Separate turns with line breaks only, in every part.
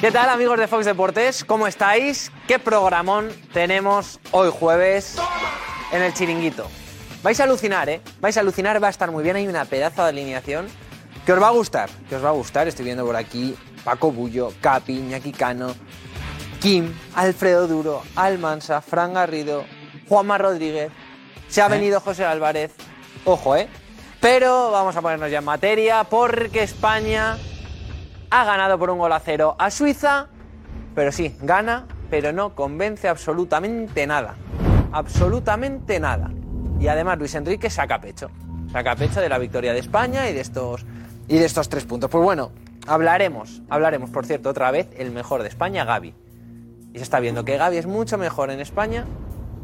¿Qué tal amigos de Fox Deportes? ¿Cómo estáis? ¿Qué programón tenemos hoy jueves en el chiringuito? Vais a alucinar, ¿eh? Vais a alucinar, va a estar muy bien. Hay una pedazo de alineación que os va a gustar, que os va a gustar. Estoy viendo por aquí Paco Bullo, Capi, Iñaki Cano, Kim, Alfredo Duro, Almansa, Fran Garrido, Juanma Rodríguez. Se ha venido José Álvarez. Ojo, ¿eh? Pero vamos a ponernos ya en materia porque España ha ganado por un gol a cero a Suiza, pero sí, gana, pero no convence absolutamente nada. Absolutamente nada. Y además Luis Enrique saca pecho. Saca pecho de la victoria de España y de estos, y de estos tres puntos. Pues bueno, hablaremos, hablaremos, por cierto, otra vez, el mejor de España, Gaby. Y se está viendo que Gaby es mucho mejor en España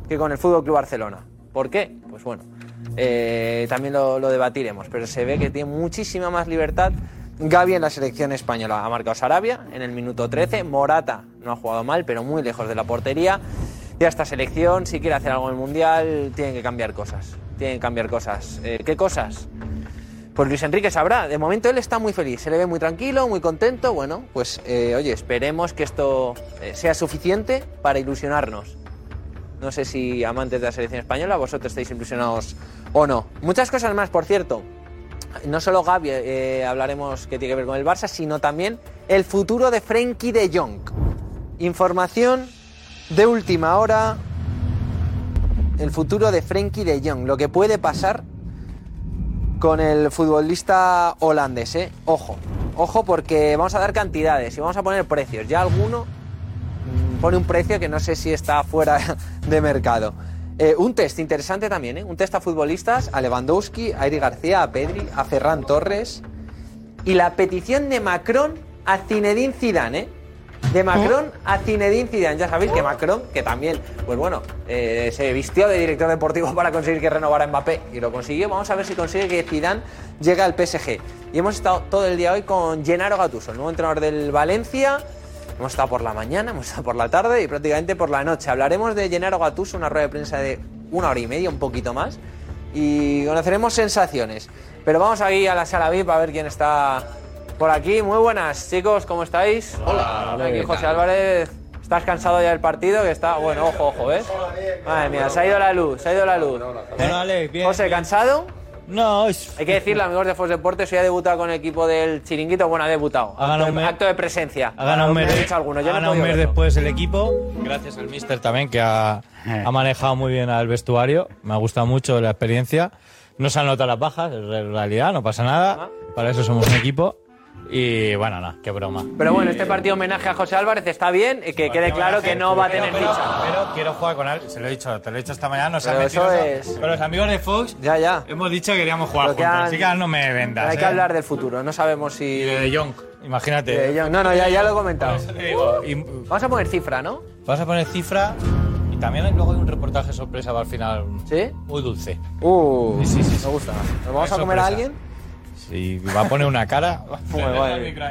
que con el Fútbol Club Barcelona. ¿Por qué? Pues bueno, eh, también lo, lo debatiremos, pero se ve que tiene muchísima más libertad Gaby en la selección española. Ha marcado Sarabia en el minuto 13. Morata no ha jugado mal, pero muy lejos de la portería. Y a esta selección, si quiere hacer algo en el Mundial, tienen que cambiar cosas. Tienen que cambiar cosas. Eh, ¿Qué cosas? Pues Luis Enrique sabrá. De momento él está muy feliz. Se le ve muy tranquilo, muy contento. Bueno, pues eh, oye, esperemos que esto eh, sea suficiente para ilusionarnos. No sé si amantes de la selección española, vosotros estáis ilusionados o no. Muchas cosas más, por cierto no solo Gaby eh, hablaremos que tiene que ver con el Barça, sino también el futuro de Frenkie de Jong. Información de última hora. El futuro de Frenkie de Jong, lo que puede pasar con el futbolista holandés, ¿eh? Ojo, ojo porque vamos a dar cantidades y vamos a poner precios. Ya alguno mm, pone un precio que no sé si está fuera de mercado. Eh, un test interesante también, ¿eh? Un test a futbolistas, a Lewandowski, a Eri García, a Pedri, a Ferran Torres. Y la petición de Macron a Zinedine Zidane, ¿eh? De Macron a Zinedine Zidane. Ya sabéis que Macron, que también, pues bueno, eh, se vistió de director deportivo para conseguir que renovara Mbappé y lo consiguió. Vamos a ver si consigue que Zidane llegue al PSG. Y hemos estado todo el día hoy con Gennaro Gattuso, el nuevo entrenador del Valencia. Hemos estado por la mañana, hemos estado por la tarde y prácticamente por la noche. Hablaremos de Gennaro Gattuso, una rueda de prensa de una hora y media, un poquito más, y conoceremos sensaciones. Pero vamos aquí a la sala VIP a ver quién está por aquí. Muy buenas, chicos, ¿cómo estáis? Hola. Aquí José Álvarez. ¿Estás cansado ya del partido? Que está... Bueno, ojo, ojo, ¿ves? Madre mía, se ha ido la luz, se ha ido la luz. ¿Eh?
Bueno, Alex, bien.
José, ¿cansado?
No, es...
Hay que decirlo, amigos de Fox Deportes, hoy ha debutado con el equipo del Chiringuito. Bueno, ha debutado.
Ha ganado
acto,
un mes.
acto de presencia.
ha ganado un
Me
mes,
ha dicho alguno, yo
ha
no he
ganado un
podido
mes
verlo.
después el equipo, gracias al míster también que ha,
Eh.
ha manejado muy bien al vestuario. Me ha gustado mucho la experiencia. No se han notado las bajas, en realidad, no pasa
Ah.
nada. Para eso somos un equipo. Y bueno, no, qué broma.
Pero bueno, este partido homenaje a José Álvarez está bien, eh, que quede claro que no va a tener
pero,
ficha.
Pero quiero jugar con él, se lo he dicho, te lo he dicho esta mañana, nos
Pero
han metido.
eso
¿no?
es-
Pero los amigos de Fox
Ya, ya.
hemos dicho que queríamos jugar
Pero que
juntos,
han-
así que ahora no me vendas.
Hay que
¿eh?
hablar del futuro, no sabemos
Y
si...
de De Jong, imagínate.
de Young. No, no, ya, ya lo he comentado.
Te digo, y-
Vamos a poner cifra, ¿no?
Vas a poner cifra y también hay- luego hay un reportaje sorpresa para el final.
¿Sí?
Muy dulce.
Uh,
Sí, sí, sí, sí.
me gusta. ¿Nos vamos
Hay
a comer a
sorpresa.
alguien?
Si va a poner una cara.
Muy guay.
Pero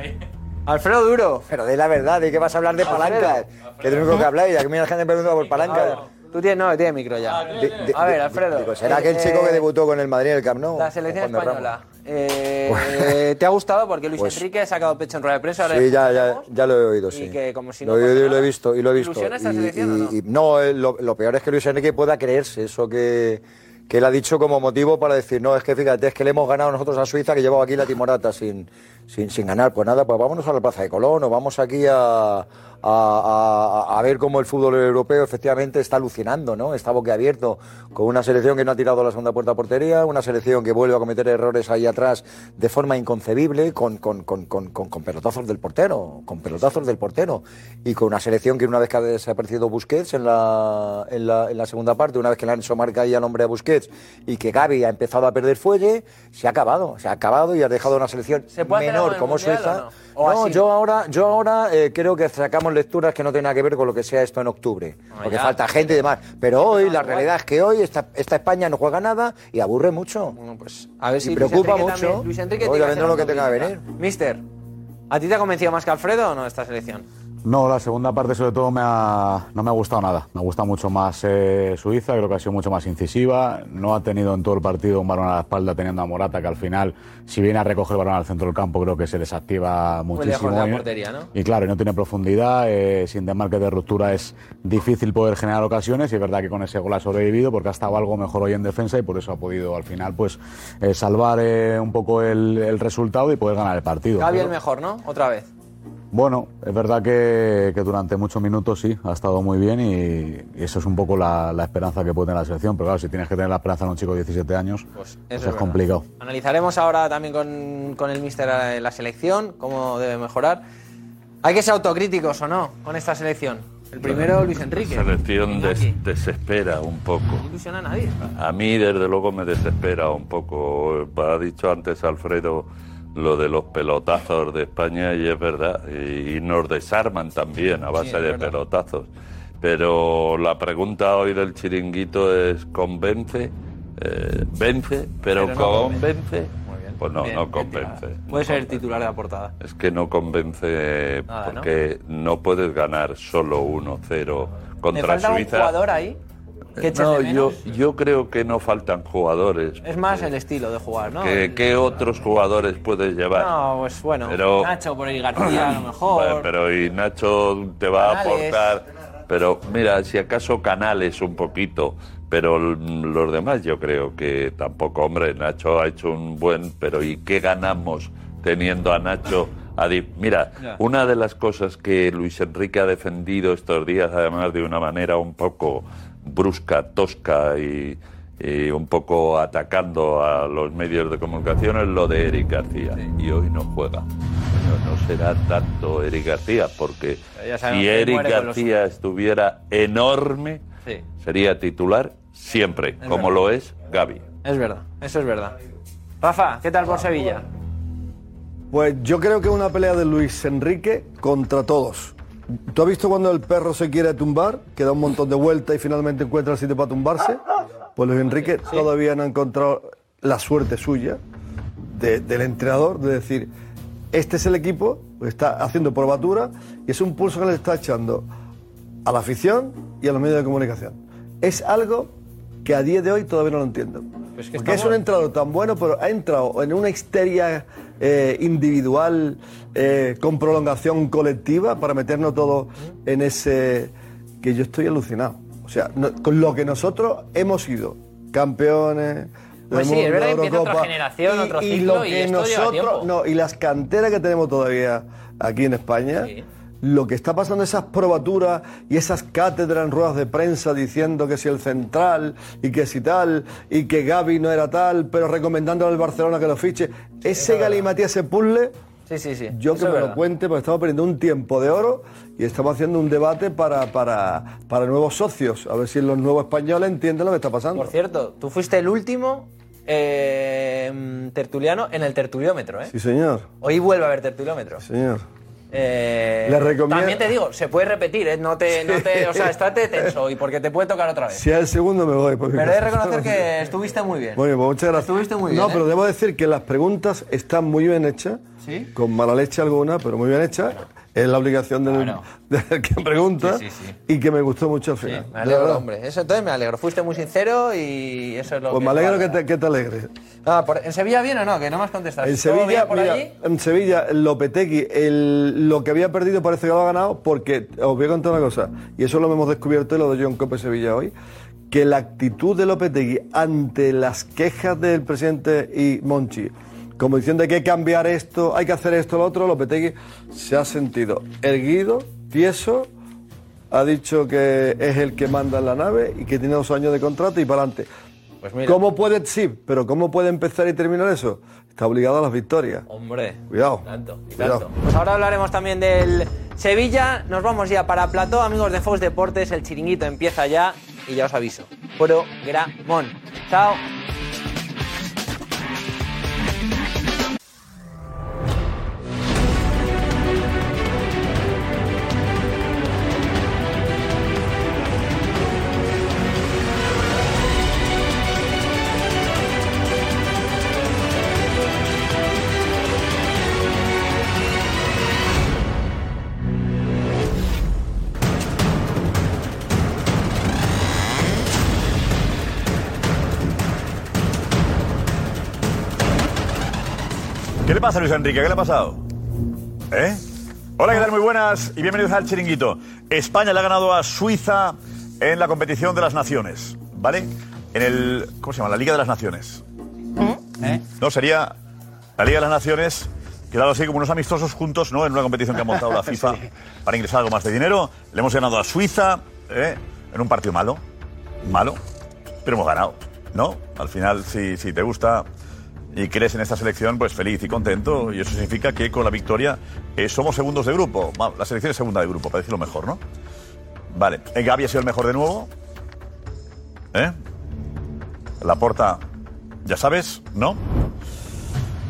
Alfredo Duro,
Pero de la verdad, ¿de qué vas a hablar de palancas? Que es lo único que habláis, ya que mira la gente pregunta por palancas.
tú tienes, no, tienes micro ya.
De- de-
A ver,
de-
Alfredo. eh,
digo, ¿Será aquel chico que debutó con el Madrid en el Camp Nou?
La
Juan
selección
de
española.
Ramos.
Eh, ¿Te ha gustado? Porque Luis
Pues-
Enrique ha sacado pecho en rueda de prensa. ahora
Sí, ya, ya,
veremos.
ya lo he oído,
Y
sí.
que como si
lo
no
he oído y
pasa
lo he
nada.
visto. Y lo he visto.
¿Ilusiona esta
Y-
selección o no?
y- y- no, eh, lo, lo peor es que Luis Enrique pueda creerse eso que, que él ha dicho como motivo para decir, no, es que fíjate, es que le hemos ganado nosotros a Suiza, que llevaba aquí la timorata sin, sin, sin ganar. Pues nada, pues vámonos a la Plaza de Colón o vamos aquí a, a- a- a ver cómo el fútbol europeo efectivamente está alucinando, ¿no? Está boquiabierto con una selección que no ha tirado la segunda puerta a portería, una selección que vuelve a cometer errores ahí atrás de forma inconcebible, con, con, con- con- con- con pelotazos del portero, con pelotazos del portero, y con una selección que una vez que ha desaparecido Busquets en la, en la, en la segunda parte, una vez que le han hecho marca ahí al hombre a Busquets y que Gaby ha empezado a perder fuelle, se ha acabado, se ha acabado y has dejado una selección
¿Se puede hacer algo en
menor
el
como
Mundial
Suiza.
o no? ¿O
yo
así?
yo ahora, yo ahora eh, creo que sacamos lecturas que no tienen nada que ver con lo que sea esto en octubre.
Ah,
porque
ya.
falta gente y demás. Pero hoy, la realidad es que hoy esta, esta España no juega nada y aburre mucho. Ah,
Bueno, pues a ver
Y
si
preocupa
Luis Enrique
mucho.
también- Luis Enrique
Luego
tiene
ya vendrá
hacer
lo que tenga que
autocrítica. Mister, ¿a ti te ha convencido más que Alfredo o no esta selección?
No, la segunda parte sobre todo me ha- no me ha gustado nada. Me gusta mucho más eh, Suiza, creo que ha sido mucho más incisiva. No ha tenido en todo el partido un balón a la espalda teniendo a Morata, que al final, si viene a recoger el balón al centro del campo, creo que se desactiva
lejos de
muchísimo.
la
Y-
portería, ¿no?
y claro, no tiene profundidad, eh, sin desmarque de ruptura es difícil poder generar ocasiones y es verdad que con ese gol ha sobrevivido porque ha estado algo mejor hoy en defensa y por eso ha podido al final pues eh, salvar eh, un poco el, el resultado y poder ganar el partido.
Gaby el
Pero-
mejor, ¿no? Otra vez.
bueno, es verdad que, que durante muchos minutos sí, ha estado muy bien y, y eso es un poco la, la esperanza que puede tener la selección, pero claro, si tienes que tener la esperanza en un chico de 17 años, pues,
es
es,
verdad.
complicado.
Analizaremos ahora también con, con el mister eh, la selección, cómo debe mejorar. ¿Hay que ser autocríticos o no con esta selección? El primero, Luis Enrique.
La selección des- desespera un poco.
No ilusiona a nadie.
A mí, desde luego, me desespera un poco. Ha dicho antes Alfredo lo de los pelotazos de España y es verdad. Y, y nos desarman también a base
es
de
verdad.
pelotazos. Pero la pregunta hoy del chiringuito es, ¿convence? Eh, ¿Vence? ¿Pero,
Pero no
convence? Pues no,
Bien,
no convence.
Puede ser el titular de la portada.
Es que no convence
Nada, ¿no?
porque ¿no? puedes ganar solo 1-0
Me
contra
falta
Suiza. Eh,
un jugador ahí que eches
no,
de
yo,
menos.
yo creo que no faltan jugadores.
Es más el estilo de jugar, ¿no?
¿Qué,
El-
qué otros jugadores puedes llevar?
No, pues bueno,
Pero-
Nacho por el García a lo mejor.
Bueno, pero y Nacho te va
Canales.
a aportar. Pero mira, si acaso Canales un poquito, pero l- los demás yo creo que tampoco, hombre, Nacho ha hecho un buen, pero ¿y qué ganamos teniendo a Nacho? a di- mira,
Ya.
una de las cosas que Luis Enrique ha defendido estos días, además de una manera un poco brusca, tosca y, y un poco atacando a los medios de comunicación, es lo de Eric García. Y hoy no juega. Pero no será tanto Eric García, porque
Ya sabemos
si
que
Eric
muere con los
García estuviera enorme,
Sí.
sería titular siempre, como lo es Gaby.
Es verdad, eso es verdad. Rafa, ¿qué tal por Sevilla?
Pues yo creo que es una pelea de Luis Enrique contra todos. ¿Tú has visto cuando el perro se quiere tumbar, que da un montón de vueltas y finalmente encuentra el sitio para tumbarse? Pues Luis Enrique todavía no ha encontrado la suerte suya de- del entrenador de decir, este es el equipo, está haciendo probatura y es un pulso que le está echando a la afición y a los medios de comunicación. Es algo que a día de hoy todavía no lo entiendo.
que
Porque es un entrenador tan bueno, pero ha entrado en una histeria eh, individual eh, con prolongación colectiva para meternos todos en ese... que yo estoy alucinado. O sea, no- con lo que nosotros hemos sido campeones...
Pues sí,
del mundo,
es verdad, empieza otra
Eurocopa,
generación,
y,
otro
y
ciclo,
lo
y
que
esto lleva tiempo.
nosotros, no, y las canteras que tenemos todavía aquí en España, lo que está pasando, esas probaturas y esas cátedras en ruedas de prensa diciendo que si el central y que si tal, y que Gaby no era tal, pero recomendándole al Barcelona que lo fiche. Ese galimatías, ese puzzle,
Sí, sí, sí.
yo
eso
que
es
me
verdad.
lo cuente, porque estamos perdiendo un tiempo de oro y estamos haciendo un debate para, para, para nuevos socios, a ver si los nuevos españoles entienden lo que está pasando.
Por cierto, tú fuiste el último eh, tertuliano en el tertuliómetro, ¿eh?
Sí, señor,
Hoy vuelve a haber tertuliómetro.
señor.
Eh,
Le recomiendo-
También te digo, se puede repetir, ¿eh? No te, no te, o sea, estate tenso y porque te puede tocar otra vez.
Si es el segundo me voy. por mi
Pero he de
casa.
reconocer que estuviste muy bien.
Bueno, pues muchas gracias.
Estuviste muy bien,
No,
¿eh?
pero debo decir que las preguntas están muy bien hechas,
¿Sí?
con mala leche alguna, pero muy bien hechas. Es la obligación del, del que pregunta y que me gustó mucho al final.
Me
de
alegro,
verdad.
hombre. Eso entonces me alegro. Fuiste muy sincero y eso es lo
Pues
que.
me alegro que te, que te alegres.
Ah, por- ¿En Sevilla bien o no? Que no me has contestado.
En
¿Todo bien
Sevilla,
por
mira,
allí?
en Sevilla, Lopetegui, el, lo que había perdido parece que lo ha ganado porque, os voy a contar una cosa, y eso lo hemos descubierto y lo doy yo en Cope Sevilla hoy, que la actitud de Lopetegui ante las quejas del presidente y Monchi, como diciendo hay que cambiar esto, hay que hacer esto, lo otro, Lopetegui se ha sentido erguido, tieso, ha dicho que es el que manda en la nave y que tiene dos años de contrato y para adelante. ¿Cómo puede, sí, pero cómo puede empezar y terminar eso? Está obligado a las victorias.
Hombre.
Cuidado.
y
cuidado.
tanto. Pues ahora hablaremos también del Sevilla. Nos vamos ya para Plató, amigos de Fox Deportes. El chiringuito empieza ya y ya os aviso. Programón. Chao.
¿Qué le pasa a Luis Enrique? ¿Qué le ha pasado? ¿Eh? Hola, ¿qué tal? Muy buenas y bienvenidos al Chiringuito. España le ha ganado a Suiza en la competición de las naciones, ¿vale? En el... ¿Cómo se llama? La Liga de las Naciones. ¿Eh? No, sería la Liga de las Naciones, quedado así como unos amistosos juntos, ¿no? En una competición que ha montado la FIFA para ingresar algo más de dinero. Le hemos ganado a Suiza ¿eh? en un partido malo, malo, pero hemos ganado, ¿no? Al final, si, si te gusta y crees en esta selección, pues feliz y contento. Y eso significa que con la victoria eh, somos segundos de grupo. Va, La selección es segunda de grupo, para decirlo mejor, ¿no? Vale, Eh, Gavi ha sido el mejor de nuevo. ¿Eh? La porta, ya sabes, ¿no?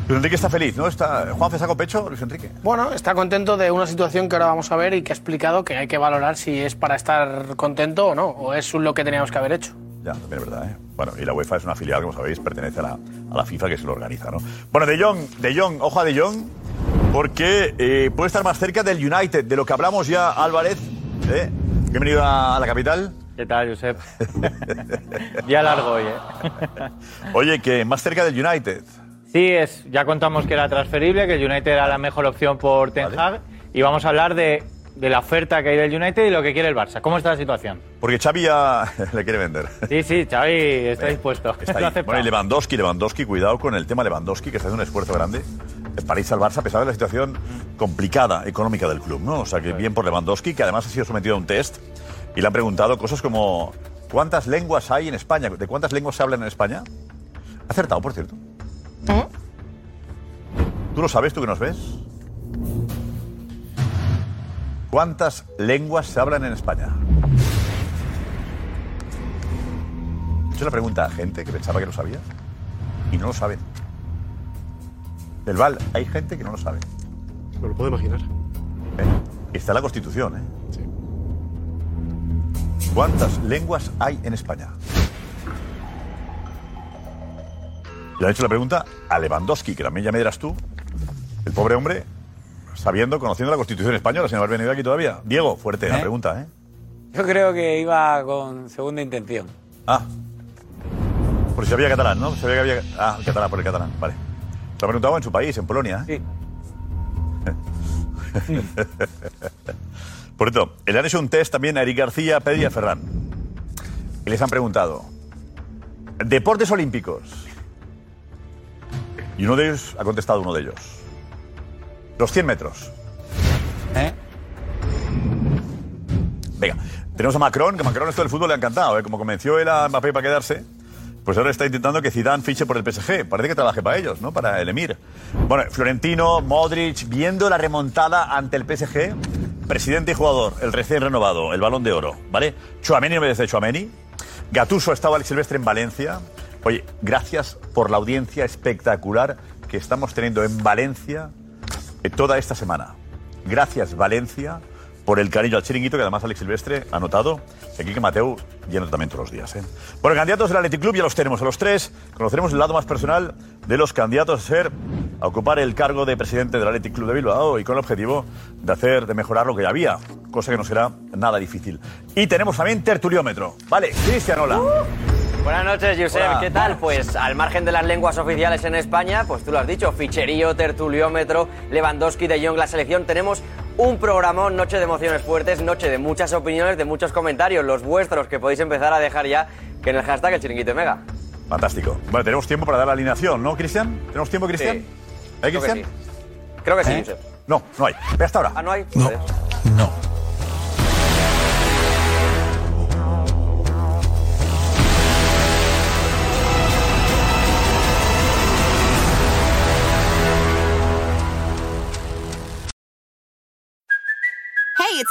Luis Enrique está feliz, ¿no? Está, Juan se sacó pecho, Luis Enrique.
Bueno, está contento de una situación que ahora vamos a ver y que ha explicado que hay que valorar si es para estar contento o no, o es lo que teníamos que haber hecho.
Ya, también es verdad, ¿eh? Bueno, y la UEFA es una filial, como sabéis, pertenece a la, a la FIFA que se lo organiza, ¿no? Bueno, De Jong, De Jong, ojo a De Jong, porque eh, puede estar más cerca del United, de lo que hablamos ya, Álvarez. ¿eh? Bienvenido a, a la capital.
¿Qué tal, Josep? Ya largo hoy, ¿eh?
Oye, que más cerca del United.
Sí, es, ya contamos que era transferible, que el United era la mejor opción por Ten Hag. Y vamos a hablar de, de la oferta que hay del United y lo que quiere el Barça. ¿Cómo está la situación?
Porque Xavi ya le quiere vender.
Sí, sí, Xavi está dispuesto.
Está ahí.
Lo acepta.
Bueno, y Lewandowski, Lewandowski, cuidado con el tema Lewandowski, que está haciendo un esfuerzo grande. El París al Barça, a pesar de la situación
Mm.
complicada económica del club, ¿no? O sea, que bien por Lewandowski, que además ha sido sometido a un test y le han preguntado cosas como: ¿cuántas lenguas hay en España? ¿De cuántas lenguas se hablan en España? Ha acertado, por cierto. ¿Tú lo sabes, tú que nos ves? ¿Cuántas lenguas se hablan en España? He hecho la pregunta a gente que pensaba que lo sabía y no lo saben. Del Val, hay gente que no lo sabe. Eh,
Me lo puedo imaginar.
Está en la Constitución, ¿eh? ¿Cuántas lenguas hay en España? Le han hecho la pregunta a Lewandowski, que también ya me dirás tú. El pobre hombre, sabiendo, conociendo la Constitución española, sin haber venido aquí todavía. Diego, fuerte la pregunta, ¿eh?
Yo creo que iba con segunda intención.
Ah. Por si sabía catalán, ¿no? Sabía que había... Ah, el catalán, por el catalán, vale. Se lo ha preguntado en su país, en Polonia, ¿eh? Sí. por cierto, le han hecho un test también a Eric García, a Pedro y a Ferran. Y les han preguntado... Deportes olímpicos. Y uno de ellos ha contestado uno de ellos. Los 100 metros. ¿Eh? Venga, tenemos a Macron, que a Macron esto del fútbol le ha encantado, ¿eh? como convenció él a Mbappé para quedarse, pues ahora está intentando que Zidane fiche por el PSG. Parece que trabaje para ellos, ¿no? Para el Emir. Bueno, Florentino, Modric, viendo la remontada ante el PSG, presidente y jugador, el recién renovado, el Balón de Oro, ¿vale? Chuameni no merece Chuameni. Gatuso estaba Alex Silvestre en Valencia. Oye, gracias por la audiencia espectacular que estamos teniendo en Valencia eh, toda esta semana. Gracias, Valencia, por el cariño al chiringuito, que además Alex Silvestre ha notado. Y aquí que Mateu lleno también todos los días. ¿eh? Bueno, candidatos del Athletic Club ya los tenemos a los tres. Conoceremos el lado más personal de los candidatos a ser a ocupar el cargo de presidente del Athletic Club de Bilbao y con el objetivo de hacer, de mejorar lo que ya había, cosa que no será nada difícil. Y tenemos también tertuliómetro. Vale, Cristian, hola.
Uh. Buenas noches, Josep.
Hola.
¿Qué tal? Pues al margen de las lenguas oficiales en España, pues tú lo has dicho, ficherío, tertuliómetro, Lewandowski, De Jong, la selección, tenemos un programón, noche de emociones fuertes, noche de muchas opiniones, de muchos comentarios, los vuestros que podéis empezar a dejar ya que en el hashtag el chiringuito es mega.
Fantástico. Bueno, tenemos tiempo para dar la alineación, ¿no, Cristian? ¿Tenemos tiempo, Cristian?
Sí.
¿Hay
Creo que
Cristian?
sí. Creo que sí,
¿Eh?
Josep.
No, no hay. Ve hasta ahora.
Ah, no hay. Joder.
Hey, it's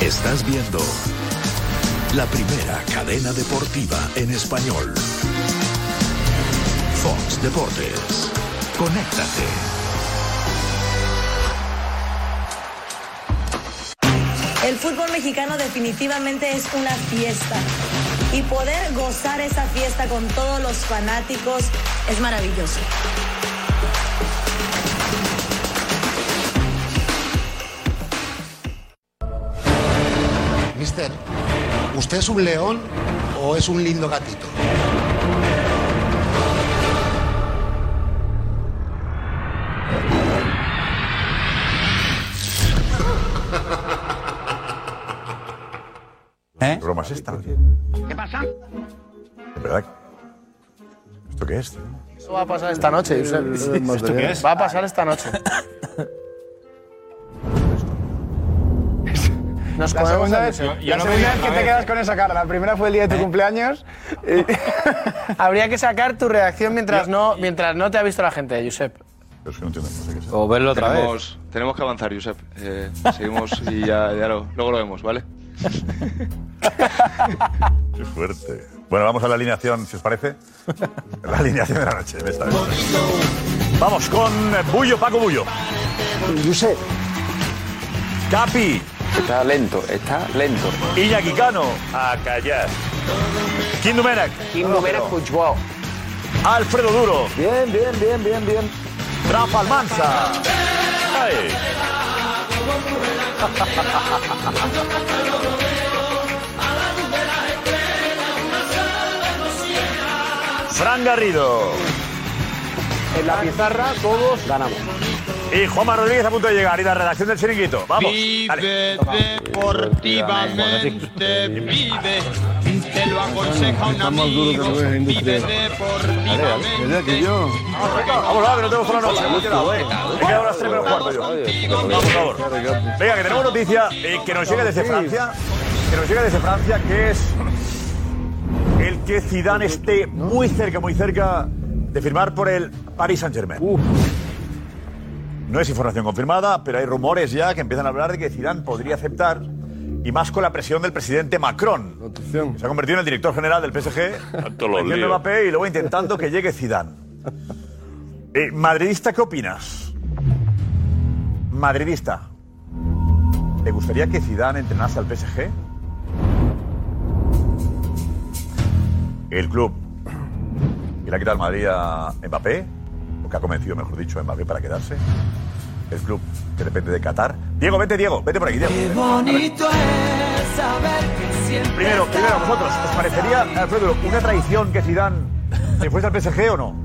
Estás viendo la primera cadena deportiva en español. Fox Deportes. Conéctate.
El fútbol mexicano definitivamente es una fiesta y poder gozar esa fiesta con todos los fanáticos es maravilloso.
Mister, ¿usted es un león o es un lindo gatito?
¿Eh? broma es esta?
¿Qué pasa?
¿Verdad? ¿Esto qué es? tío?
Eso va a pasar esta noche, Josep.
¿Esto qué es?
Va a pasar esta noche. Nos
La
comemos
segunda
la
vez,
ilusión.
la segunda vez que te quedas con esa cara. La primera fue el día de tu cumpleaños.
Habría que sacar tu reacción mientras no, mientras no te ha visto la gente, Josep.
O verlo otra
tenemos, vez. Tenemos que avanzar, Josep. Eh, seguimos y ya, ya lo- luego lo vemos, ¿vale?
Qué fuerte. Bueno, vamos a la alineación, si os parece. La alineación de la noche. esta vez. Vamos con eh, Bullo, Paco Bullo.
Josep.
Capi.
Está lento, está lento.
Iñaki Cano. A callar. Kim Dumerak.
Kim Dumerak,
Cuchbo. Alfredo Duro. Bien, bien, bien, bien, bien. Rafa Almanza. Ay. Fran Garrido.
En la pizarra todos ganamos.
Y Juanma Rodríguez a punto de llegar. Y la redacción del chiringuito. Vamos.
Vive deportivamente, vive. Te lo aconseja un amigo. Vive deportivamente.
Vamos, vamos, que no tenemos por la noche. Me he quedado, eh. He quedado a las 3 menos cuarto yo. Vamos, por favor. Venga, que tenemos noticia eh, que nos llega desde Francia. Que nos llega desde Francia, que es el que Zidane esté muy cerca, muy cerca de firmar por el Paris Saint-Germain. No es información confirmada, pero hay rumores ya que empiezan a hablar de que Zidane podría aceptar y más con la presión del presidente Macron. que Se ha convertido en el director general del PSG.
Tanto los
Metiendo
líos.
Mbappé y luego intentando que llegue Zidane. Eh, madridista, ¿qué opinas? Madridista, ¿te gustaría que Zidane entrenase al PSG? El club y le ha quitado el Madrid a Mbappé, o que ha convencido, mejor dicho, a Mbappé para quedarse. El club que depende de Qatar. Diego, vete, Diego, vete por aquí, Diego.
Qué
A ver.
bonito es saber que siempre.
Primero, primero, vosotros, ¿os parecería, Alfredo, una traición que Zidane se fuese al PSG o no?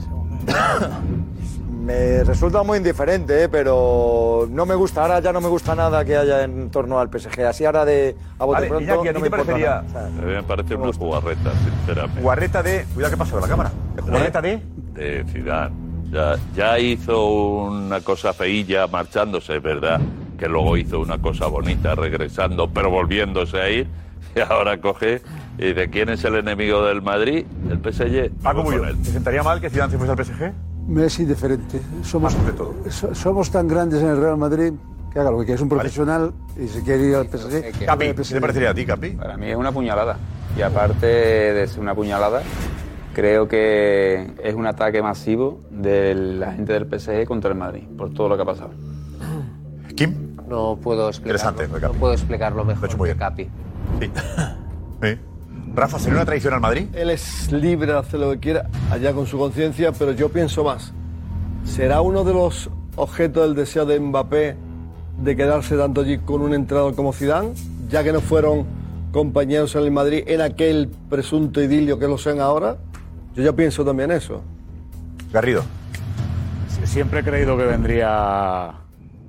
Me resulta muy indiferente, ¿eh? pero no me gusta, ahora ya no me gusta nada que haya en torno al PSG. Así ahora de a bote
Vale,
pronto
Iñaki, ¿a
no
ti
me
te
importa
parecería-
nada. O sea,
A mí me parece una jugarreta, sinceramente.
Guarreta de... Cuidado, ¿qué pasa con la cámara? ¿Guarreta de...?
De Zidane. Ya, ya hizo una cosa feilla marchándose, es ¿verdad? Que luego hizo una cosa bonita regresando, pero volviéndose a ir. Y ahora coge... ¿Y de quién es el enemigo del Madrid? El PSG.
Paco
Voy con
Bullo,
él.
¿te sentaría mal que Zidane se fuese al PSG?
Me es indiferente. Somos, so- somos tan grandes en el Real Madrid que haga lo que quiera. Es un profesional y se quiere ir al PSG. al PSG.
Capi?
pues, Para mí es una puñalada. Y aparte de ser una puñalada, creo que es un ataque masivo de la gente del PSG contra el Madrid, por todo lo que ha pasado.
¿Kim?
No puedo explicarlo, no puedo explicarlo mejor que Capi.
Rafa, ¿sería una traición al Madrid?
Él es libre de hacer lo que quiera, allá con su conciencia, pero yo pienso más. ¿Será uno de los objetos del deseo de Mbappé de quedarse tanto allí con un entrenador como Zidane? Ya que no fueron compañeros en el Madrid en aquel presunto idilio que lo sean ahora. Yo ya pienso también eso.
Garrido.
Sí, Siempre he creído que vendría,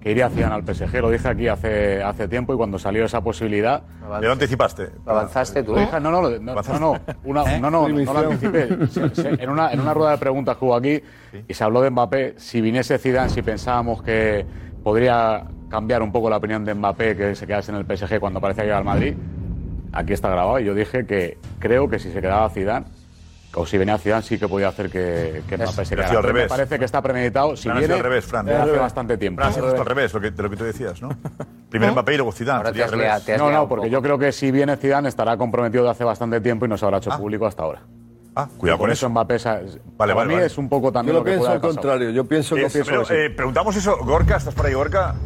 que iría Zidane al PSG. Lo dije aquí hace, hace tiempo y cuando salió esa posibilidad.
¿De lo anticipaste?
¿Avanzaste tú? no, no, lo- no, no, no, una-
¿Eh?
no, no, no lo anticipé. Se- se- En una, en una rueda de preguntas que hubo aquí y se habló de Mbappé, si viniese Zidane, si pensábamos que podría cambiar un poco la opinión de Mbappé, que se quedase en el PSG cuando parecía que iba al Madrid, aquí está grabado y yo dije que creo que si se quedaba Zidane, o si venía Zidane sí que podía hacer que, que Mbappé se
Pero ha
quedara.
sido
Pero
al
Me
revés.
parece que está premeditado. Si
Fran, ha sido
viene,
al revés, Fran.
desde
Al
hace
revés.
bastante tiempo.
Fran, ha sido justo al revés, lo que, de lo que tú decías, ¿no? Primero Mbappé y luego Zidane. sería al revés.
No, no, porque yo creo que si viene Zidane estará comprometido de hace bastante tiempo y no se habrá hecho público hasta ahora.
Ah, cuidado
por
con
eso. Mbappé es- para
vale,
mí
vale.
es un poco también
Yo lo
que
pienso
puede
al
haber pasado.
contrario,
yo pienso
Eh, pero, eh, preguntamos eso, Gorka, ¿estás por ahí, Gorka?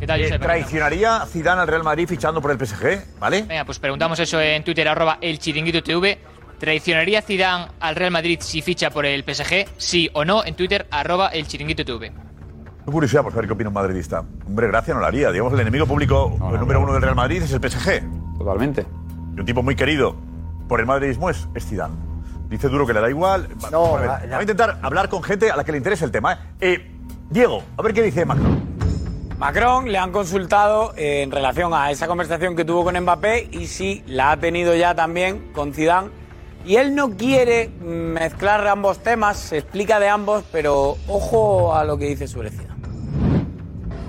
¿Qué tal, Josep?
¿Traicionaría Zidane al Real Madrid fichando por el PSG? ¿Vale?
Venga, pues preguntamos eso en Twitter, arroba el chiringuito TV. ¿Traicionaría Zidane al Real Madrid si ficha por el PSG? Sí o no, en Twitter, arroba el chiringuito TV.
Qué curiosidad por saber qué opina un madridista. Hombre, gracia no la haría. Digamos, el enemigo público el número uno del Real Madrid es el PSG.
Totalmente.
Y un tipo muy querido por el madridismo es, es Zidane. Dice duro que le da igual. Va- vamos a ver. Voy a intentar hablar con gente a la que le interese el tema. ¿eh? Eh, Diego, a ver qué dice Macron.
Macron le han consultado eh, en relación a esa conversación que tuvo con Mbappé y si la ha tenido ya también con Zidane. Y él no quiere mezclar ambos temas, se explica de ambos, pero ojo a lo que dice sobre Zidane.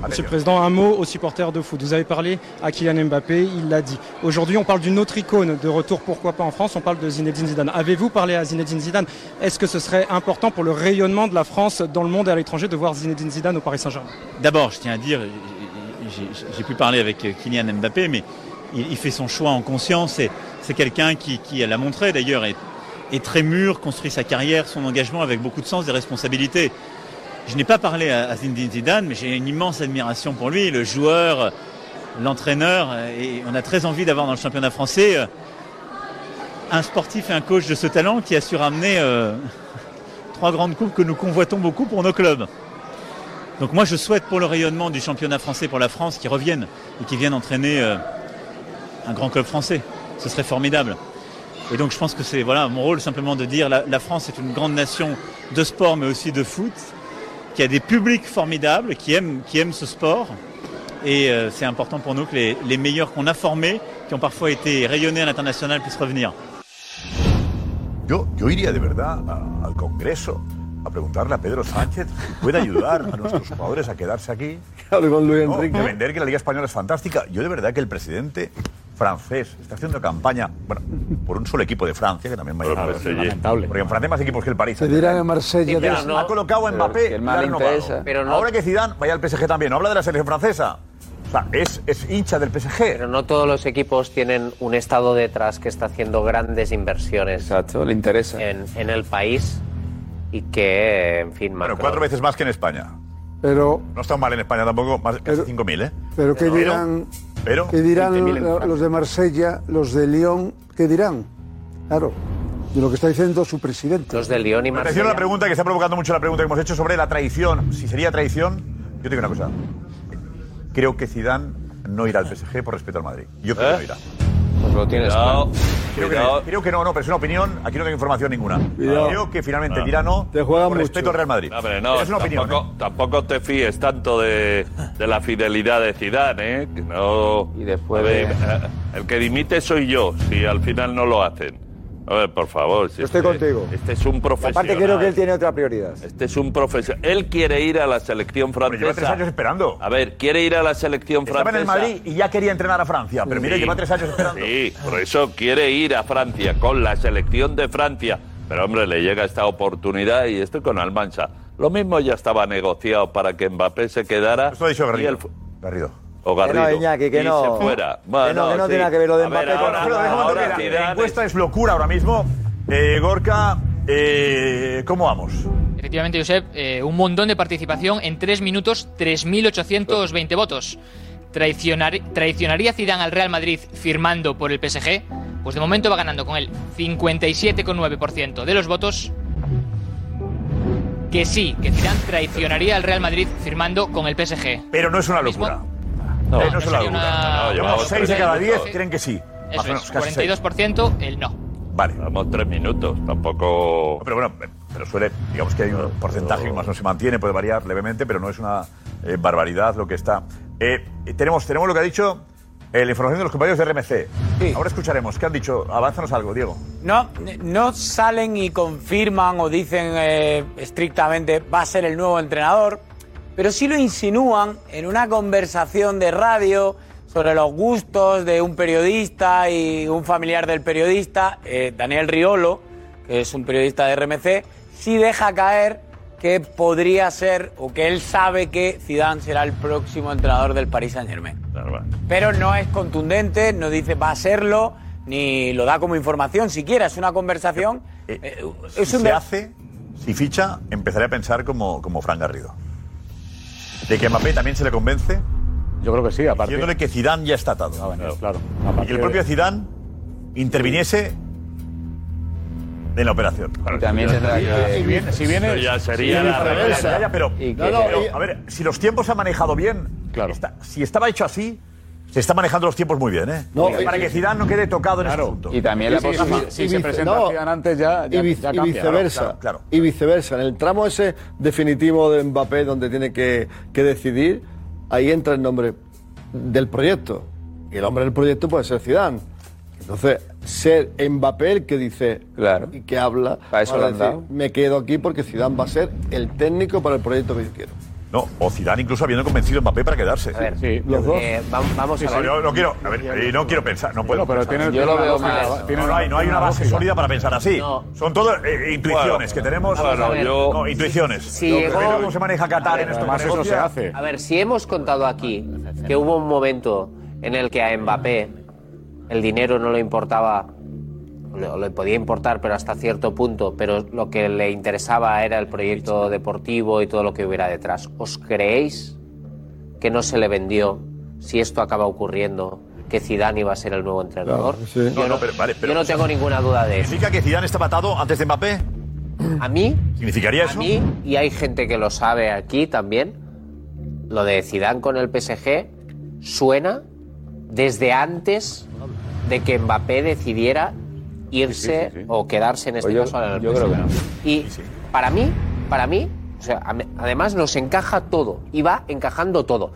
Monsieur le Président, un mot aux supporters de foot. Vous avez parlé à Kylian Mbappé, il l'a dit. Aujourd'hui, on parle d'une autre icône de retour, pourquoi pas en France, on parle de Zinedine Zidane. Avez-vous parlé à Zinedine Zidane Est-ce que ce serait important pour le rayonnement de la France dans le monde et à l'étranger de voir Zinedine Zidane au Paris Saint-Germain
D'abord, je tiens à dire, j'ai- j'ai pu parler avec Kylian Mbappé, mais il, il fait son choix en conscience. et C'est quelqu'un qui, qui, elle l'a montré d'ailleurs, est, est très mûr, construit sa carrière, son engagement avec beaucoup de sens des responsabilités. Je n'ai pas parlé à, à Zinedine Zidane, mais j'ai une immense admiration pour lui, le joueur, l'entraîneur, et on a très envie d'avoir dans le championnat français euh, un sportif et un coach de ce talent qui a su ramener euh, trois grandes coupes que nous convoitons beaucoup pour nos clubs. Donc moi je souhaite pour le rayonnement du championnat français pour la France qu'ils reviennent et qu'ils viennent entraîner euh, un grand club français. Ce serait formidable. Et donc je pense que c'est voilà mon rôle simplement de dire la, la France est une grande nation de sport mais aussi de foot, qui a des publics formidables, qui aiment, qui aiment ce sport. Et euh, c'est important pour nous que les, les meilleurs qu'on a formés, qui ont parfois été rayonnés à l'international, puissent revenir.
Yo, yo iría de verdad a- al Congreso a preguntarle a Pedro Sánchez si puede ayudar a nuestros jugadores a quedarse aquí.
Claro, con Luis
No,
Enrique.
de vender que la Liga Española es fantástica. Yo de verdad que el presidente francés está haciendo campaña bueno, por un solo equipo de Francia, que también va a
Por el
llegar.
PSG.
Lamentable. Porque en Francia hay más equipos que el París.
Te dirán en Marsella.
Ya, ha colocado a Mbappé.
el
y ha renovado.
Pero no-
Ahora que Zidane vaya al PSG también. Habla de la selección francesa. O sea, es, es hincha del PSG. Pero
no todos los equipos tienen un estado detrás que está haciendo grandes inversiones.
Exacto, le interesa.
En, en el país y que, en fin,
Bueno, cuatro veces más que en España.
Pero,
No está mal en España tampoco, más casi 5.000, ¿eh?
pero ¿qué
Pero-
dirán,
Pero.
qué dirán
20.000 en
lo-
Francia.
los de Marsella, los de Lyon? ¿Qué dirán? Claro, de lo que está diciendo su presidente.
Los de Lyon y
Me atención a la pregunta que está provocando mucho la pregunta que hemos hecho sobre la traición. Si sería traición, yo te digo una cosa. Creo que Zidane no irá al PSG por respeto al Madrid. Yo creo que no irá.
Pues lo tienes.
Cuidado. ¿Eh? Creo que,
Cuidado.
creo que no, no, pero es una opinión. Aquí no tengo información ninguna.
Cuidado.
Creo que finalmente
No.
dirá no
Te juegan
por respeto
mucho.
al Real Madrid.
No, hombre, no,
es una opinión. ¿eh?
tampoco, tampoco te fíes tanto de, de la fidelidad de Zidane, ¿eh? Que no, y después
de-
El que dimite soy yo, si al final no lo hacen. A ver, por favor. Si
Yo estoy contigo.
Este es un profesional.
Aparte creo que él tiene otra prioridad.
Este es un profesional. Él quiere ir a la selección francesa.
lleva tres años esperando.
A ver, quiere ir a la selección
Estaba en
francesa.
el Madrid y ya quería entrenar a Francia. Pero mire,
Sí.
lleva tres años esperando.
Sí, por eso quiere ir a Francia, con la selección de Francia. Pero hombre, le llega esta oportunidad y estoy con Almansa. Lo mismo ya estaba negociado para que Mbappé se quedara. Esto ha dicho Garrido.
Garrido.
O Garrido.
Que no, Iñaki, que
y
no.
se fuera.
Que no, que no tiene nada que ver lo de
A ver,
Mbappé con-
ahora-
Pero déjame
ahora
terminar.
Zidane
La encuesta es locura ahora mismo. Eh, Gorka, eh, ¿cómo vamos?
Efectivamente, Josep, eh, un montón de participación en 3 minutos, 3.820 votos. Traicionar- ¿Traicionaría Zidane al Real Madrid firmando por el PSG? Pues de momento va ganando con el 57,9% de los votos. Que sí, que Zidane traicionaría al Real Madrid firmando con el PSG.
Pero no es una locura.
No,
Eh,
no
es una
sería una-
locura.
No, llevamos
Como seis de
tres
cada diez
minutos.
creen que sí. Más o
Eso
menos,
es,
casi seis.
42% el no.
Vale.
Vamos tres minutos, tampoco.
Pero bueno, pero suele, digamos que hay un porcentaje que más no se mantiene, puede variar levemente, pero no es una eh, barbaridad lo que está. Eh, tenemos, tenemos lo que ha dicho eh, la información de los compañeros de RMC. Ahora escucharemos. ¿Qué han dicho? Avánzanos algo, Diego.
No, no salen y confirman o dicen eh, estrictamente va a ser el nuevo entrenador, pero sí lo insinúan en una conversación de radio sobre los gustos de un periodista y un familiar del periodista, eh, Daniel Riolo, que es un periodista de RMC, sí deja caer que podría ser o que él sabe que Zidane será el próximo entrenador del Paris Saint-Germain. Pero no es contundente, no dice va a serlo, ni lo da como información siquiera. Es una conversación. eh, es
Pues si
un
se
de-
hace, si ficha, empezaré a pensar como, como Fran Garrido. De que Mbappé también se le convence
Yo creo que sí, aparte.
Diciéndole que Zidane ya está atado.
claro.
Y que el propio Zidane interviniese en la operación.
También tendrá que- Eso ya sería la reversa.
Ya, ya, Pero,
Y que-
No, no,
pero-
y- a ver, si los tiempos se han manejado bien, está- si estaba hecho así, se está manejando los tiempos muy bien, ¿eh?
No,
Porque
y-
para que Zidane no quede tocado en ese punto.
Y también
la posibilidad-
si
si se presenta Zidane antes ya- ya-
y, vic-
ya
y
cambia,
viceversa.
claro, claro,
Y viceversa. En el tramo ese definitivo de Mbappé, donde tiene que, que decidir, ahí entra el nombre del proyecto. Y el hombre del proyecto puede ser Zidane. Entonces, ser Mbappé el que dice y que habla,
Para eso
para
lo han
decir,
dado.
me quedo aquí porque Zidane va a ser el técnico para el proyecto que yo quiero.
No, o Zidane incluso habiendo convencido a Mbappé para quedarse. A ver,
sí,
los dos.
vamos
a ver.
No, no quiero, a ver, eh, no quiero pensar, no puedo.
pero
pensar.
tiene- Yo lo tiene veo una más- lógica. tiene
No, no hay, no hay
una
una base
lógica.
sólida para pensar así. Son todas eh,
Bueno,
intuiciones que tenemos.
vamos a
No,
ver.
no, intuiciones.
Si
Yo
llegó-
creo que cómo se maneja Qatar
A
en
ver,
estos
además eso
negocios.
se hace. A ver, si hemos contado aquí que hubo un momento en el que a Mbappé el dinero no le importaba, lo, le podía importar, pero hasta cierto punto, pero lo que le interesaba era el proyecto deportivo y todo lo que hubiera detrás. ¿Os creéis que no se le vendió si esto acaba ocurriendo? Que Zidane iba a ser el nuevo entrenador.
Claro, sí.
yo,
No,
no,
no, pero- vale, pero-
yo no tengo ninguna duda de eso.
¿Significa que Zidane estaba atado antes de Mbappé?
A mí.
¿Significaría
a
eso?
mí, y hay gente que lo sabe aquí también, lo de Zidane con el PSG suena desde antes de que Mbappé decidiera irse o quedarse en este caso al
Pues yo creo que no.
Y para mí, para mí, o sea, am- además nos encaja todo y va encajando todo.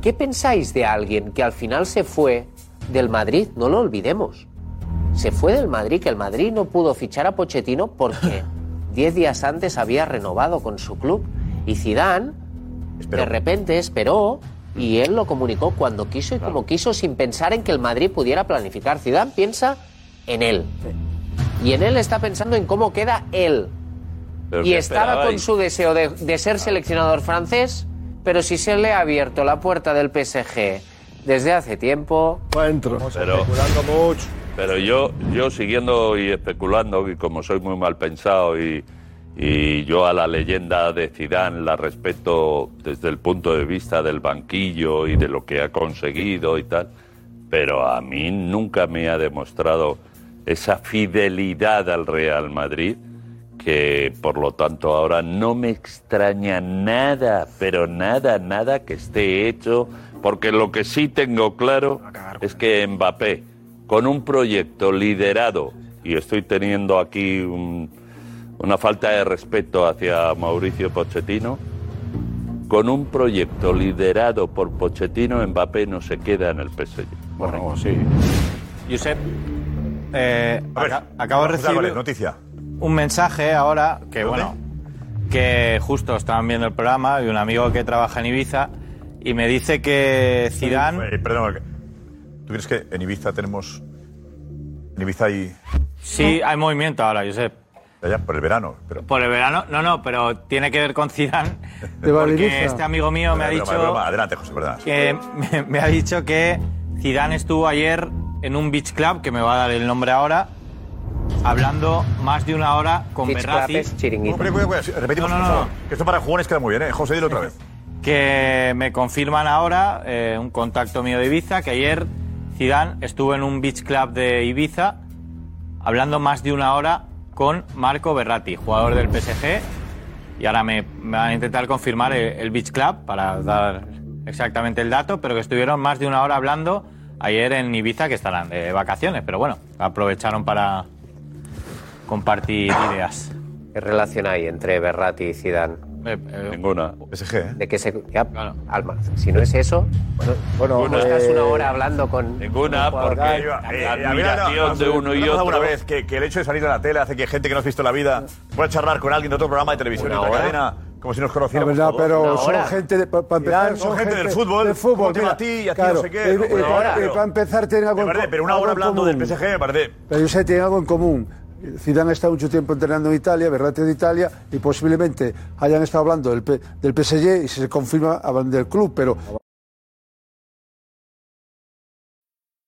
¿Qué pensáis de alguien que al final se fue del Madrid? No lo olvidemos. Se fue del Madrid, que el Madrid no pudo fichar a Pochettino porque diez días antes había renovado con su club. Y Zidane, de repente, esperó y
Mm.
él lo comunicó cuando quiso y como quiso, sin pensar en que el Madrid pudiera planificar. Zidane piensa en él. Y en él está pensando en cómo queda él.
Pero
y
¿qué
estaba con
esperabais?
su deseo de, de ser seleccionador francés, pero si se le ha abierto la puerta del PSG desde hace tiempo...
Adentro.
Pero, pero yo, yo siguiendo y especulando, y como soy muy mal pensado y, y yo a la leyenda de Zidane la respeto desde el punto de vista del banquillo y de lo que ha conseguido y tal, pero a mí nunca me ha demostrado esa fidelidad al Real Madrid que por lo tanto ahora no me extraña nada, pero nada, nada que esté hecho, porque lo que sí tengo claro es que Mbappé, con un proyecto liderado, y estoy teniendo aquí un- una falta de respeto hacia Mauricio Pochettino, con un proyecto liderado por Pochettino, Mbappé no se queda en el PSG.
Bueno, sí.
Josep,
aca- acabo de
José
recibir-
Álvarez, noticia.
un mensaje ahora que bueno que justo estaban viendo el programa de un amigo que trabaja en Ibiza y me dice que Zidane
Eh, perdón, ¿tú crees que en Ibiza tenemos. En Ibiza hay.
sí hay movimiento ahora Josep
Ya, por el verano
por el verano no no pero tiene que ver con Zidane
De
porque
Valeriza.
este amigo mío me ha
Es broma,
dicho
es broma. Adelante, José, perdón.
que me, me ha dicho que Zidane estuvo ayer en un beach club que me va a dar el nombre ahora hablando más de una hora con
Beach club
Berrazzi
es chiringuito. Hombre, cuidado, cuidado, repetimos,
No, no,
por favor,
no.
que esto para jugones queda muy bien, ¿eh? José, dilo otra vez.
que me confirman ahora eh, un contacto mío de Ibiza que ayer Zidane estuvo en un beach club de Ibiza hablando más de una hora con Marco Berratti, jugador del PSG. Y ahora me, me van a intentar confirmar el, el beach club para dar exactamente el dato, pero que estuvieron más de una hora hablando ayer en Ibiza que estarán de vacaciones, pero bueno, aprovecharon para compartir ideas.
¿Qué relación hay entre Berratti y Zidane?
Ninguna. PSG,
De que se... ya, Alma, si no es eso, bueno, no
eh,
estás una hora hablando con...
Ninguna,
con un jugador.
porque la admiración de uno y
Una
otro...
vez que, que el hecho de salir de la tele hace que gente que no has visto en la vida pueda charlar con alguien de otro programa de televisión, de
¿Una
otra
hora?
cadena, como si nos
La
conociéramos.
verdad,
todos.
pero son gente, de, pa- pa empezar,
Zidane, son gente del fútbol,
del fútbol,
¿cómo te va
mira,
a ti y a ti
claro, eh,
no sé qué?
y-
No,
y
una
pa-
hora,
y
pero-
para empezar tienen algo en
Me parece,
co-
pero una
algo
hora
en
hablando del
común.
PSG, me parece.
Pero yo sé, tienen algo en común. Zidane ha estado mucho tiempo entrenando en Italia, Berratti de Italia, y posiblemente hayan estado hablando del, P- del PSG y se confirma hablan del club, pero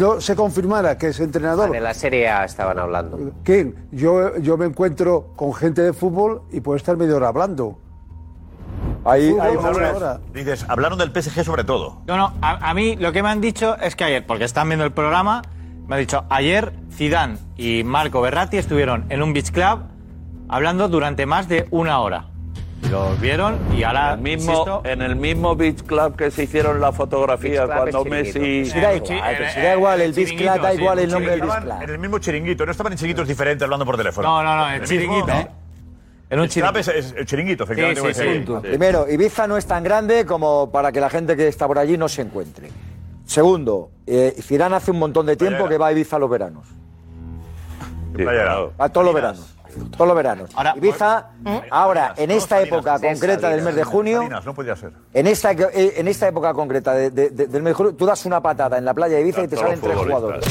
No se confirmara que es entrenador.
De la Serie A estaban hablando.
¿Quién? Yo, yo me encuentro con gente de fútbol y puedo estar media hora hablando.
Ahí,
Fútbol, media hora.
Dices, hablaron del PSG sobre todo.
No, no, a, a mí lo que me han dicho es que ayer, porque están viendo el programa, me han dicho, ayer Zidane y Marco Berratti estuvieron en un beach club hablando durante más de una hora. Los vieron y ahora...
En el mismo, en el mismo Beach Club que se hicieron la fotografía cuando Messi.
Sí, da igual, que sí, da igual, el Beach Club da igual el nombre del Beach
Estaban
Club.
En el mismo chiringuito, no estaban en chiringuitos diferentes hablando por teléfono.
No, no, no, en
el
chiringuito.
mismo, ¿no?
En
un chiringuito. Es, es el chiringuito, efectivamente. voy a decir. Sí.
Primero, Ibiza no es tan grande como para que la gente que está por allí no se encuentre. Segundo, eh, Zidane hace un montón de tiempo que va a Ibiza los veranos. A todos los veranos. Todos los veranos. Ibiza, ahora, en esta época concreta del mes de junio,
Salinas, no podía ser.
en esta, eh, en esta época concreta de- de- de- del mes de junio, tú das una patada en la playa de Ibiza y te
Todos
salen tres
futbolistas.
jugadores.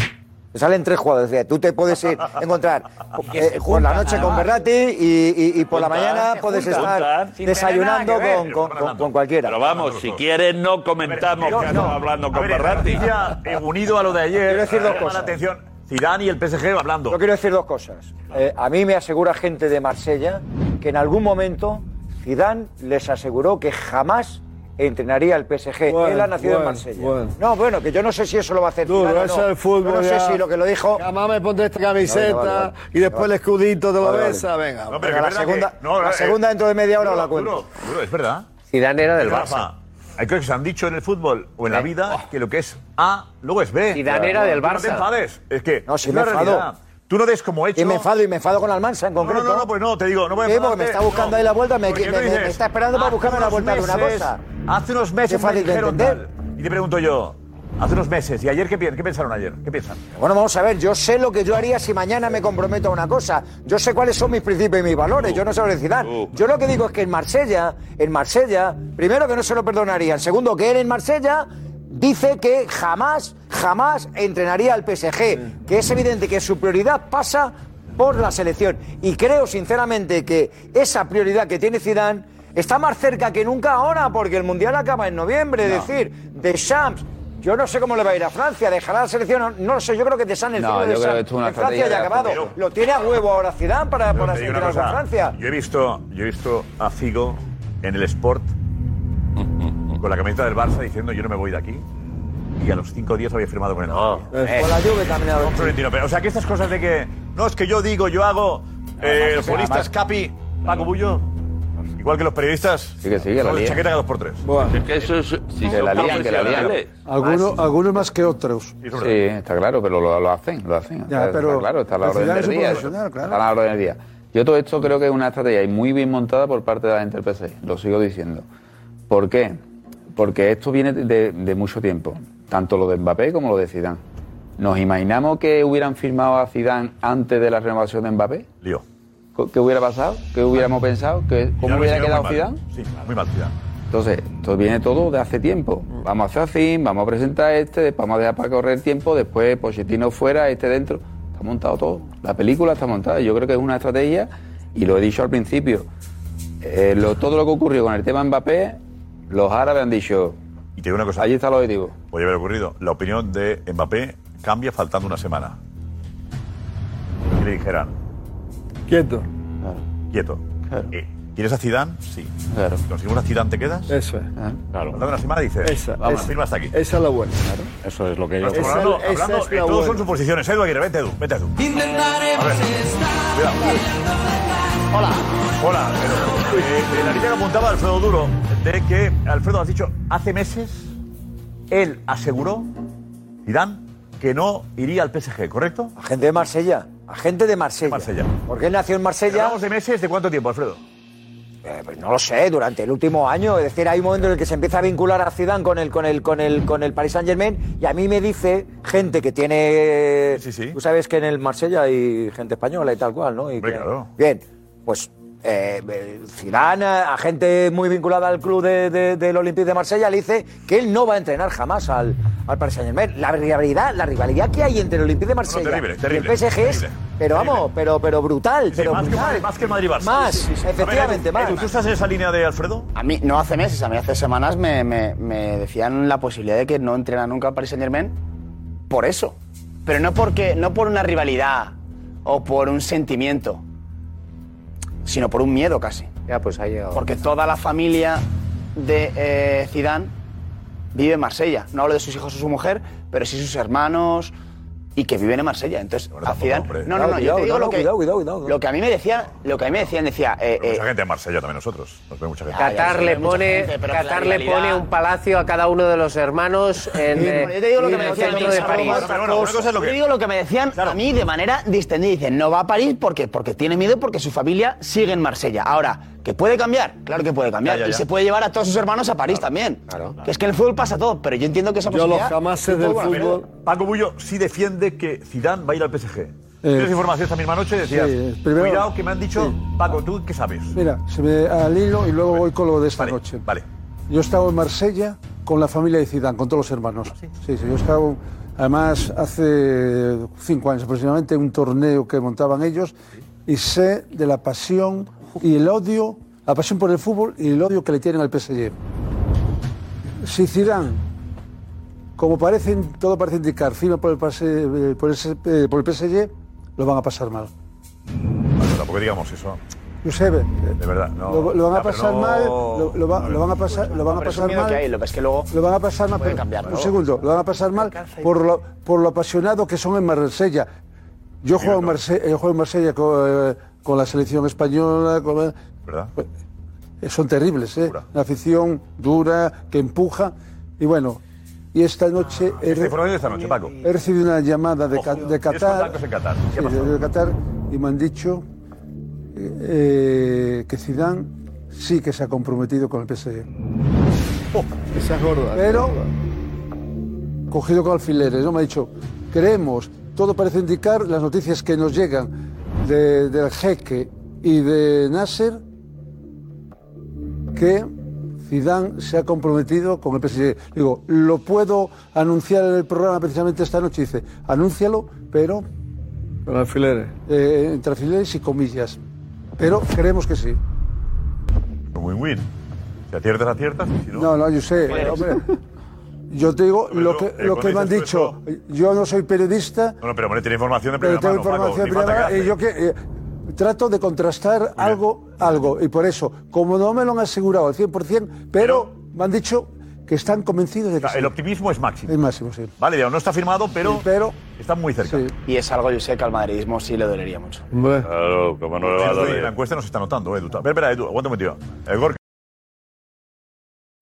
Te salen tres jugadores. O sea, tú te puedes ir, encontrar eh,
se
por la
juntan,
noche con
además.
Berratti y, y- y por la
Ah. Juntan,
mañana
se
puedes
juntan.
estar
Sin tener nada
desayunando
que ver.
con, con- con- con cualquiera.
Pero vamos, si quieres no comentamos que estaba hablando con Berratti.
eh, unido a lo de ayer.
Quiero decir dos
llama la
cosas.
atención. Zidane y el PSG hablando.
Yo quiero decir dos cosas. Eh, a mí me asegura gente de Marsella que en algún momento Zidane les aseguró que jamás entrenaría el PSG.
Bueno,
Él ha nacido en
bueno,
Marsella.
bueno.
No, bueno, que yo no sé si eso lo va a hacer
Duro,
Zidane o
eso
no.
del fútbol
Yo no
ya.
sé si lo que lo dijo...
Jamás me pondré esta camiseta
Vale, vale, vale.
y después
Vale.
el escudito de la
Vale, vale.
mesa. Venga,
No,
hombre.
pero que
Venga,
es verdad que- no, eh, dentro de media hora la cuento.
Duro, es verdad.
Zidane era del
Mira,
Barça. Oh.
Rafa, Hay cosas que se han dicho en el fútbol o en la vida que lo que es A luego es B.
Zidane era del
No te
Barça.
enfades. Es que.
No, si
es
me
la
enfado.
realidad. Tú no des como hecho.
Y me enfado, y me enfado con Almansa en
No,
concreto.
No, no, no, pues no, te digo, no voy a
Sí, porque
enfadarte,
me está buscando
no.
ahí la vuelta, me,
Porque
me-
tú
me- me
dices,
está esperando para
hace
buscarme la
unos
vuelta de una
meses-
cosa.
Hace unos meses
Qué fácil
me
de
dijeron
entender.
tal. Y te pregunto yo, hace unos meses, ¿y ayer qué, pi- qué pensaron ayer? ¿Qué piensan?
Bueno, vamos a ver, yo sé lo que yo haría si mañana me comprometo a una cosa. Yo sé cuáles son mis principios y mis valores, yo no sé lo de Zidane. Yo lo que digo es que en Marsella, en Marsella, primero que no se lo perdonarían, segundo que él en Marsella dice que jamás, jamás entrenaría al PSG, que es evidente que su prioridad pasa por la selección. Y creo sinceramente que esa prioridad que tiene Zidane está más cerca que nunca ahora, porque el Mundial acaba en noviembre, es decir, de Champs. Yo no sé cómo le va a ir a Francia, dejará la selección, no- no lo sé, yo creo que te en el
No, yo
ciclo de
creo
Sam.
que esto es una
en Francia ya
estrategia
ha acabado.
de apoyo.
Lo tiene a huevo ahora Zidane para, para
Te digo
sentir
una
algo a
cosa,
Francia.
Yo he visto, yo he visto a Figo en el Sport con la camiseta del Barça diciendo yo no me voy de aquí. Y a los cinco días había firmado con el
Con la Juve también ha
Con Florentino Pérez. O sea, que estas cosas de que no es que yo digo, yo hago eh, los futbolistas Capi, Paco Bullo, igual que los periodistas. Sí que sí,
que la lían.
chaqueta que dos por tres.
Es que eso es. Si
Que
son
la lían, que la lían.
profesionales.
Algunos, algunos más que otros.
Sí, está claro, pero lo, lo hacen, lo hacen.
Ya,
Está-
pero-
está claro, está a la
pero
orden
Zidane
del
es un
día.
profesional, claro.
Está a la orden del día. Yo todo esto creo que es una estrategia y muy bien montada por parte de la gente del PSG, lo sigo diciendo. ¿Por qué? Porque esto viene de, de mucho tiempo, tanto lo de Mbappé como lo de Zidane. ¿Nos imaginamos que hubieran firmado a Zidane antes de la renovación de Mbappé?
Lío.
Co- ¿Qué hubiera pasado? ¿Qué hubiéramos pensado? ¿Qué-
Ya
¿Cómo
lo
hubiera quedado
hicieron muy
Zidane?
mal. Sí, muy mal Zidane.
Entonces, esto viene todo de hace tiempo. Vamos a hacer así, vamos a presentar este, después vamos a dejar para correr tiempo, después Pochettino fuera, este dentro. Está montado todo. La película está montada. Yo creo que es una estrategia, y lo he dicho al principio. eh, lo- todo lo que ocurrió con el tema Mbappé, los árabes han dicho.
Y te digo una cosa.
Allí está el objetivo.
Podría haber ocurrido. La opinión de Mbappé cambia faltando una semana. Y le dijeran,
Quieto.
quieto. Eh, ¿Quieres a Zidane? Sí.
Claro. Ah.
¿Conseguimos a Zidane, te quedas?
Eso es.
Claro. Faltando una semana dices,
Esa,
vamos,
esa.
firma hasta aquí.
Esa es la buena.
Eso es lo que
Pero estamos hablando, hablando, eh, todos son suposiciones. Edu Aguirre, vete Edu, vete Edu. A ver, cuidado. Hola. Hola. Edu. Eh, en la línea que apuntaba Alfredo Duro, de que, Alfredo, has dicho, hace meses, él aseguró, Irán, que no iría al PSG, ¿correcto?
Agente de Marsella, agente de Marsella.
Marsella.
Porque él nació en Marsella.
Hablamos de meses, ¿de cuánto tiempo, Alfredo?
Eh, pues no lo sé, durante el último año. Es decir, hay un momento en el que se empieza a vincular a Zidane con el, con el, con el, con el Paris Saint-Germain y a mí me dice gente que tiene... Tú sabes que en el Marsella hay gente española y tal cual, ¿no? Y que- Bien, pues eh, eh, Zidane, a gente muy vinculada al club de- de- del Olympique de Marsella, le dice que él no va a entrenar jamás al, al Paris Saint-Germain. La rivalidad, la rivalidad que hay entre el Olympique de Marsella
terrible,
y
terrible,
el PSG es... Pero vamos, pero, pero brutal, pero
más que-
brutal.
más que el Madrid-Barça.
Más,
Sí, sí, sí. A ver,
efectivamente,
Edu,
más.
Edu, ¿tú estás en esa línea de Alfredo?
A mí, no hace meses, a mí hace semanas me, me- me decían la posibilidad de que no entrena nunca al Paris Saint Germain por eso. Pero no, porque, no por una rivalidad o por un sentimiento, sino por un miedo casi.
Ya, pues ha llegado.
Porque toda la familia de eh, Zidane vive en Marsella. No hablo de sus hijos o su mujer, pero sí sus hermanos y que viven en Marsella. Entonces, a Zidane... No, no, no, yo
Cuidado,
te digo
no,
lo
no,
que...
cuidado,
Lo que a mí me decían, lo que a mí me decían, decía... eh, eh,
Mucha gente en Marsella también nosotros. Nos ve mucha gente.
Qatar le pone, Qatar le pone un palacio a cada uno de los hermanos en eh,
Yo te digo lo que
en
me
el
decían a mí,
centro de
Salvo
París.
Marta Cos. Pues, Yo te digo lo que me decían a mí de manera distendida. Dicen, no va a París porque, porque tiene miedo porque su familia sigue en Marsella. Ahora, que puede cambiar, claro que puede cambiar.
Ya, ya,
Y
ya.
se puede llevar a todos sus hermanos a París también. Que es que en el fútbol pasa todo, pero yo entiendo que esa
Yo los
posibilidad...
jamases del fútbol...
Paco Bullo sí defiende que Zidane va a ir al PSG. Tienes información esta misma noche decías,
Eh, sí, eh, primero-
cuidado que me han dicho, Paco, ¿tú qué sabes?
Mira, se me al hilo y luego voy con lo de esta noche.
Vale.
Yo he estado en Marsella con la familia de Zidane, con todos los
Ah,
hermanos. Sí, sí, yo he estado, además, hace cinco años aproximadamente, en un torneo que montaban ellos y sé de la pasión y el odio, la pasión por el fútbol y el odio que le tienen al PSG. Si Zidane, como parece, todo parece indicar, firma por el, pase- eh, por el- por el PSG, lo van a pasar mal.
Bueno, tampoco digamos eso.
Josebe,
De verdad, no.
Lo, lo van
Ya,
Ah,
a
pero
pasar
no-
mal, lo, lo va- lo van a pasar, lo van a
Pero es un
pasar
miedo
mal.
que hay, lo que es que luego
Lo van a pasar mal,
puede
pero-
cambiar,
un
¿no?
segundo, lo van a pasar mal por lo, por lo apasionado que son en Marsella. Yo juego en Marsella, juego en Marsella con, eh, con la selección española, con-
¿Verdad?
eh, son terribles, ¿eh? Una afición dura que empuja y bueno, y esta
Ah,
noche he,
este
Esta
re-
información de esta noche, Paco.
he recibido una llamada de, Ca- de
Tienes
Qatar.
contactos en Qatar.
eh, Sí, desde Qatar y me han dicho eh, que Zidane sí que se ha comprometido con el PSG.
Oh, Esa es gorda.
Pero cogido con alfileres, ¿no? Me ha dicho, creemos, todo parece indicar, las noticias que nos llegan de- del jeque y de Nasser, que Zidane se ha comprometido con el PSG. Digo, lo puedo anunciar en el programa precisamente esta noche. Dice, anúncialo, pero
Con alfileres.
eh, entre alfileres y comillas. Pero creemos que sí.
Un win-win. Si aciertas, aciertas. y Si no,
No, no, yo sé,
Bueno.
eh, hombre. Yo te digo lo que,
eh,
lo
con
que me han
dices tú
dicho. Yo no soy periodista,
Bueno, pero hombre, tiene información de
pero
primera
tengo
mano, Paco.
información
ni
de
falta
primera
que
y yo que eh, trato de contrastar algo, algo. Y por eso, como no me lo han asegurado al 100%, pero me han dicho que están convencidos de que
hace. El optimismo es máximo.
Es máximo, sí.
Vale, ya no está firmado, pero,
pero
está muy cerca.
Y es algo, yo sé, que al madridismo sí le dolería mucho.
Claro, como no le va
a doler.
La encuesta nos está notando, Edu. Espera, espera, Edu, aguanta un momentito. El Gorka.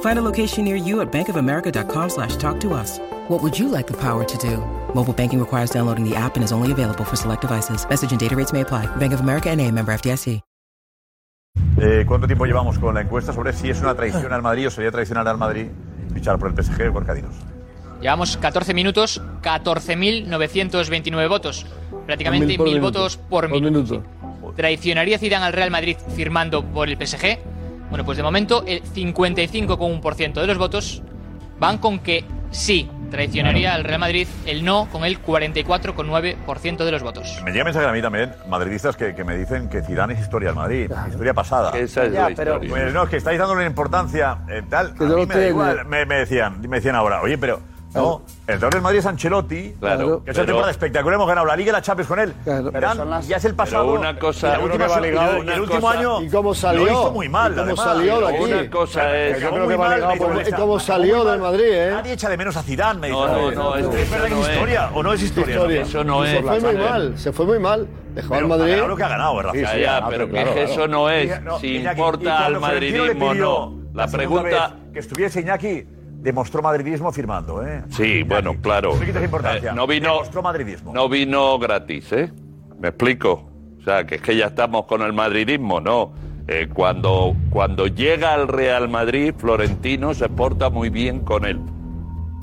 Find a location near you at bankofamerica.com slash talk to us. What would you like the power to do? Mobile banking requires downloading the app and is only available for select devices. Message and data rates may apply. Bank of America and a member FDIC.
Eh, ¿Cuánto tiempo llevamos con la encuesta sobre si es una traición al Madrid o sería traicionar al Madrid fichar por el PSG, Gorka, dinos?
Llevamos 14 minutos, 14.929 votos. Prácticamente 1.000 votos por minuto. ¿Traicionaría Zidane al Real Madrid firmando por el PSG? Bueno, pues de momento el 55,1% de los votos van con que sí, traicionaría al Real Madrid, el no con el 44,9% de los votos.
Me llega mensaje a mí también, madridistas, que, que me dicen que Zidane es historia del Madrid, historia pasada.
Esa es Ya, la pero- historia.
Pues no, es que estáis dándole una importancia eh, tal.
Que
a
no
mí me
lo
da
tiene.
igual. Me, me decían, me decían ahora, oye, pero No, el entrenador del Madrid es Ancelotti.
Claro,
Que ha hecho una
pero-
temporada espectacular. Hemos ganado la Liga y la Champions con él. Zidane
son las-
Ya es el pasado.
Pero una cosa-
y la
Yo
última
creo que va
su-
ligado
y
una
el último
cosa-
año.
¿Y cómo
Lo
salió?
hizo muy mal.
¿Y cómo
además.
salió
Pero
de aquí?
Una cosa
Pero
es.
yo
Llegó
creo
muy
que va
mal,
ligado
me hizo
por-
molestar.
¿y cómo
Llegó
salió
muy
del
mal.
Madrid, eh?
Nadie echa de menos a Zidane, me
No,
dice.
no, no,
Es
esto-
es verdad que
eso
es
no
historia
es.
o no es
Es
historia.
historia.
sé.
Eso
Hizo
no es,
la
fue muy
Champions.
mal.
Se fue muy mal.
Dejó al Madrid. Claro que ha ganado, Rafa.
Ya, ya,
ah,
pero que eso no es si importa al madridismo o no. La pregunta.
Que estuviese Iñaki, demostró madridismo firmando, ¿eh?
Sí, bueno, claro.
Eso sí que tiene importancia.
Eh, no vino.
Demostró madridismo.
no vino gratis, ¿eh? ¿Me explico? O sea, que es que ya estamos con el madridismo, ¿no? Eh, cuando, cuando llega al Real Madrid, Florentino se porta muy bien con él.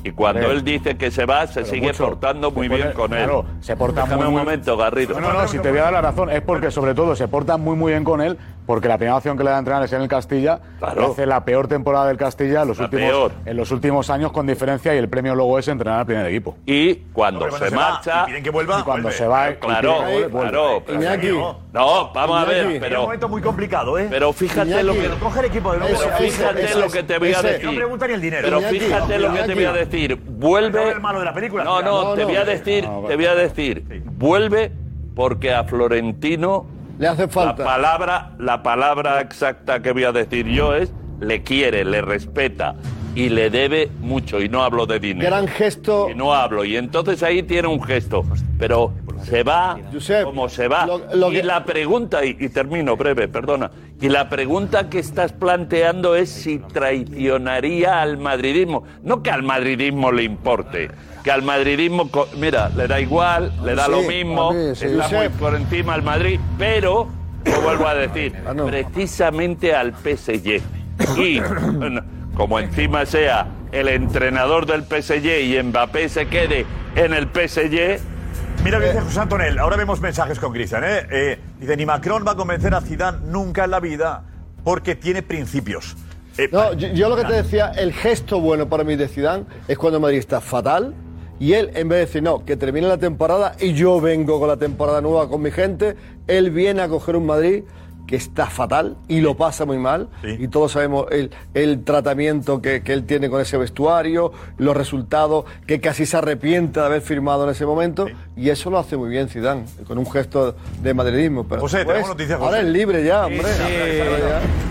Y cuando
Hombre.
él dice que se va, se
Pero
sigue
mucho.
portando muy
Se pone-
bien con
claro,
él.
se porta
Déjame
muy-
un
muy-
momento, Garrido.
No, no, si te voy a dar la razón, es porque sobre todo se portan muy muy bien con él, porque la primera opción que le da a entrenar es en el Castilla,
Claro.
que hace la peor temporada del Castilla en los,
La
últimos,
peor.
en los últimos años con diferencia y el premio luego es entrenar al primer equipo.
Y cuando se,
se va,
marcha.
y piden que vuelva, Y cuando vuelve. se va,
Claro,
y piden que vuelva,
claro.
vuelve.
pero-
Iñaki.
No, vamos a
Iñaki.
ver,
Es un
pero.
momento muy complicado, ¿eh?
Pero fíjate
Iñaki.
lo que-
Coge el equipo de nuevo.
Pero fíjate lo que te voy a decir.
No pregunta ni el dinero.
Pero fíjate lo que te voy a decir. Vuelve.
El malo de la película.
No, no, Ah, te voy a decir,
No,
te voy a decir, vuelve porque a Florentino le hace
falta.
La palabra, la palabra exacta que voy a decir yo es le quiere, le respeta y le debe mucho y no hablo de dinero.
Gran gesto.
Y no hablo y entonces ahí tiene un gesto, pero se va como se va. y la pregunta y, y termino breve, perdona. Y la pregunta que estás planteando es si traicionaría al madridismo, no que al madridismo le importe, que al madridismo, co- mira, le da igual, le da
Sí,
lo mismo,
a mí, sí.
está muy
Josep.
por encima al Madrid, pero lo vuelvo a decir,
Ah,
precisamente al PSG. Y bueno, como encima sea el entrenador del PSG y Mbappé se quede en el PSG,
Mira
Eh.
lo que dice José Antonel. Ahora vemos mensajes con Cristian, ¿eh? Eh, Dice, ni Macron va a convencer a Zidane nunca en la vida porque tiene principios. Eh,
No, yo, yo lo que te decía, el gesto bueno para mí de Zidane es cuando Madrid está fatal y él, en vez de decir, no, que termine la temporada y yo vengo con la temporada nueva con mi gente, él viene a coger un Madrid que está fatal y lo pasa muy mal. Y todos sabemos el, el tratamiento que, que él tiene con ese vestuario, los resultados, que casi se arrepiente de haber firmado en ese momento. Y eso lo hace muy bien Zidane, con un gesto de madridismo. Pero
José,
después,
tenemos noticias, José.
Ahora es libre ya, hombre.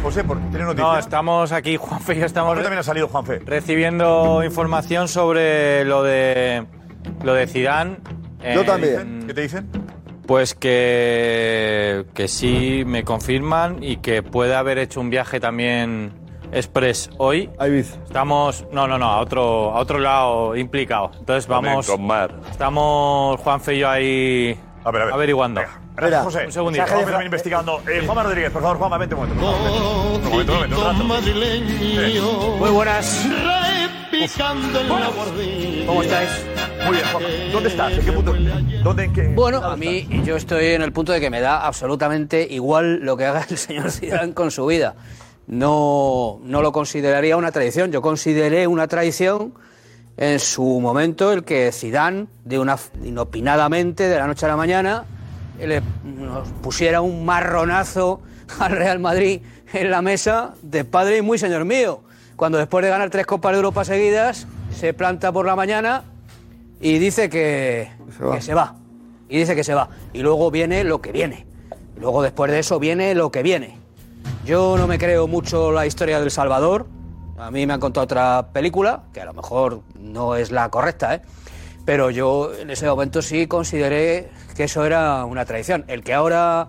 José, ¿por tiene noticias?
No, estamos aquí, Juanfe, ya estamos.
también ha salido Juanfe.
Recibiendo información sobre lo de lo de Zidane.
Yo
Eh,
también. ¿Qué te dicen?
Pues que, que sí me confirman y que puede haber hecho un viaje también express hoy. Estamos, no, no, no, a otro, a otro lado implicado. Entonces
También
vamos,
con Mar.
estamos Juanfe y yo ahí averiguando.
Gracias, José.
un segundito.
Mensaje de Juanfe también investigando. Eh, Juanma Rodríguez, por favor, Juanma, vente un momento. Un momento, un momento, un rato.
Muy buenas. Repicando en la bordilla.
¿Cómo estáis? Muy bien, Juanma. ¿Dónde estás? ¿En qué punto? ¿Dónde, en qué?
Bueno, a mí yo estoy en el punto de que me da absolutamente igual lo que haga el señor Zidane con su vida. No, no lo consideraría una traición. Yo consideré una traición en su momento el que Zidane, de una inopinadamente, de la noche a la mañana, le nos pusiera un marronazo al Real Madrid en la mesa de padre y muy señor mío. Cuando después de ganar tres Copas de Europa seguidas, se planta por la mañana y dice que que se, va. Y dice que se va. Y luego viene lo que viene. Luego después de eso viene lo que viene. Yo no me creo mucho la historia del Salvador. A mí me han contado otra película, que a lo mejor no es la correcta, ¿eh? Pero yo en ese momento sí consideré que eso era una traición. El que ahora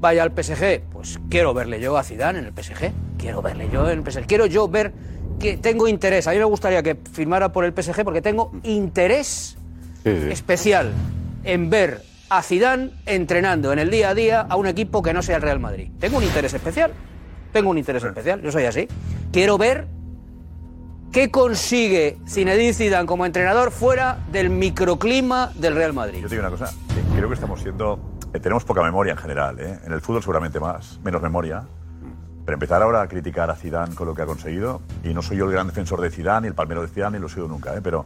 vaya al PSG, pues quiero verle yo a Zidane en el PSG. Quiero verle yo en el PSG. Quiero yo ver que tengo interés. A mí me gustaría que firmara por el PSG porque tengo interés especial en ver a Zidane entrenando en el día a día a un equipo que no sea el Real Madrid. Tengo un interés especial. Tengo un interés especial. Yo soy así. Quiero ver qué consigue Zinedine Zidane como entrenador fuera del microclima del Real Madrid.
Yo te digo una cosa, eh, creo que estamos siendo. eh, tenemos poca memoria en general, ¿eh? En el fútbol seguramente más, menos memoria. Pero empezar ahora a criticar a Zidane con lo que ha conseguido, y no soy yo el gran defensor de Zidane, ni el palmero de Zidane, ni lo he sido nunca, ¿eh? Pero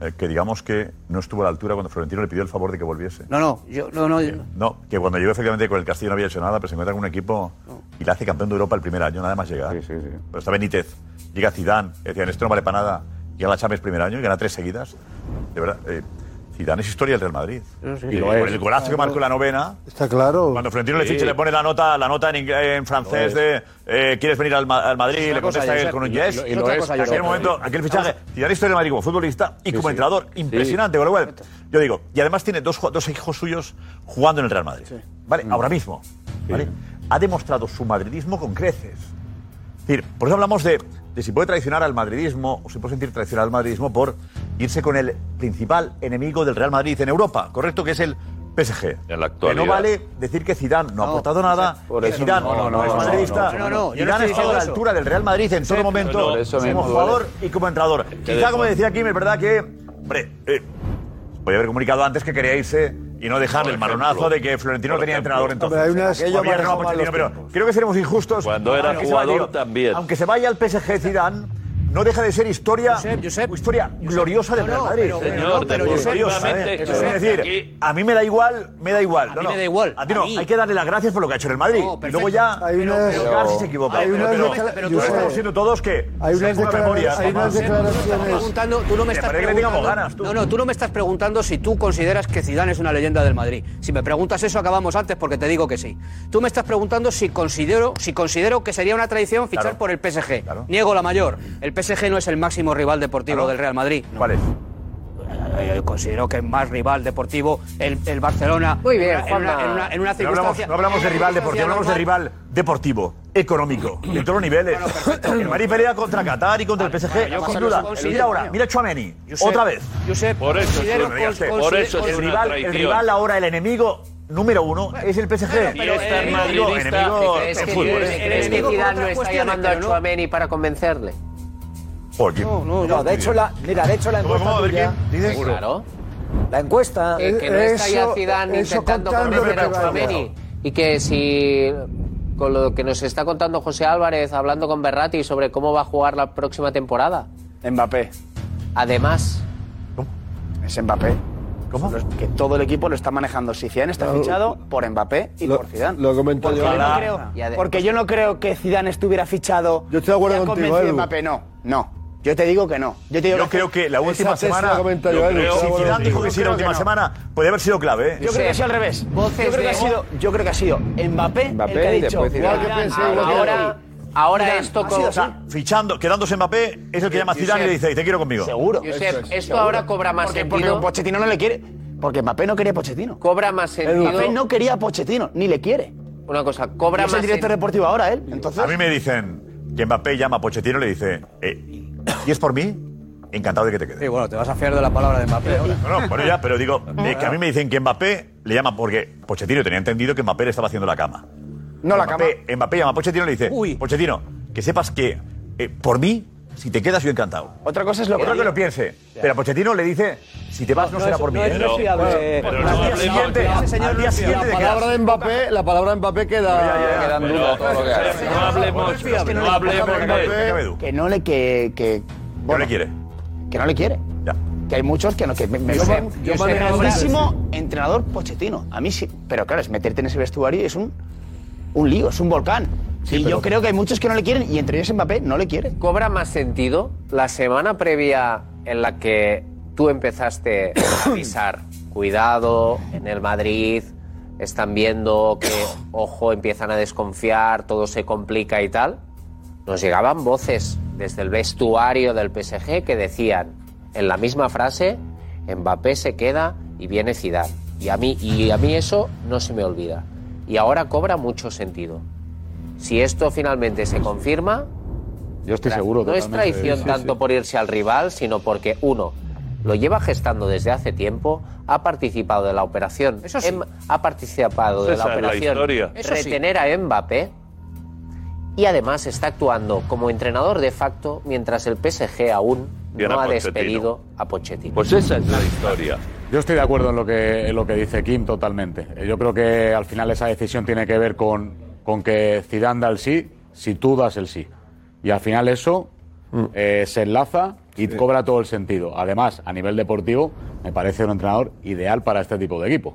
eh, que digamos que no estuvo a la altura cuando Florentino le pidió el favor de que volviese.
No, no, yo no, no. yo-
No, que cuando llegó efectivamente con el Castillo no había hecho nada, pero se encuentra con un equipo y le hace campeón de Europa el primer año, nada más llegar. Pero está Benítez, llega Zidane, decían, esto no vale para nada. Llega a la Champions primer año y gana tres seguidas. De verdad, eh, Zidane es historia del Real Madrid.
sí.
Y
Lo
por
es.
el golazo que marcó en la novena.
Está claro.
Cuando Florentino le
Sí.
ficha, le pone la nota, la nota en, inglés- en francés
Lo
de eh, ¿Quieres venir al, Ma- al
Es
Madrid?
una
Le
cosa,
contesta él
Josep,
con un
y lo-
yes.
y lo es,
aquel
Josep.
momento, aquel fichaje. Zidane historia de Madrid como futbolista y
Sí,
como
sí.
entrenador.
Sí.
Impresionante, con lo cual, Yo digo, y además tiene dos, ju- dos hijos suyos jugando en el Real Madrid. ¿Vale?
Mm.
Ahora mismo. ¿vale? Ha demostrado su madridismo con creces. Es decir, por eso hablamos de, de si puede traicionar al madridismo o si puede sentir traicionar al madridismo por irse con el principal enemigo del Real Madrid en Europa, correcto, que es el PSG.
En la
Que
actualidad.
no vale decir que Zidane no ha
No,
aportado nada,
por
que
eso
Zidane
no,
no,
no, no,
es
no,
madridista,
no, no, no, yo
Zidane
no
ha estado a
estoy
la
diciendo
altura
eso.
del Real Madrid en todo
Por
momento,
eso
como
mismo,
jugador
vale.
y como entrenador. Quizá, como decía Kim, es verdad que, hombre, eh, podía haber comunicado antes que quería irse y no dejar
Por
el
ejemplo.
maronazo de que Florentino
Por
tenía
ejemplo.
entrenador entonces.
Hombre, hay unas-
Aquello
Había
manejado
mal
Pochettino,
los
pero
tiempos.
creo que seremos injustos.
Cuando era
Aunque se vaya,
jugador
tío.
también.
Aunque se vaya al PSG Zidane, no deja de ser historia, historia gloriosa del Real Madrid.
pero- pero Señor, no, pero
gloriosa,
deportivamente,
¿eh?
Josep,
Es decir,
aquí-
a mí me da igual, me da igual. A
mí me da igual,
A ti
a
no,
mí.
hay que darle las gracias por lo que ha hecho en el Madrid.
No,
y
perfecto.
luego ya,
Hay unas-
juzgar si se equivoca.
Hay unas
Pero-
declara-
pero
yo
todos
sé.
estamos siendo todos que
Hay unas
tenemos
declara-
memoria,
hay
papá.
unas declaraciones-
Tú me estás preguntando- tú no me
Me
estás
parece que tengamos
preguntando-
ganas, tú.
No, no, tú no me estás preguntando si tú consideras que Zidane es una leyenda del Madrid. Si me preguntas eso acabamos antes porque te digo que sí. Tú me estás preguntando si considero, si considero que sería una traición fichar
Claro.
por el PSG. Niego la mayor. El PSG no es el máximo rival deportivo del Real Madrid. Eh,
¿Cuál es?
Considero que es más rival deportivo el, el Barcelona. Muy bien, en una, en una- en una
no hablamos,
circunstancia-
no hablamos de
en una
rival deportivo, hablamos de
circunstancia
rival deportivo, económico, de todos los niveles. el Madrid pelea contra Qatar y contra el PSG,
vale, yo
sin
considero-
duda.
considero-
Mira ahora, mira Chouameni,
Josep,
otra vez.
Josep, Por eso es considero- una-
Me digas,
considero- por eso es
el
una
rival,
traición.
El rival ahora, el enemigo número uno, es el PSG.
Bueno, pero, Y es tan eh,
enemigo,
madridista
enemigo
que crees
en
que
fútbol.
eres-
¿eh?
eres
Eh,
enemigo por
Zidane no
otras
está
cuestiones,
llamando a
pero no.
Chouameni para convencerle.
Joaquín.
No, de hecho, la, mira, de hecho la
¿Cómo,
encuesta
cómo, a ver
tuya...
quién? Dices- Seguro.
Claro. La encuesta...
Eh, que no está ya
Eso-
Zidane
eso
intentando
contando
convencer a
que vaya.
Tchouaméni. Y que si con lo que nos está contando José Álvarez hablando con Berratti sobre cómo va a jugar la próxima temporada.
Mbappé.
Además.
Es Mbappé.
¿Cómo?
Que todo el equipo lo está manejando. Si Zidane está
Claro.
fichado por Mbappé y
Lo-
por Zidane.
lo comentó
porque
yo.
Pues yo, no
Ojalá.
creo,
Ya de-
porque yo no creo que Zidane estuviera fichado. Yo
estoy de acuerdo
ya
contigo,
convencido de
Edu.
Mbappé, no. No. Yo te digo que no. Yo, te digo
Yo creo que la última semana. yo creo- Si Zidane dijo que sí la
creo
última
no.
semana, podía haber sido clave. ¿eh?
Yo creo que ha sido al revés. Yo creo que ha sido, yo creo que ha sido Mbappé, el que ha
y
dicho.
después Zidane. Igual que pensé, igual que
ahora,
ahora
Zidane,
esto
ha
como-
sido
O sea, fichando, quedándose Mbappé, es el que llama a Zidane y le dice, te quiero conmigo.
Seguro.
Josep, esto ahora cobra más
porque,
sentido.
Porque Pochettino no le quiere. Porque Mbappé no quería Pochettino.
Cobra más sentido.
Mbappé no quería Pochettino, ni le quiere.
Una cosa, cobra
Y es el
más
director
sentido.
deportivo ahora, él. Entonces,
A mí me dicen que Mbappé llama a Pochettino y le dice, eh, ¿y es por mí? Encantado de que te quedes.
Sí, bueno, te vas a fiar de la palabra de Mbappé ahora.
No, no, bueno, ya, pero digo, eh, que a mí me dicen que Mbappé le llama porque Pochettino tenía entendido que Mbappé le estaba haciendo la cama.
No la
Mbappé, cama. Mbappé llama a Pochettino y le dice, Pochettino, que sepas que eh, por mí, si te quedas, yo encantado.
Otra cosa es lo que
Otra que
diga.
lo piense. Pero a Pochettino le dice, si te vas, no, será por mí. ¿eh? Bueno, al día siguiente, al día siguiente
la
te
palabra
quedas.
de Mbappé, la palabra de Mbappé queda.
No hablemos, no hablemos de
que no le que que
le quiere.
Que no le quiere. Que hay muchos que no que me, me
Yo
me-
man- yo
yo sé,
manejo-
grandísimo entrenador Pochettino. A mí sí, pero claro, es meterte en ese vestuario es un un lío, es un volcán.
Sí,
y
pero-
yo creo que hay muchos que no le quieren y entre ellos Mbappé no le quiere.
Cobra más sentido la semana previa en la que tú empezaste a pisar. Cuidado, en el Madrid están viendo que, ojo, empiezan a desconfiar, todo se complica y tal. Nos llegaban voces desde el vestuario del PSG que decían, en la misma frase, Mbappé se queda y viene Zidane. Y a mí, y a mí eso no se me olvida. Y ahora cobra mucho sentido. Si esto finalmente se confirma,
Yo estoy
Tra-
seguro.
No es
totalmente. ¿eh?
traición
Sí, sí,
tanto por irse al rival, sino porque, uno, lo lleva gestando desde hace tiempo, ha participado de la operación. Em- ha participado de
Esa
la
es la
operación.
historia. Eso sí.
Retener a Mbappé. Y además está actuando como entrenador de facto mientras el PSG aún
Viene
no
a
ha
Pochettino.
despedido a Pochettino.
Pues esa es la historia.
Yo estoy de acuerdo en lo que, en lo que dice Kim totalmente. Eh, Yo creo que al final esa decisión tiene que ver con, con que Zidane da el sí si tú das el sí. Y al final eso eh, se enlaza y cobra todo el sentido. Además, a nivel deportivo, me parece un entrenador ideal para este tipo de equipo.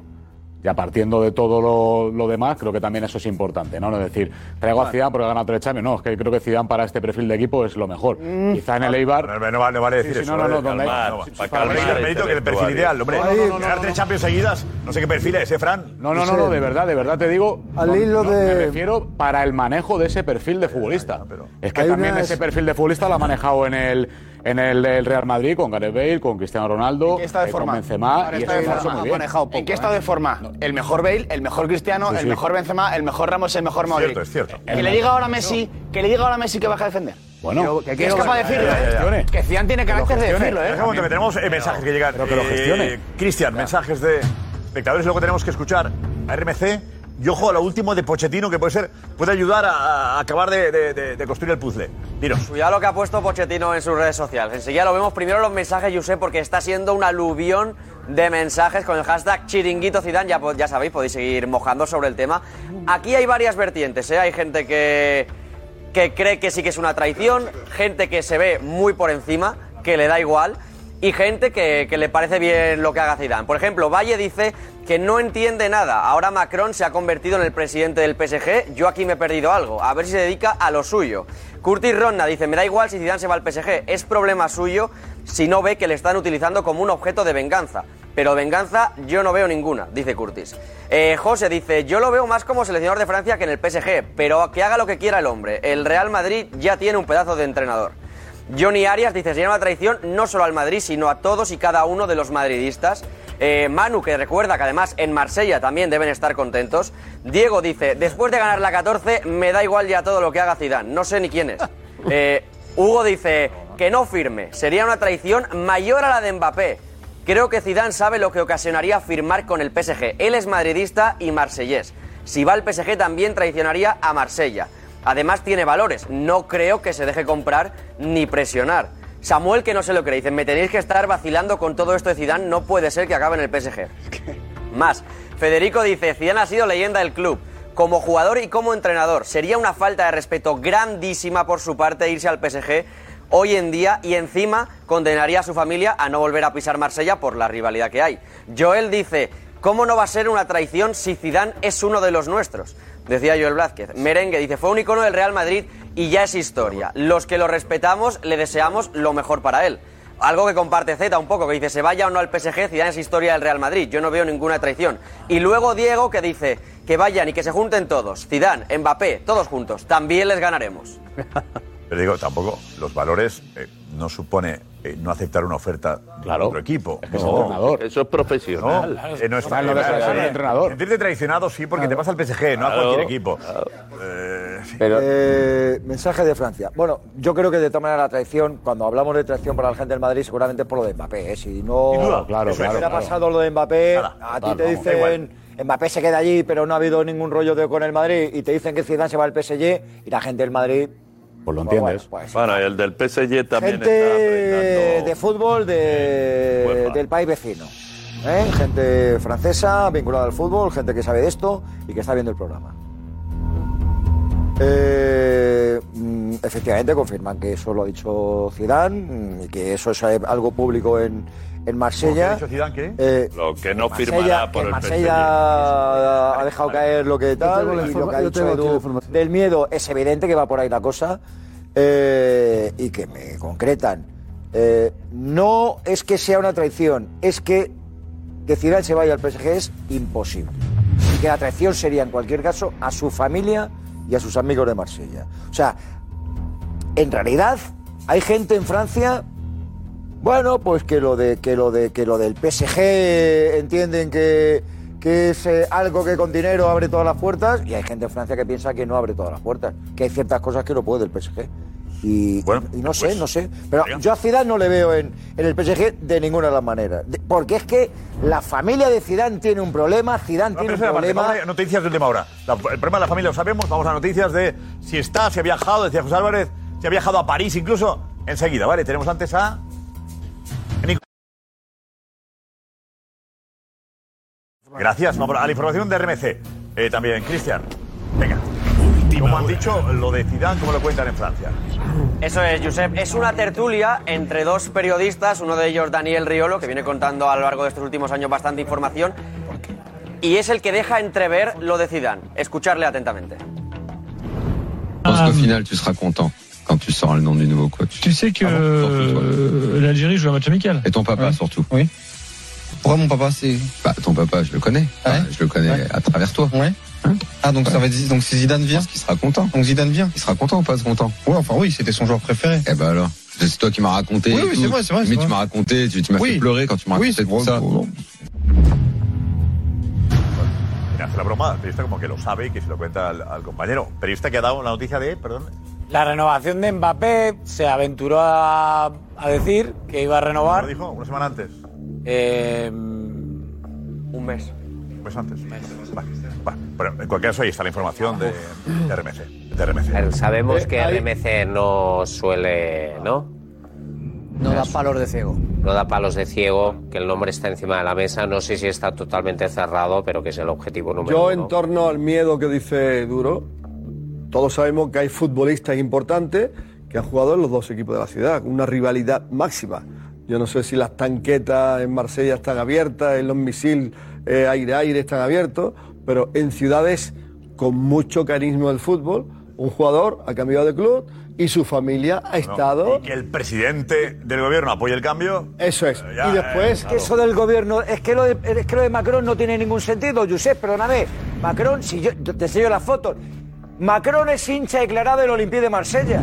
Ya partiendo de todo lo, lo demás, creo que también eso es importante, ¿no? No Es decir, traigo a Zidane porque ha ganado tres Champions. No, es que creo que Zidane para este perfil de equipo es lo mejor. Quizá en el Eibar...
No vale, no vale
Sí,
decir
sí,
eso. ¿eh?
no, no,
vale,
no, donde hay-
calmar,
no, sí,
para este
sí, para
calmar,
mí-
mérito que el perfil ideal, hombre.
No, no, no, no,
Ganar tres Champions seguidas, no sé qué perfil es, ¿eh, Fran?
No, no, no, no, de verdad, de verdad te digo.
Al
no,
hilo
no,
de-
Me refiero para el manejo de ese perfil de futbolista. Es que
Hay
también
unas-
ese perfil de futbolista lo ha manejado en el, en el, del Real Madrid con Gareth Bale, con Cristiano Ronaldo,
está de
eh,
forma?
con Benzema.
Ahora
y
está
eso
de
lo ha
forma,
hecho
ha
muy bien.
manejado poco, ¿En qué estado de forma? El mejor Bale, el mejor Cristiano,
Sí,
el
sí.
mejor Benzema, el mejor Ramos, el mejor Modric.
cierto, es cierto.
Que le diga ahora a Messi, que le diga ahora a Messi que baja a defender.
Bueno,
que es capaz de decirlo,
Ya, ya,
¿eh?
ya.
Que Zidane tiene
Que lo
carácter de
gestione.
decirlo, ¿eh?
Deja un momento, que tenemos eh, mensajes que llegan.
Pero que lo gestione.
Eh, Cristian, mensajes de espectadores. Luego tenemos que escuchar a RMC. Y ojo a lo último de Pochettino, que puede ser puede ayudar a, a acabar de, de- de- de construir el puzzle. Dinos.
Cuidado lo que ha puesto Pochettino en sus redes sociales. Enseguida lo vemos. Primero los mensajes, Josep, porque está siendo un aluvión de mensajes con el hashtag Chiringuito Zidane. Ya, po- ya sabéis, podéis seguir mojando sobre el tema. Aquí hay varias vertientes. ¿eh? Hay gente que, que cree que sí que es una traición, gente que se ve muy por encima, que le da igual, y gente que, que le parece bien lo que haga Zidane. Por ejemplo, Valle dice que no entiende nada. Ahora Macron se ha convertido en el presidente del PSG. Yo aquí me he perdido algo. A ver si se dedica a lo suyo. Curtis Ronda dice, me da igual si Zidane se va al PSG. Es problema suyo si no ve que le están utilizando como un objeto de venganza. Pero venganza yo no veo ninguna, dice Curtis. Eh, José dice, yo lo veo más como seleccionador de Francia que en el PSG, pero que haga lo que quiera el hombre. El Real Madrid ya tiene un pedazo de entrenador. Johnny Arias dice, sería una traición no solo al Madrid, sino a todos y cada uno de los madridistas. Eh, Manu, que recuerda que además en Marsella también deben estar contentos. Diego dice, después de ganar la 14, me da igual ya todo lo que haga Zidane, no sé ni quién es. Eh, Hugo dice, que no firme, sería una traición mayor a la de Mbappé. Creo que Zidane sabe lo que ocasionaría firmar con el PSG. Él es madridista y marsellés. Si va al PSG también traicionaría a Marsella. Además tiene valores. No creo que se deje comprar ni presionar. Samuel que no se lo cree. Dice, me tenéis que estar vacilando con todo esto de Zidane. No puede ser que acabe en el PSG. Más. Federico dice, Zidane ha sido leyenda del club. Como jugador y como entrenador, sería una falta de respeto grandísima por su parte irse al PSG hoy en día y encima condenaría a su familia a no volver a pisar Marsella por la rivalidad que hay. Joel dice, ¿cómo no va a ser una traición si Zidane es uno de los nuestros? Decía Joel Blázquez. Merengue dice, fue un icono del Real Madrid y ya es historia. Los que lo respetamos le deseamos lo mejor para él. Algo que comparte Z un poco, que dice se vaya o no al PSG, Zidane es historia del Real Madrid, yo no veo ninguna traición. Y luego Diego que dice que vayan y que se junten todos, Zidane, Mbappé, todos juntos, también les ganaremos.
Pero digo, tampoco, los valores eh, no supone eh, no aceptar una oferta de otro equipo.
que es entrenador.
Eso es profesional. No, eh, no es
Está en lo de
profesional,
traicionar
eh.
al entrenador.
Sentirte traicionado sí, porque te vas al PSG, no a
Claro.
cualquier equipo.
Eh, mensaje de Francia. Bueno, yo creo que de todas maneras la traición, cuando hablamos de traición para la gente del Madrid, seguramente es por lo de Mbappé. ¿eh? Si no
Sin duda, claro,
si
claro,
hubiera
claro.
pasado lo de Mbappé, a
total,
ti te
vamos, da
dicen Mbappé se queda allí, pero no ha habido ningún rollo de, con el Madrid, y te dicen que Zidane se va al PSG, y la gente del Madrid,
Pues lo
entiendes.
Bueno, el del PSG también
gente de fútbol de- del país vecino. ¿eh? Gente francesa vinculada al fútbol, gente que sabe de esto y que está viendo el programa. Eh, mm, efectivamente, confirman que eso lo ha dicho Zidane mm, y que eso es eh, algo público en, en Marsella.
¿Qué ha dicho Zidane, qué?
Eh,
Lo que no
Marsella,
firmará
que
por el
Marsella ha dejado caer lo que
tengo la
tal y
informa-
lo que ha
yo
dicho
tengo aquí la
Edu
información.
del miedo es evidente que va por ahí la cosa eh, y que me concretan. Eh, no es que sea una traición, es que que Zidane se vaya al PSG es imposible. Y que la traición sería en cualquier caso a su familia y a sus amigos de Marsella. O sea, en realidad hay gente en Francia bueno, pues que lo de que lo de que lo del PSG entienden que, que es eh, algo que con dinero abre todas las puertas y hay gente en Francia que piensa que no abre todas las puertas, que hay ciertas cosas que no puede el PSG. Y, y no
Pues,
sé, no sé. Pero yo a Zidane no le veo en, en el PSG de ninguna de las maneras. De- porque es que la familia de Zidane tiene un problema, Zidane
No, pero
tiene un
eso es aparte.
problema.
Vamos a noticias de última hora. La- el problema de la familia lo sabemos. Vamos a noticias de si está, si ha viajado, decía José Álvarez, si ha viajado a París incluso. Enseguida, ¿vale? Tenemos antes a. Nico. Gracias vamos a la información de RMC. Eh, también, Cristian. Venga. Como han dicho, lo de Zidane, como lo cuentan en Francia.
Eso es, Josep. Es una tertulia entre dos periodistas, uno de ellos Daniel Riolo, que viene contando a lo largo de estos últimos años bastante información, y es el que deja entrever lo de Zidane. Escucharle atentamente.
Je pense qu'au final, tu seras content quand tu sauras le nom du nouveau coach.
Tu sais que euh, l'Algérie joue un match amical.
Et ton papa, surtout.
Oui.
Pourquoi mon papa, c'est. Ah Bah, ton papa, je le connais. Enfin, je le connais à travers toi. ah, donc ça va dire. Donc si Zidane vient. Il sera content. Donc Zidane vient. Il sera content ou pas content Ouais, enfin oui, c'était son joueur préféré. Eh ben alors. C'est toi qui m'as raconté.
Oui,
et
oui,
tout.
c'est vrai, c'est vrai, c'est
Mais
vrai.
tu m'as raconté, tu, tu m'as
Oui.
fait pleurer quand tu m'as
Oui,
raconté
c'est
tout ça.
Mira, hace la broma, el periodista como que lo sabe y que se lo cuenta al, al compañero. Periodista que ha dado la noticia de, perdón,
La renovación de Mbappé se aventuró a, a decir que iba a renovar.
¿Lo
Eh,
dijo? ¿Una semana antes?
un mes.
Un mes antes. Va, va. Bueno, en cualquier caso, ahí está la información de, de RMC. De RMC.
Pero Sabemos
Eh,
que
ahí-
RMC no suele, ¿no?
No da palos de ciego.
No da palos de ciego, que el nombre está encima de la mesa. No sé si está totalmente cerrado, pero que es el objetivo número
Yo
uno.
en torno al miedo que dice Duro, todos sabemos que hay futbolistas importantes que han jugado en los dos equipos de la ciudad, con una rivalidad máxima. Yo no sé si las tanquetas en Marsella están abiertas, en los misiles eh, aire-aire están abiertos, pero en ciudades con mucho carisma del fútbol, un jugador ha cambiado de club y su familia ha
No,
estado...
Y que el presidente del gobierno apoye el cambio.
Eso es.
ya,
y después...
eh,
que
claro.
eso-
Eso del gobierno, es que, lo de, es que lo de Macron no tiene ningún sentido, Josep, perdóname. Macron, si yo, yo te enseño las fotos, Macron es hincha declarado del Olympique de Marsella.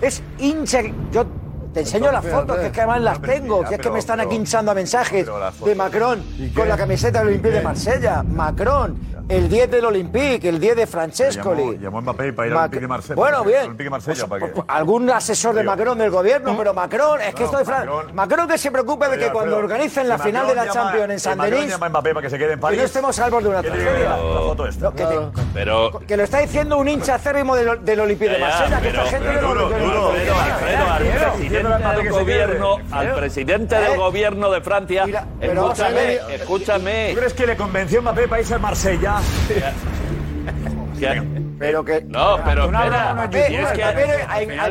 Es hincha. Yo te enseño las Entonces,
a
fotos,
ver.
que es que además las
No, pero-
tengo,
Pues ya,
que es que
pero-
me están aquí
pero-
hinchando a mensajes
pero las fotos.
de Macron
¿Y qué?
con la camiseta del
¿Y
Olympique de
qué?
Marsella. Macron, el 10 del Olympique, el 10 de Francescoli.
Llamó, llamó a Mbappé para ir
Mac-
al Pique Marsella.
Bueno,
para-
bien. Pues,
al Olympique de Marsella, ¿para qué? ¿eh?
Algún asesor de Macron del gobierno, pero Macron, es que
No,
estoy Fran-
Macron-
Macron que se preocupe de
Oye,
que cuando
Alfredo,
organicen la
que
final de
Macron llama-
la Champions en
que
San
Macron
Denis,
llama a Mbappé para que se quede en
que
París.
no estemos al borde de una
Que
tragedia.
la foto esta.
que, te-
Pero
que lo está diciendo un hincha acérrimo del, del Olympique de
Ya,
Marsella, que
pero-
esta gente
pero
no
duro,
lo-
duro,
no lo-
Alfredo, Alfredo, al
Quiero-
presidente del gobierno, al presidente
¿Eh?
del gobierno de Francia.
pero vamos a
Escúchame,
ver.
escúchame.
¿Tú crees que le convenció Mbappé para irse a Marsella?
Pero que.
No, pero.
Mbappé, Mbappé, a- a Mbappé le- a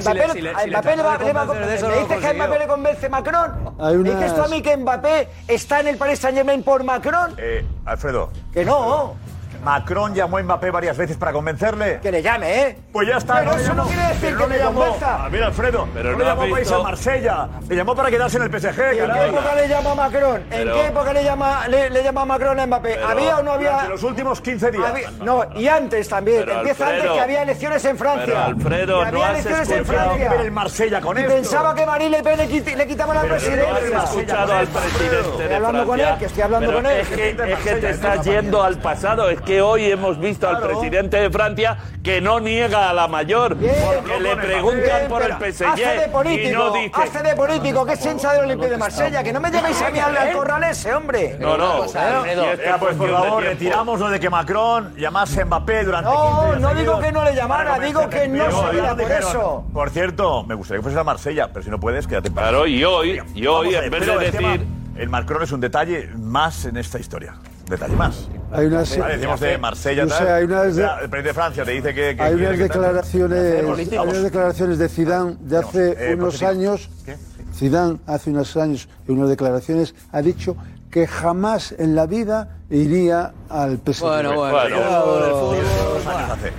Mbappé le va- le va a convencer. ¿Me dices que a Mbappé le convence Macron?
pues Hay
¿Me dices
unas-
tú a mí que Mbappé está en el Paris Saint-Germain por Macron?
Eh, Alfredo.
Que no.
Macron llamó a Mbappé varias veces para convencerle.
Que le llame, ¿eh?
Pues ya está.
Pero
le
eso no
llamó.
quiere decir
Pero
que
le
me
llamó.
convenza.
A ver, Alfredo.
Pero
no
no
le llamó
has
para irse a
visto-
Marsella. Le llamó para quedarse en el PSG.
¿En qué época le llama Macron? ¿En
Pero-
qué época le llama, le, le llama Macron a Mbappé?
Pero-
¿Había o no había...?
Durante los últimos 15 días.
Había- no, y antes también.
Pero
Empieza
Alfredo-
antes que había elecciones en Francia.
pero Alfredo,
Que había
no has
elecciones en
escuchado
Francia.
que ver el Marsella con
y
esto.
pensaba que Marine Le Pen le, quit- le quitaba la
Pero
presidencia.
no has escuchado al presidente
Estoy
de
hablando con
Francia.
él, que estoy hablando
Pero
con él.
Es que, es que te estás yendo al pasado. Es que hoy hemos visto al presidente de Francia que no niega a la mayor. porque le preguntan por el PSG
Hace de
y
político,
no dice.
hace de político, que es hincha del Olympique de Marsella, que no ¿eh? me llevéis a mí al al corral ese, hombre.
No, no.
Alfredo,
Venga, pues por
cuestión de
favor,
tiempo.
retiramos lo de que Macron llamase a Mbappé durante
No,
15 días
no digo
seguidos
que no le
para
llamara, digo que
convencerle.
no
Pero
se queda por
dijeron,
eso.
Por cierto, me gustaría que fuese a Marsella, pero si no puedes, quédate para
Claro, y hoy- y hoy, en vez de decir-
este el Macron es un detalle más en esta historia. Detalle más.
Hay unas-
Vale, decimos de Marsella,
No sé,
tal.
hay unas-
Ya, El presidente de Francia te dice que... que
Hay
quiere
unas
que tal.
declaraciones, hay
Políticos.
unas declaraciones de Zidane de hace
eh,
unos
positivo.
años. Zidane hace unos años en unas declaraciones ha dicho que jamás en la vida iría al PSG.
Bueno, bueno, Bueno.
Fútbol,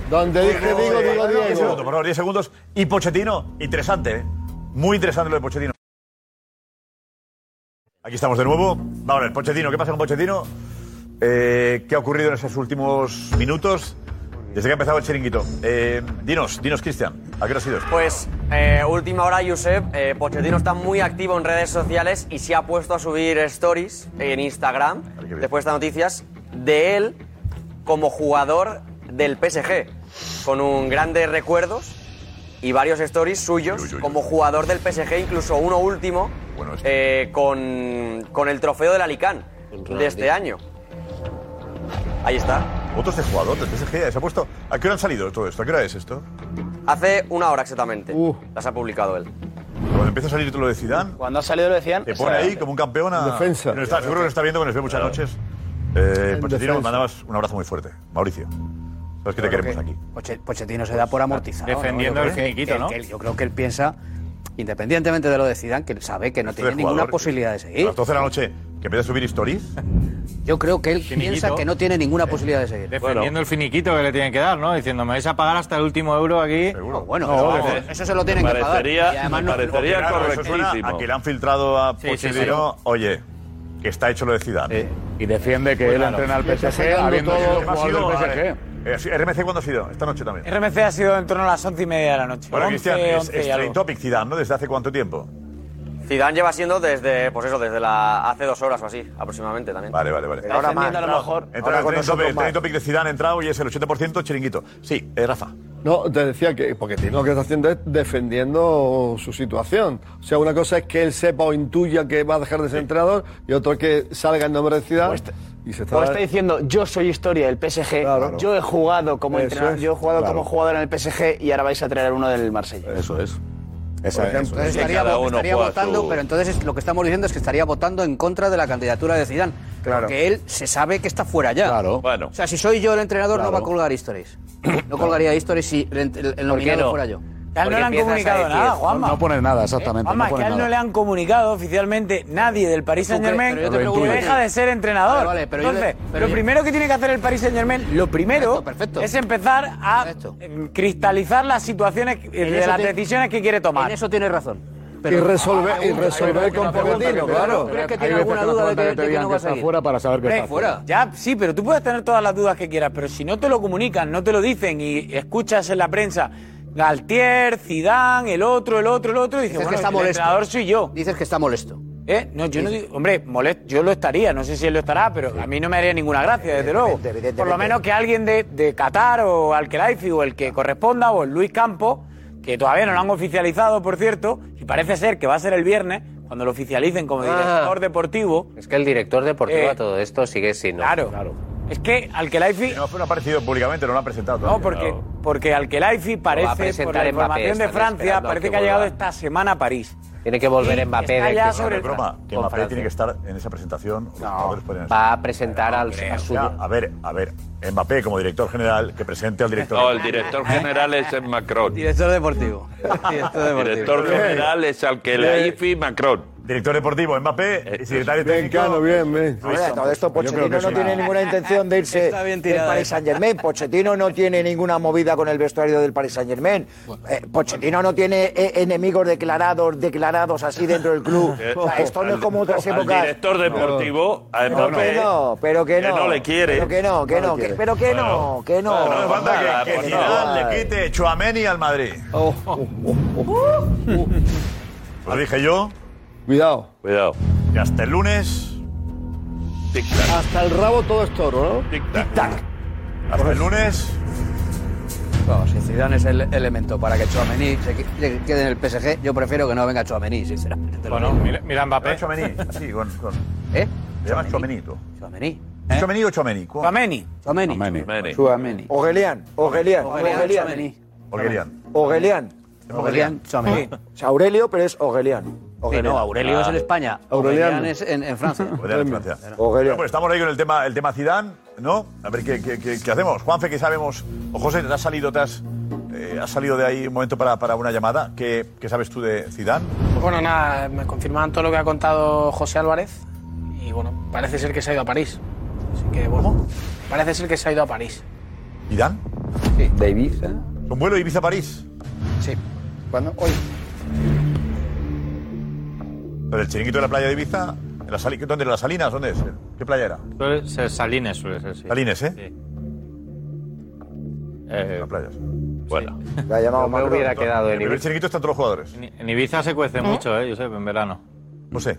Donde dije digo, digo Diego. 10 segundos, por favor, 10 segundos. Y Pochettino, interesante, ¿eh? Muy interesante lo de Pochettino. Aquí estamos de nuevo. Vamos a ver, Pochettino, ¿qué pasa con Pochettino? Eh, ¿Qué ha ocurrido en esos últimos minutos? Desde que ha empezado el chiringuito. Eh, dinos, dinos, Cristian, ¿a qué nos has ido?
Pues eh, última hora, Josep. Eh, Pochettino está muy activo en redes sociales y se ha puesto a subir stories en Instagram, después de estas noticias, de él como jugador del PSG, con un grandes recuerdos y varios stories suyos como jugador del PSG, incluso uno último eh, con, con el trofeo del Alicante de este año. Ahí está.
¿Otros de jugador del PSG? ¿Se ha puesto? ¿A qué hora han salido todo esto? ¿A qué hora es esto?
Hace una hora exactamente. Las ha publicado él.
Cuando empieza a salir todo lo de Zidane.
Cuando ha salido lo decían.
Te pone ahí como un campeón a...
Defensa.
No está, seguro que nos está viendo, que nos ve muchas noches. Eh, Pochettino,
defensa.
mandabas un abrazo muy fuerte. Mauricio, sabes que te
Yo creo
queremos aquí.
Poche- Pochettino se da por amortizado. ¿no?
Pues, Defendiendo
Yo
el
creo que-
finiquito,
que-
¿no?
que él- yo creo que él piensa, independientemente de lo de Zidane, que él sabe que no
Este
tiene
jugador,
ninguna posibilidad de
A
seguir.
las 12 de la noche, ¿Que empieza a subir historias?
Yo creo que él piensa que no tiene ninguna posibilidad de seguir.
Defendiendo el finiquito que le tienen que dar, ¿no? Diciendo, me vais a pagar hasta el último euro aquí.
bueno,
No,
pero
que-
vamos, eso se lo tienen que pagar.
Parecería-
Y además
me
no-
parecería
no-
correctísimo.
suena a que
le han filtrado a
Sí, sí,
Pochettino, pues oye, que está hecho lo de Zidane. Pues y defiende
Eh, que él entrena al Y está PSG, sacando habiendo todo sido jugador del
PSG. ¿RMC cuándo eh, ha sido? Esta noche también.
RMC ha sido en torno a las once y media de la noche.
Bueno,
11,
Cristian, es,
11 y
es
algo.
trending topic Zidane, ¿no? ¿Desde hace cuánto tiempo?
Zidane lleva siendo desde, pues eso, desde la, hace dos horas o así, aproximadamente también.
Vale, vale, vale.
Ahora más. A lo mejor.
Entra el trending topic, el trending topic de Zidane ha entrado y es el 80% chiringuito. Sí, eh, Rafa.
No, te decía que Pochettino lo que está haciendo es defendiendo su situación. O sea, una cosa es que él sepa o intuya que va a dejar de ser entrenador y otro que salga en nombre de ciudad y se está...
O está diciendo, pues yo soy historia del PSG, yo he jugado como
Eso
entrenador,
es.
yo he jugado
Claro.
como jugador en el PSG y ahora vais a traer uno del Marsella.
Eso es.
Esa es.
Entonces estaría, estaría votando, pero entonces lo que estamos diciendo es que estaría votando en contra de la candidatura de Zidane.
Claro.
Porque él se sabe que está fuera ya.
Claro.
O sea, si soy yo el entrenador, no va a colgar stories. No colgaría stories si el, el- el nominado
no?
fuera yo.
Ya no le han comunicado nada, Juanma.
No, no pones nada, exactamente.
Juanma,
no
que
pones
a él no
nada.
le han comunicado oficialmente nadie del Paris
¿Tú
Saint
crees?
Germain
Pero yo te pregunto-
deja de ser entrenador.
Vale, vale, pero yo le-
Entonces,
pero
lo
yo-
primero que tiene que hacer el Paris Saint Germain, lo primero es empezar a em, cristalizar las situaciones eh,
En
de
eso
las
tiene-
decisiones que quiere tomar.
En eso tiene razón.
Y
Ah,
resolver- y resolver con Pochettino, claro.
Pero es que
Hay
tiene
veces
alguna
que no
duda de
falta
que,
que
de
te
que
digan
no
que
va a
está
seguir.
fuera para saber que
Hombre,
está
fuera. Ya, sí, pero tú puedes tener todas las dudas que quieras, pero si no te lo comunican, no te lo dicen y escuchas en la prensa Galtier, Zidane, el otro, el otro, el otro, y dices,
Dices que
bueno,
está
el
molesto.
entrenador soy yo.
Dices que está molesto.
¿Eh? No, yo no digo, hombre, molesto, yo lo estaría, no sé si él lo estará, pero a mí no me haría ninguna gracia, desde luego. Por lo menos que alguien de, de Qatar o al Khelaifi o
Ah.
el que corresponda o el Luis Campo, que todavía no lo han oficializado, por cierto, y parece ser que va a ser el viernes, cuando lo oficialicen como director deportivo.
Ah. Es que el director deportivo
Eh,
a todo esto sigue sin.
Claro, Es que al Khelaifi.
No, pero no ha aparecido públicamente, no lo han presentado
No, porque, porque al Khelaifi
va a
parece,
presentar
por la
Mbappé,
información de
están
Francia,
esperando a
parece
que
que ha llegado
vuelva.
esta semana a París.
Tiene que volver
Y
Mbappé
está
de
ya
que-
sobre el
broma, que Mbappé
Conferencia.
tiene que estar en esa presentación.
va a presentar al- a su-
A ver, a ver, Mbappé como director general, que presente al director
No, el director general es en Macron.
Director deportivo.
El director general es al que la IFI Macron.
Director deportivo, Mbappé, y secretario
Bien,
técnico.
Cano,
Ah, bien, bien.
Luis
Ahora, todo esto
Campos. Pues Yo creo
Pochettino
que es
no
una-
tiene ninguna intención de irse
Está bien
del
tirada ¿eh?
Paris
esa.
Saint Germain. Pochettino no tiene ninguna movida con el vestuario del Paris Saint Germain. Eh, Pochettino no tiene eh, enemigos declarados, declarados así dentro del club.
Eh,
O sea, Ah, esto no es como otras
al
épocas.
director deportivo, a
No,
Mbappé,
que no, pero que no.
Que no le quiere.
Pero que no, que no, que- pero que no, que no. pues
No hace falta que, que
Ay.
Zidane le quite Chuameni al Madrid.
Oh.
Lo dije yo.
Cuidado.
Cuidado.
Y hasta el lunes.
Hasta el rabo todo es toro, ¿no?
Tic-tac. Hasta el lunes.
Vamos, si Zidane es el elemento para que Chouameni se qu- se quede en el PSG, yo prefiero que no venga Chouameni, sinceramente. te lo
Bueno,
digo.
mira- mira Mbappé. Chouameni, así, con...
¿Eh?
¿Le llamas Chuameni tú?
Chouameni.
¿Eh?
¿Chuameni o Chuameni?
Chouameni.
Chouameni.
Chouameni.
Ogelian, Ogelian,
Ogelian,
Ogelian.
Chouameni.
Ogelian.
Ogelian.
Ogelian, Chouameni.
Es Aurelio, pero es Ah, Ogelian.
Sí, no, Aurelio es en España.
Aureliano.
Aureliano es en, en Francia.
Podría haber Francia. Bueno, pues estamos ahí con el tema, el tema Zidane, ¿no? A ver qué, qué- qué- qué hacemos. Juanfe, que sabemos. O José, ¿te has salido, te has, eh, has salido de ahí un momento para, para una llamada? ¿Qué, qué sabes tú de Zidane?
Bueno, nada, me confirman todo lo que ha contado José Álvarez y bueno, parece ser que se ha ido a París. Así que bueno, parece ser que se ha ido a París.
¿Zidane?
Sí.
De Ibiza.
¿Un vuelo Ibiza-París?
Sí.
¿Cuándo? Hoy. ¿Pero el chiringuito de la playa de Ibiza? ¿En la sali- ¿Dónde? ¿En las Salinas? ¿Dónde es? ¿Qué playa era?
Suele ser Salines suele ser, sí.
Salines, ¿eh?
Eh,
las playas.
Bueno.
llamado
Macron.
en el chiringuito están todos los jugadores.
En Ibiza se cuece mucho, ¿eh, Josep, en verano.
No sé.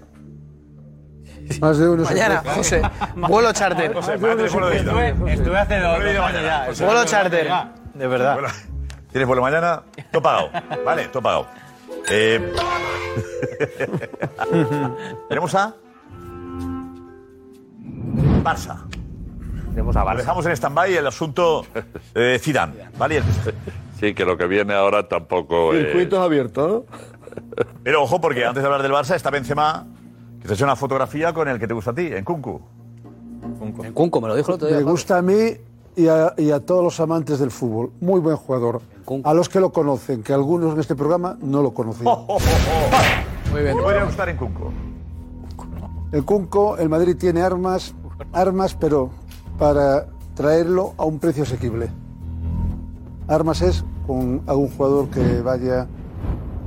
Más de uno se
Mañana,
puede.
José, vuelo charter.
Estuve, estuve hace dos.
Vuelo mañana.
ya,
José.
Vuelo charter.
Pues De verdad.
¿Tienes vuelo mañana? Todo pagado. Vale, todo pagado. Eh... Tenemos a. Barça.
Tenemos a
Lo dejamos en stand-by el asunto eh, Zidane. ¿Vale? Y el PSG.
Sí, que lo que viene ahora tampoco es...
Circuitos abiertos, ¿no?
pues. Pero ojo, porque antes de hablar del Barça está Benzema, que te ha hecho una fotografía con el que te gusta a ti, en Kunku.
En Cunco, me lo dijo el otro día.
Me gusta a mí y a, y a todos los amantes del fútbol. Muy buen jugador. A los que lo conocen, que algunos en este programa no lo conocen.
Muy bien. podría gustar en Kunku?
El Cunco, el Madrid tiene armas, armas, pero para traerlo a un precio asequible. Armas es con algún jugador que vaya.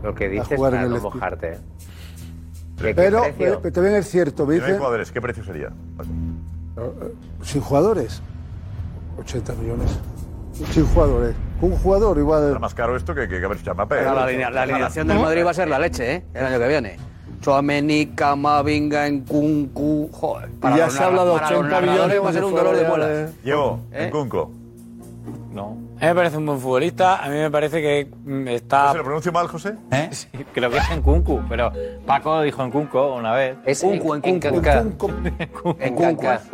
Lo que
A
dices
jugar
para
en
no
el estilo.
mojarte. ¿eh? ¿De qué
Pero,
precio?
eh, también es cierto, me
Si no hay
dicen,
jugadores, ¿qué precio sería?
sin jugadores, 80 millones. Sin jugadores. Un jugador igual.
Más caro esto que, que haber fichado a Mbappé.
Pero la,
¿eh?
alinea- la alineación
¿No?
del Madrid va a ser la leche, ¿eh? El año que viene. Chouameni, Camavinga, Nkunku... Joder,
Y ya
los
se habla de
narra- para los
80
narradores
millones,
Va a ser un
donde
dolor de ¿Eh?
fuera
muelas.
ya Diego, el Cunco.
No. A mí me parece un buen futbolista. A mí me parece que mm, está. ¿Se lo
pronuncio mal, José?
Sí,
Creo que es en Kunku, pero Paco dijo en Kunko una vez.
Es
Kunku,
en- en Kanká. En Kanká.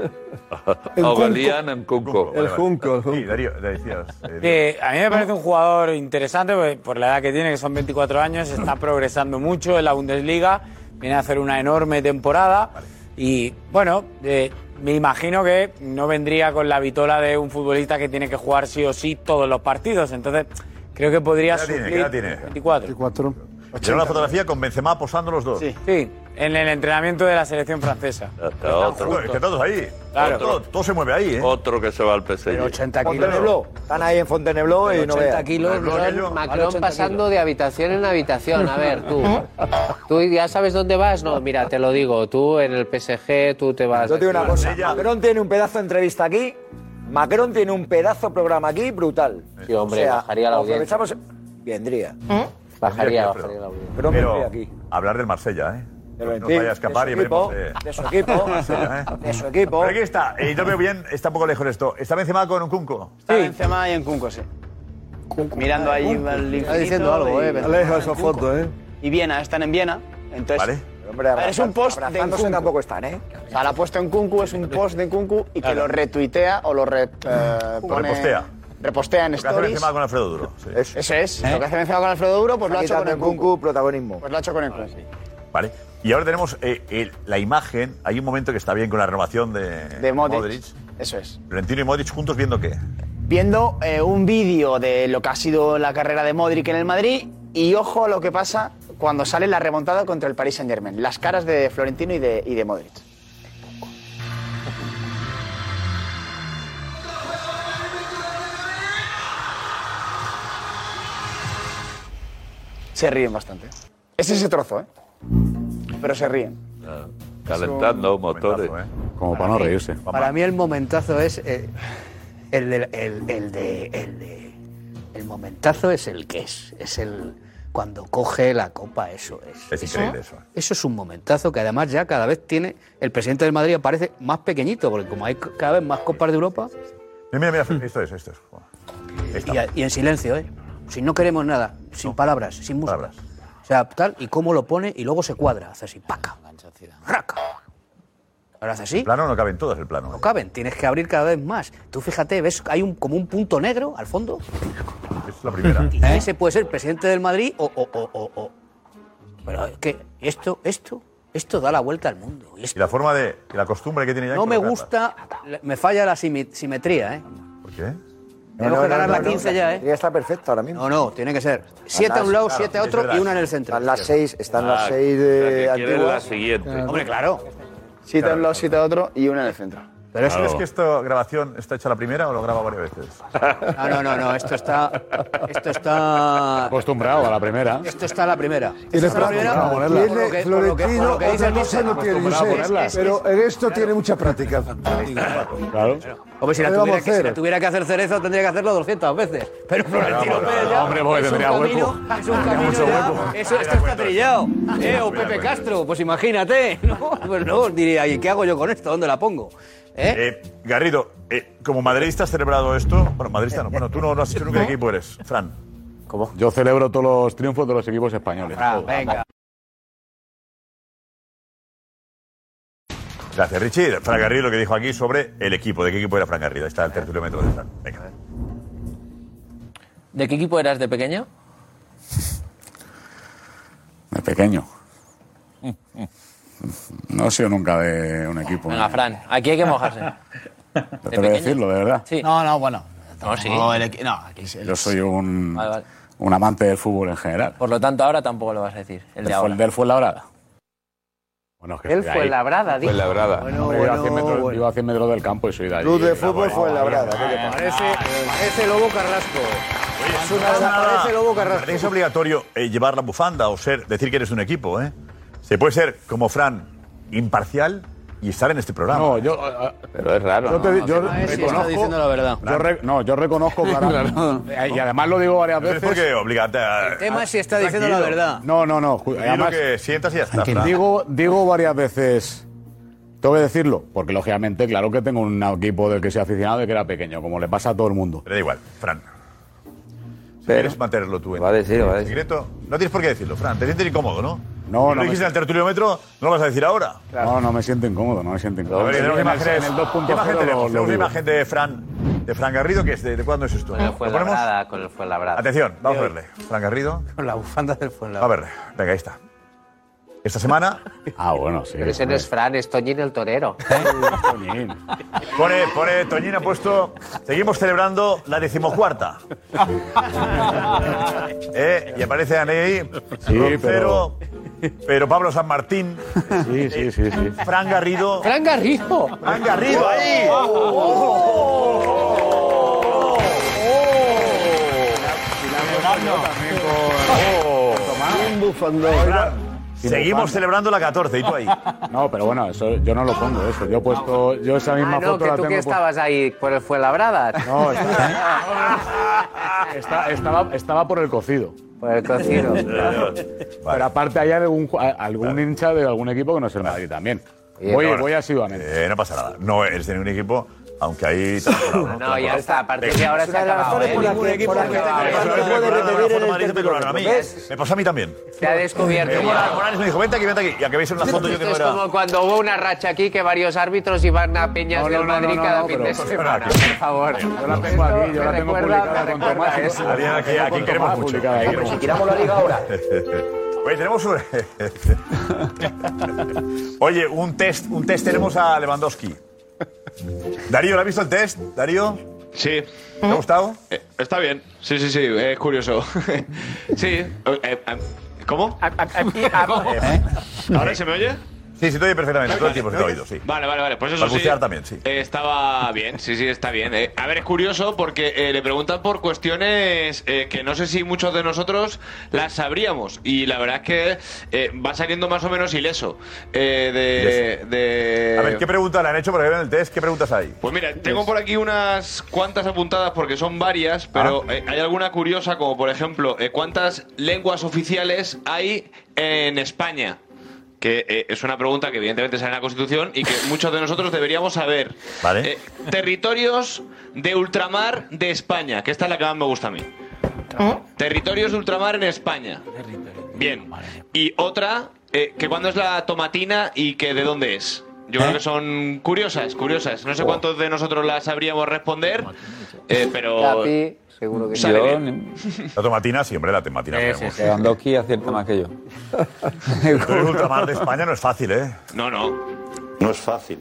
O
Galián
en Cunco.
El
Junco. Sí, Darío, decías. eh,
Que a mí me parece un jugador interesante porque por la edad que tiene, que son 24 años, está progresando mucho en la Bundesliga, viene a hacer una enorme temporada y bueno, eh, me imagino que no vendría con la vitola de un futbolista que tiene que jugar sí o sí todos los partidos, entonces creo que podría
¿Qué edad tiene?
suplir
¿Qué edad tiene?
24.
24.
Tiene una fotografía con Benzema posando los dos. Sí.
Sí, en el entrenamiento de la selección francesa.
otro.
Es que todos ahí.
Claro.
Todo, todo se mueve ahí, ¿eh?
Otro que se va al PSG.
Fontainebleau. Están ahí en Fontainebleau y no veas.
Macron, Macron pasando de habitación en habitación. A ver, tú. ¿Tú ya sabes dónde vas? No, mira, te lo digo. Tú en el PSG, tú te vas.
Yo te digo una
aquí.
cosa. Macron tiene un pedazo de entrevista aquí. Macron tiene un pedazo de programa aquí brutal.
Sí, hombre, bajaría la audiencia.
aprovechamos- Vendría.
Bajaría,
Pero-
bajaría la audiencia.
Pero me fui
Pero
aquí.
hablar del Marsella, ¿eh? No nos
sí,
vaya a escapar
de
y
su equipo,
veremos. eh,
de su equipo,
Marsella, ¿eh?
de su equipo.
Pero aquí está. Y no veo bien, está un poco lejos esto. Está Benzema con un Cunco.
Está Benzema y en Cunco, sí. Mirando ahí al
Está
infinito
diciendo algo,
y-
eh. Aleja esa foto, eh.
Y Viena, están en Viena. Entonces,
Vale.
Hombre,
A ver, es un post de
abrazándose
Nkunku.
tampoco están, ¿eh?
O sea, la ha puesto en Kunku, es un post de Kunku y que
Claro.
lo retuitea o lo re- eh,
Lo
pone-
repostea.
Repostea en
Lo que hace
stories.
Benzema con Alfredo Duro. sí.
Eso es. Lo que hace Benzema con Alfredo Duro, pues lo ha hecho con el Kunku.
protagonismo.
Pues lo ha hecho con el Kunku.
Vale. Y ahora tenemos eh, el- la imagen. Hay un momento que está bien con la renovación de,
De Modric. Eso es.
Florentino y Modric juntos viendo qué.
Viendo eh, un vídeo de lo que ha sido la carrera de Modric en el Madrid y ojo a lo que pasa cuando sale la remontada contra el Paris Saint-Germain. Las caras de Florentino y de, y de Modric. Se ríen bastante. Es ese trozo, ¿eh? Pero se ríen.
Ah, Calentando motores.
Como para no reírse.
Para mí el momentazo es eh, el, de, el, el de el de el momentazo es el que es es el cuando coge la copa eso es
Es increíble eso.
eso es un momentazo que además ya cada vez tiene el presidente del Madrid aparece más pequeñito porque como hay cada vez más copas de Europa
Mira, mira, mira, esto es, esto es.
y, a- y en silencio eh si no queremos nada sin palabras sin música o sea tal y cómo lo pone y luego se cuadra hace así paca raca ahora hace así
El plano no caben todas el plano.
no caben, tienes que abrir cada vez más. Tú fíjate, ves, hay un, como un punto negro al fondo.
Es la primera.
Y ese puede ser presidente del Madrid o. o, o, o, o. Pero es que esto, esto, esto da la vuelta al mundo.
Y la forma de. y la costumbre que tiene ya.
No
en
me
colocarla.
gusta, la- me falla la simi- simetría, ¿eh?
¿Por qué?
Tenemos que ganar la 15 ya, ¿eh?
Ya está perfecta ahora mismo.
No, no, tiene que ser. Siete a un lado, siete a otro y una en el centro.
Están las seis, están las
Ah,
seis de
la que quiere
antiguas.
la siguiente. Hombre, claro.
Siete a un lado, siete a otro y una en el centro.
Pero eso-
¿Sabes que esta grabación está hecha la primera o lo graba varias veces?
No, no, no, no, esto está. Esto está.
Acostumbrado a la primera.
Esto está la primera.
Tiene
Esto está la
práctica,
primera.
vamos a ponerla.
Por lo que- por lo que- por
Florentino,
lo que dice
otra
el
cosa
Mister.
no tiene, Josep,
Acostumbrado a
pero
ponerla.
en esto tiene mucha práctica.
Claro.
Hombre, Pues si la,
¿Qué le vamos
tuviera
a
que, si
hacer?
la tuviera que hacer Cerezo tendría que hacerlo 200 veces. Pero Florentino Pérez ya
Hombre, porque
es un
tendría hueco.
camino- Es un camino ya- Eso, esto está trillado. Eh, o Pepe Castro, pues imagínate. No, pues no, diría, ¿y qué hago yo con esto? ¿Dónde la pongo?
Eh, Garrido, eh, como madridista has celebrado esto. Bueno, madridista no. Bueno, tú no, no has dicho nunca de qué equipo eres. Fran.
¿Cómo? Yo celebro todos los triunfos de los equipos españoles. Todos.
Ah, venga.
Gracias, Richie. Fran Garrido lo que dijo aquí sobre el equipo. ¿De qué equipo era Fran Garrido? Ahí está el tertuliómetro de Fran. Venga.
¿De qué equipo eras de pequeño?
De pequeño. No he sido nunca de un equipo.
Pues
Venga, Fran, aquí hay que mojarse.
Te voy a decirlo, de verdad.
No, no, bueno. No, sí.
No,
no, aquí sí.
Yo soy un,
Vale, vale.
un amante del fútbol en general.
Por lo tanto, ahora tampoco lo vas a decir.
Del
El de
fue-
ahora.
del fue la hora. Bueno, es
Él
soy
fue
ahí.
labrada, dijo.
Fuenlabrada.
Bueno,
Hombre, vivo a
bueno,
100 metros-
bueno.
vivo a 100 metros del campo y soy de allí.
Club de
La
fútbol
buena-
Fuenlabrada. ¿qué te pasa?
Parece, parece Lobo Carrasco.
Es
una- parece Lobo Carrasco.
Es obligatorio eh, llevar la bufanda o ser, decir que eres un equipo, ¿eh? Se puede ser, como Fran, imparcial y estar en este programa.
No, yo. eh,
Pero es raro.
Yo, te, di- yo
está
reconozco,
diciendo la verdad.
Yo re- no, yo reconozco claro, y además lo digo varias
No
veces.
tienes por qué obligarte a. El
tema es si
está diciendo la verdad.
No, no, no. ju- además-
que sientas y ya está. Fran.
Digo, digo varias veces. Tengo que decirlo, porque lógicamente, claro que tengo un equipo del que soy aficionado y que era pequeño, como le pasa a todo el mundo.
Pero da igual, Fran. Si
Pero-
quieres mantenerlo tú en
Va a decir, va a
en
decir.
secreto, no tienes por qué decirlo, Fran. Te sientes incómodo, ¿no?
No,
Si
no
Lo
me-
dijiste en el tertuliómetro, no lo vas a decir ahora.
No, no me siento incómodo, no me siento
A
incómodo.
ver, tenemos
En el-
imágenes.
en el
¿Qué
2.0
imagen
lo-
tenemos?
lo
Tenemos una
digo.
imagen de Fran, de Fran Garrido, que es de, ¿de cuándo es esto?
Con el
¿Lo ponemos?
Fuenlabrada, con el Fuenlabrada.
Atención, vamos a verle. Fran Garrido.
Con la bufanda del Fuenlabrada.
A ver, venga, ahí está. Esta semana.
Ah, bueno, sí.
Pero ese no es Fran, es Toñín el Torero.
Pone, pone, Toñín ha puesto. Seguimos celebrando la decimocuarta. Eh, Y aparece Anei,
Sí,
Roncero, pero... Pablo San Martín,
Sí, sí, sí, sí.
Fran Garrido.
¡Fran Garrido!
¡Fran Garrido ahí!
Un bufandón.
Seguimos celebrando la 14 y tú ahí.
No, pero bueno, eso, yo no lo pongo eso. Yo he puesto, yo esa misma
Ah, no,
foto
que
la
tú
tengo.
que
pu-
estabas ahí por el Fuenlabrada.
No, Está- estaba, estaba por el cocido.
Por el cocido.
Pero aparte hay algún, ju- a- algún hincha de algún equipo que no es el Madrid también. Voy, voy asiduamente.
Eh, no pasa nada. No eres de ningún equipo, aunque ahí. No,
No, ya está. A partir de ahora se ha acabado. ¿eh? Ningún equipo se ha acabado.
Me pasó a mí también.
Se ha descubierto.
Eh, Morales, Morales me dijo, vente aquí, vente aquí. Y acabéis en una foto yo que
Esto
no
es
era.
como cuando hubo una racha aquí que varios árbitros iban a Peñas del Madrid cada fin de semana. Por favor. Yo la tengo aquí, yo la tengo publicada con Tomás. ¿eh?
Adrián, aquí, aquí queremos mucho. Si
tiramos Pues la liga ahora.
Oye, tenemos un... Oye, un test, un test tenemos a Lewandowski. Darío, ¿lo has visto el test? Darío.
Sí.
¿Te ha gustado?
Está bien. Sí, sí, sí. Es curioso. sí. eh, eh, ¿Cómo? ¿Ahora se me oye?
Sí, sí, te oye perfectamente. Todo el tiempo se te ha oído, sí.
Vale, vale, vale. Pues eso
Para
sí.
bucear también, sí.
eh, estaba bien, sí, sí, está bien. eh. a ver, es curioso porque eh, le preguntan por cuestiones eh, que no sé si muchos de nosotros las sabríamos. Y la verdad es que eh, va saliendo más o menos ileso. eh, de, de-
A ver, ¿qué preguntas le han hecho para que vean el test? ¿Qué preguntas hay?
Pues mira, tengo por aquí unas cuantas apuntadas porque son varias, pero eh, hay alguna curiosa, como por ejemplo, eh, ¿cuántas lenguas oficiales hay en España? Que eh, es una pregunta que evidentemente sale en la Constitución y que muchos de nosotros deberíamos saber.
Vale.
Eh, territorios de ultramar de España, que esta es la que más me gusta a mí. Territorios de ultramar en España. Bien. Y otra, eh, que cuándo es la tomatina y que de dónde es. Yo
¿Eh?
creo que son curiosas, curiosas. No sé cuántos de nosotros las sabríamos responder, eh, pero...
Capi, seguro que sí.
Sale bien.
La tomatina, sí, hombre, la tomatina.
Eh,
sabemos.
sí, sí. Lewandowski
acierta más que yo.
Pero el ultramar de España no es fácil, ¿eh?
No, no.
No es fácil.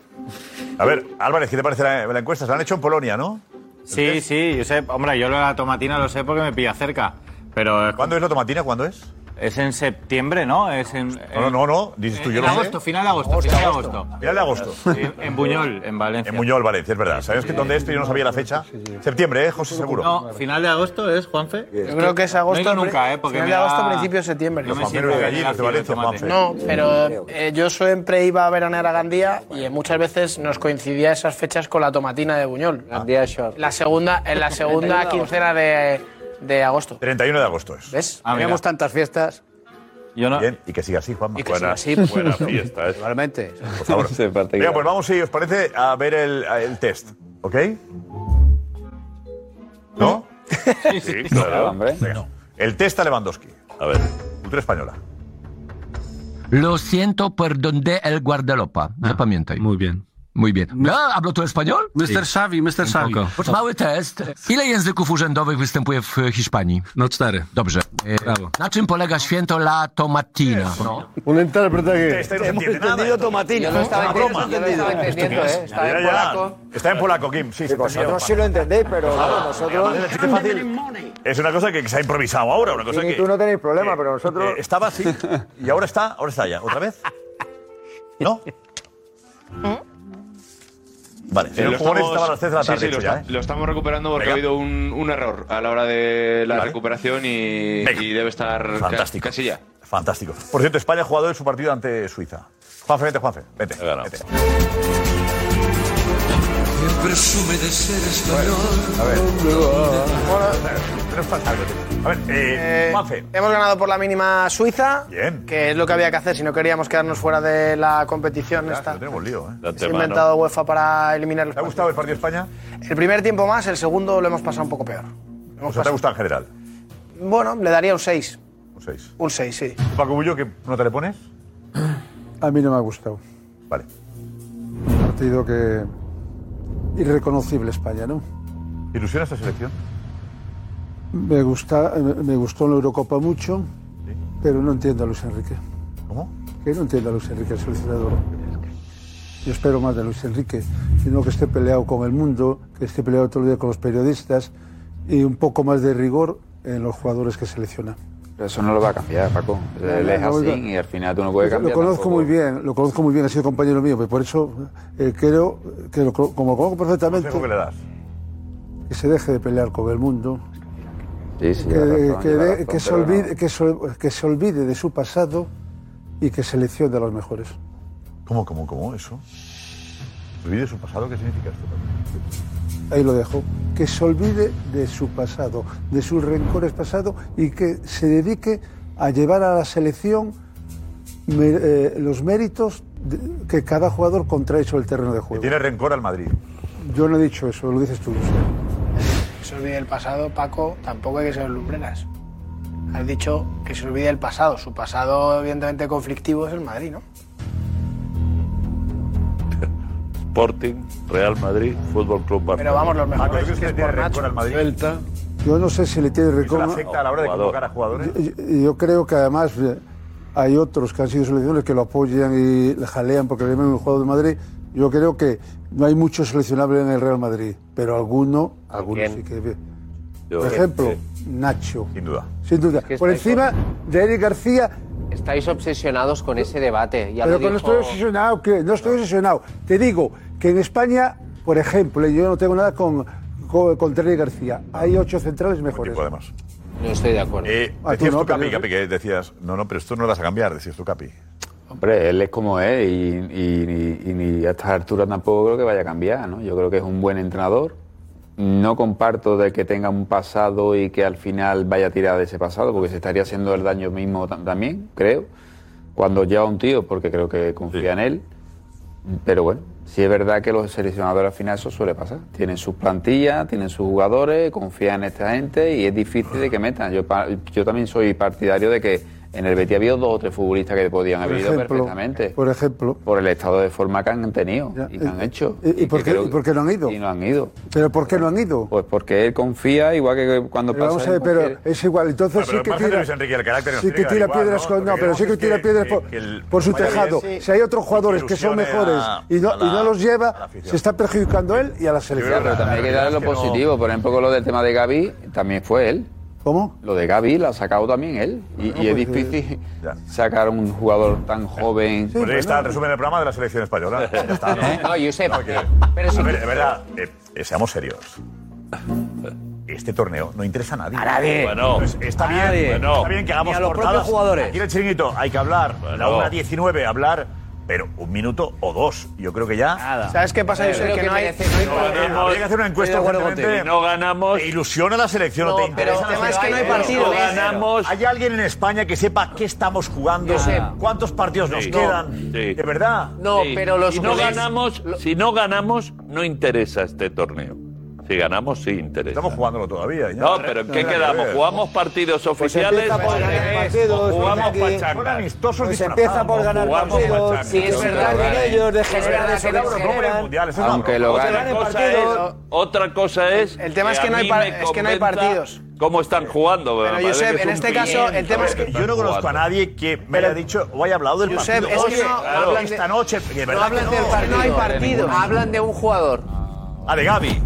A ver, Álvarez, ¿qué te parece la, la encuesta? Se la han hecho en Polonia, ¿no?
Sí, sí, yo sé, hombre, yo la tomatina lo sé porque me pilla cerca. Pero
¿Cuándo es la tomatina? ¿Cuándo es?
Es en septiembre, ¿no? Es en,
No, no, no, dices tú,
en
yo lo sé.
agosto, final de agosto, final de agosto.
Final de agosto.
En, en Buñol, en Valencia.
En Muñol, Valencia, es verdad. ¿Sabes que dónde es? Pero yo no sabía la fecha. Septiembre, ¿eh, José? Seguro.
No, final de agosto es, Juanfe.
Yo creo que es agosto.
No he ido nunca, ¿eh? Porque
final
me
de
da-
agosto, principio de septiembre.
No me sirve que tenga fiebre de tomate.
No, pero eh, yo siempre iba a veranear a Gandía y eh, muchas veces nos coincidía esas fechas con la tomatina de Buñol.
Gandía Short.
La segunda, en la
31
segunda
de
quincena de, de agosto.
31 de agosto es.
¿Ves?
Ah, mira.
Tenemos tantas fiestas.
Bien, y que siga así, Juanma.
que siga así.
pues,
buena fiesta, ¿eh?
Igualmente.
Por favor. Venga, pues vamos, si os parece, a ver el, a el test, ¿ok? ¿No? sí,
Claro, hombre.
Venga. El test a Lewandowski. A ver. Cultura española.
Lo siento por donde el guardalopa. No pamiętaj. Muy bien. Muy bien. No, ¿Hablo tu español?
Mr. Xavi, Mr. Xavi.
Poczekaj, Mały test. Ile języków urzędowych występuje w e, Hiszpanii? No cztery. Dobrze. E, Na czym polega święto La Tomatina? No.
Un intérprete aquí.
Este no se entiende nada. esto.
tomatina. Yo no estaba
Es una
entendiendo, yo no estaba
broma. ¿Esto qué
entendiendo,
es?
¿eh? Estaba en
Ya, ya.
polaco.
Está en polaco, Kim. Sí, se te
Vosotros
entiende.
sí lo entendéis, pero
Por favor.
vosotros...
Ah, Además, el chiste fácil Es una cosa que se ha improvisado ahora, una cosa
Y
que...
tú no tenéis problema, pero
Eh,
nosotros...
estaba así y ahora está, ahora está ya. ¿Otra vez? ¿No? Vale, si
Eh,
los
lo
jugadores
estamos-
estaban a las 3 de la tarde.
sí, sí, lo,
hecho ya, ¿eh?
esta- lo estamos recuperando porque
Venga.
ha habido un, un error a la hora de la
Vale.
recuperación y, y debe estar ca-
Fantástico.
casi ya.
Fantástico. ¿eh? Por cierto, España ha jugado en su partido ante Suiza. Juanfe, vete, Juanfe. Vete. vete.
Presume de ser español.
A ver.
Bueno,
A ver, eh,
Eh,
Juanfe.
hemos ganado por la mínima Suiza,
Bien.
que es lo que había que hacer si no queríamos quedarnos fuera de la competición.
Ya,
esta.
lo tenemos lío, ¿eh?
Se ha inventado UEFA para eliminar los
¿Te ha gustado el partido de España?
El primer tiempo más, el segundo lo hemos pasado un poco peor.
O sea, ¿te ha gustado en general?
Bueno, le daría un 6.
Un 6.
Un 6, sí.
Paco Bullo, ¿qué nota le pones?
A mí no me ha gustado.
Vale.
Un partido que. Irreconocible España, ¿no?
¿Ilusiona esta selección?
Me, gusta, me gustó en la Eurocopa mucho, pero no entiendo a Luis Enrique.
¿Cómo?
Que no entiendo a Luis Enrique, el seleccionador. Yo espero más de Luis Enrique, sino que esté peleado con el mundo, que esté peleado todo el día con los periodistas y un poco más de rigor en los jugadores que selecciona.
Pero eso no lo va a cambiar, Paco. Él es
No, no,
así
no.
y al final tú no puedes
Lo
cambiar.
conozco
tampoco.
muy bien, lo conozco muy bien, ha sido compañero mío, pues por eso eh, creo que lo co- como lo conozco perfectamente,
¿Qué le das?
que se deje de pelear con el mundo,
Sí, sí,
que,
lleva razón,
que
lleva
de-
razón,
que se
pero no.
olvide, que, se, que se olvide de su pasado y que seleccione a los mejores.
¿Cómo, cómo, cómo eso? ¿Olvide su pasado? ¿Qué significa esto?
Ahí lo dejo. Que se olvide de su pasado, de sus rencores pasados y que se dedique a llevar a la selección me- eh, los méritos de- que cada jugador contrae sobre el terreno de
Que
juego.
tiene rencor al Madrid.
Yo no he dicho eso, lo dices tú.
Que se olvide el pasado, Paco, tampoco hay que ser lumbreras. Has dicho que se olvide el pasado. Su pasado, evidentemente, conflictivo es el Madrid, ¿no?
Sporting, Real Madrid, Fútbol Club Barcelona.
Pero vamos, los mejores
Ah, es que es por Nacho. Al Madrid.
Yo no sé si le tiene
¿Eso le
rencor.
afecta a la hora de
Jugador.
convocar a jugadores?
Y- Yo creo que además eh, hay otros que han sido seleccionables que lo apoyan y le jalean porque le ven un jugador de Madrid. Yo creo que no hay mucho seleccionable en el Real Madrid, pero alguno, algunos sí que ve.
Yo-
Por ejemplo,
Sí.
Nacho.
Sin duda.
Sin duda.
que
Por
estáis
encima de Eric García,
Estáis obsesionados con ese debate. Ya
pero
lo
que no
dijo...
estoy obsesionado, que no estoy obsesionado. Te digo que en España, por ejemplo, y yo no tengo nada con, con, con Terry García, hay ocho centrales mejores.
No estoy de acuerdo.
Eh,
Ah, tú
decías
no,
tú, Capi,
pero yo
Capi, que decías, no, no, pero esto no lo vas a cambiar, decías tú, Capi.
Hombre, él es como es y, y- y- y ni a estas alturas tampoco creo que vaya a cambiar, ¿no? Yo creo que es un buen entrenador. No comparto de que tenga un pasado y que al final vaya a tirar de ese pasado, porque se estaría haciendo el daño mismo tam- también, creo. Cuando lleva un tío, porque creo que confía en él. Pero bueno, sí es verdad que los seleccionadores al final eso suele pasar. Tienen sus plantillas, tienen sus jugadores, confían en esta gente y es difícil de que metan. Yo, pa- yo también soy partidario de que en el Betis ha habido dos o tres futbolistas que podían
Por
haber ido
ejemplo,
perfectamente
Por ejemplo.
por el estado de forma que han tenido y que han hecho.
eh, ¿Y, y por
que
qué,
creo
y por qué no han ido?
que no han ido.
¿Pero por qué no han ido?
Pues porque él confía, igual que cuando
Pero
pasa...
vamos a ver,
en
pero
cualquier-
es igual, entonces
Ah, pero
sí que
el margen de
tira,
Luis Enrique, el carácter nos
sí que
tiene que dar
tira
igual,
piedras
¿no?
con,
Lo
no,
que
pero sí que
queremos es
tira
que-
piedras
que-
por,
que el
por su
vaya bien,
tejado.
sí.
Si hay otros jugadores que son
ilusione a-
mejores y no,
a la-
y no los lleva, se está perjudicando él y a la
Ya, pero
selección.
también hay que darle lo positivo. Por ejemplo, con lo del tema de Gaby, también fue él.
¿Cómo?
Lo de Gaby lo ha sacado también él. Y,
Bueno,
y es
pues, eh,
difícil sacar un jugador tan joven.
pues ahí está el resumen del programa de la selección española. Ya está, ¿no?
No, Josep,
pero
sí
a
que-
ver, de verdad, eh, eh, seamos serios. Este torneo no interesa a nadie.
A nadie.
Bueno, Pues está,
A
bien,
nadie.
está bien que hagamos
Ni a los
portadas.
propios jugadores.
Aquí en el chiringuito hay que hablar. La
Bueno.
1.19, hablar. Pero un minuto o dos. Yo creo que ya.
¿Sabes qué pasa, Josep? Que no hay- no hay-
Eh, Habría que hacer una encuesta.
Estoy de acuerdo
urgentemente.
contigo.
ganamos. ¿Te ilusiona la selección o te interesa?
el tema
la
es que no hay
selección?
partido.
No ganamos. ¿Hay alguien en España que sepa qué estamos jugando? ¿Cuántos partidos nos
Sí.
quedan?
Sí.
¿De verdad?
No, pero los
si no
culés-
ganamos, si no ganamos, no interesa este torneo. Si ganamos, sí interesa. Estamos
jugándolo todavía.
No, pero ¿qué
No,
quedamos?
no, no.
¿Jugamos partidos oficiales?
empieza por ganar partidos,
jugamos
Iñaki.
pachangas.
Son amistosos
Pues
disfrazados.
empieza por ganar
Jugamos
partidos.
pachangas.
Sí, es verdad que
Pero
ellos
ganen.
degeneran,
Pero
se
ganen,
degeneran.
¿cómo ganan mundiales? Eso es
Aunque
una
lo
broma.
ganen
Otra cosa, es, otra cosa es.
El tema es que
a
no hay
mí
par-
me
es que no hay
convence
partidos.
¿Cómo están jugando? me
Pero,
parece
Josep,
que es
en
un
este caso, el tema es que-
pimiento
Yo no conozco a
jugando.
nadie que me haya dicho o haya hablado del
Josep,
partido.
es que
Oye,
no
claro,
hablan de-
esta noche. que de
no
verdad
hablan
que
del partido. No hay partido. Hablan de un jugador.
Ah, de Gaby.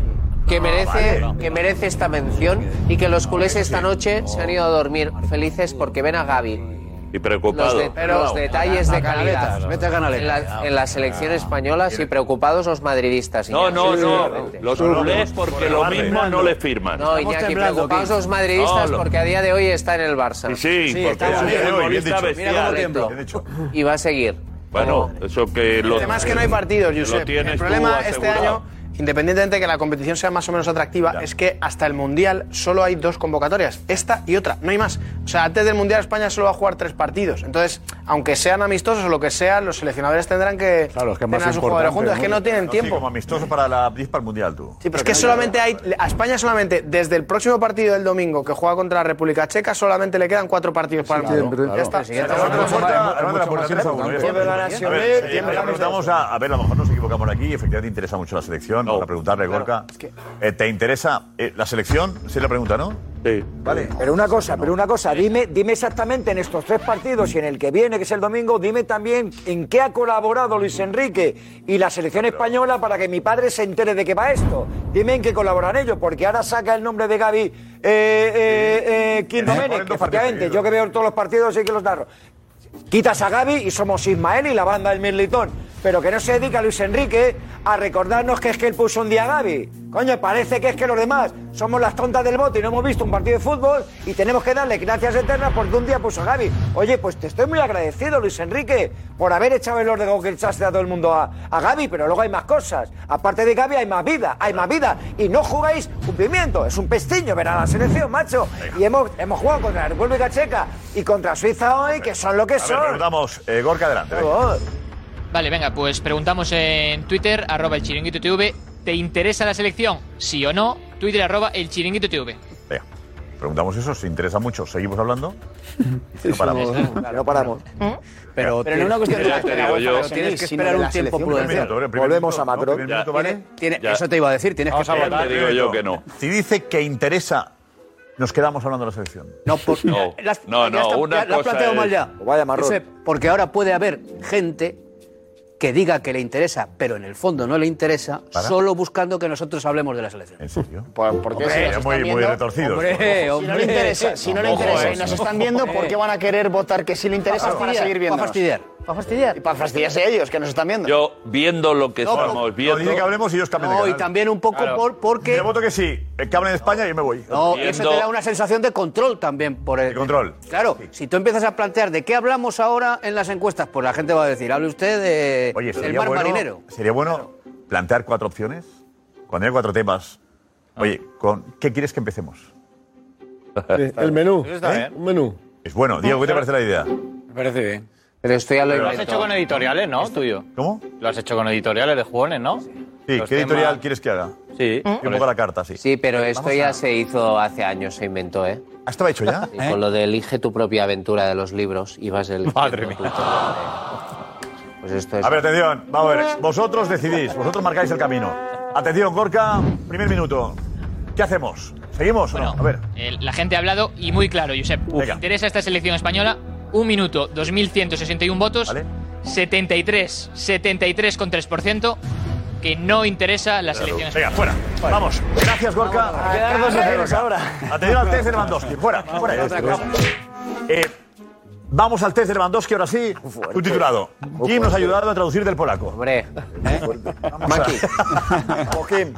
que merece,
vale.
que merece esta mención y que los culés esta noche se han ido a dormir felices porque ven a Gaby
Y preocupado.
Los, de- los detalles de calidad.
Vete a
En la, en la selección española, sí, preocupados los madridistas.
Ah. No,
Iñaki.
no, no.
Absolutamente.
Los culés porque lo mismo no le firman.
No, Iñaki, preocupados los madridistas
No, lo-
porque a día de hoy está en el Barça.
Sí, porque es un futbolista bestial.
Correcto. Y va a seguir.
Bueno, eso que lo.
El tema es que no hay partidos,
que lo
Josep.
tienes
El
tú
problema este
asegurado.
año, independientemente de que la competición sea más o menos atractiva, es que hasta el Mundial solo hay dos convocatorias, esta y otra, no hay más. O sea, antes del Mundial España solo va a jugar tres partidos. Entonces, aunque sean amistosos o lo que sea, los seleccionadores tendrán que tener a sus jugadores juntos. Es que no tienen
Sí,
tiempo.
como amistoso para la para el mundial, tú.
es que solamente hay. A España solamente, desde el próximo partido del domingo que juega contra la República Checa, solamente le quedan cuatro partidos para el Mundial. Ya está.
Levanta la puerta, levanta la puerta.
Siempre gana
A ver,
Sionet,
eh,
siempre
le
gana
preguntamos a, a ver, a lo mejor nos equivocamos aquí, efectivamente interesa mucho la selección, para preguntarle, Gorka. Eh, ¿Te interesa eh, la selección? Sí, la pregunta, ¿no?
Sí.
Vale.
Pero una cosa, pero una cosa, dime, dime exactamente en estos tres partidos y en el que viene, que es el domingo, dime también en qué ha colaborado Luis Enrique y la selección española para que mi padre se entere de qué va esto. Dime en qué colaboran ellos, porque ahora saca el nombre de Gaby eh, eh, eh, Quindoménez, que efectivamente, yo que veo todos los partidos y que los narro. Quitas a Gaby y somos Ismael y la banda del Mirlitón. Pero que no se dedica Luis Enrique a recordarnos que es que él puso un día a Gaby. Coño, parece que es que los demás somos las tontas del bote y no hemos visto un partido de fútbol y tenemos que darle gracias eternas porque un día puso a Gaby. Oye, pues te estoy muy agradecido, Luis Enrique, por haber echado el orden que echaste a todo el mundo a, a Gaby, pero luego hay más cosas. Aparte de Gaby hay más vida, hay más vida. Y no jugáis cumplimiento, es un pestiño ver a la selección, macho. Y hemos, hemos jugado contra la República Checa y contra Suiza hoy, que son lo que
A ver,
son.
preguntamos, eh, Gorka, adelante. venga.
Vale, venga, pues preguntamos en Twitter, arroba el chiringuito TV, ¿te interesa la selección? Sí o no, Twitter arroba el chiringuito TV.
Venga. Preguntamos eso, si interesa mucho, seguimos hablando. No paramos.
No paramos.
Pero,
Pero en una cuestión de
Ya te digo yo.
tienes que esperar un tiempo
eh,
prudencial.
Volvemos a Macron.
Primer minuto, ¿vale? Ya.
Eso te iba a decir, tienes que
Vamos a
esperar.
votar.
digo yo que no.
Si dice este que interesa, nos quedamos hablando de la selección.
No, por,
No,
la has-
no,
ya
no,
está-
una
ya la has
cosa
planteado
es-
mal ya.
Vaya marrón.
Josep,
porque ahora puede haber
gente
que diga que le interesa, pero en el fondo no le interesa,
Para.
solo buscando que nosotros hablemos de la selección.
¿En serio?
porque
Hombre,
si nos
es
están
muy, muy
viendo-
retorcido.
Hombre,
esto.
hombre.
Si no le interesa, si no le
Ojo,
interesa
eh.
y nos están viendo, ¿por qué van a querer votar que sí le interesa
Para
para
fastidiar,
seguir viendo?
para fastidiar.
Para fastidiar. Y para fastidiarse ellos, que nos están viendo.
Yo, viendo lo que
este- No, pero-
estamos
no,
viendo.
Dile que hablemos y ellos cambian de
No, y
canal.
también un poco por- porque-
Yo voto que sí. eh, Que hablen de España y yo me voy.
No, y eso te da una sensación de control también por el.
control.
Claro, si tú empiezas a plantear de qué hablamos ahora en las encuestas, pues la gente va a decir, hable usted de
Oye,
del
sería
mar
bueno,
marinero.
Sería bueno plantear cuatro opciones. Cuando hay cuatro temas. Oye, ¿con qué quieres que empecemos?
Eh, El menú.
Eso está
¿eh?
bien.
Un menú.
Es bueno. Diego, ¿qué te parece la idea?
Me parece bien. Pero estoy a
lo
Lo has
invento.
hecho con editoriales, ¿no? Tuyo.
¿Cómo?
Lo has hecho con editoriales de jugones, ¿no?
Sí,
Los
¿qué editorial
temas-
quieres que haga?
Sí.
Y un poco la carta, sí.
Sí,
Pero
Vamos
esto ya
a-
se hizo hace años, se inventó, ¿eh?
Ah, ¿Estaba hecho ya?
Y Con lo de elige tu propia aventura de los libros y vas el. Madre mía. Pues esto es.
A ver, atención, vamos a ver. Vosotros decidís, vosotros marcáis el camino. Atención, Gorka, primer minuto. ¿Qué hacemos? ¿Seguimos o no? A ver.
Eh, la gente ha hablado y muy claro, Josep. ¿Te interesa esta selección española? Un minuto, 2.161 votos, 73, 73,3% que no interesa la selección
Venga, fuera. Vamos. Gracias, Gorka. Vamos,
quedar dos a ceros ahora.
Atención al test de Lewandowski. Fuera, fuera. Eh, vamos al test de Lewandowski, ahora sí. Tu titulado. ¿Quién nos ha ayudado a traducir del polaco? Eh,
Hombre.
Maki. Joaquín.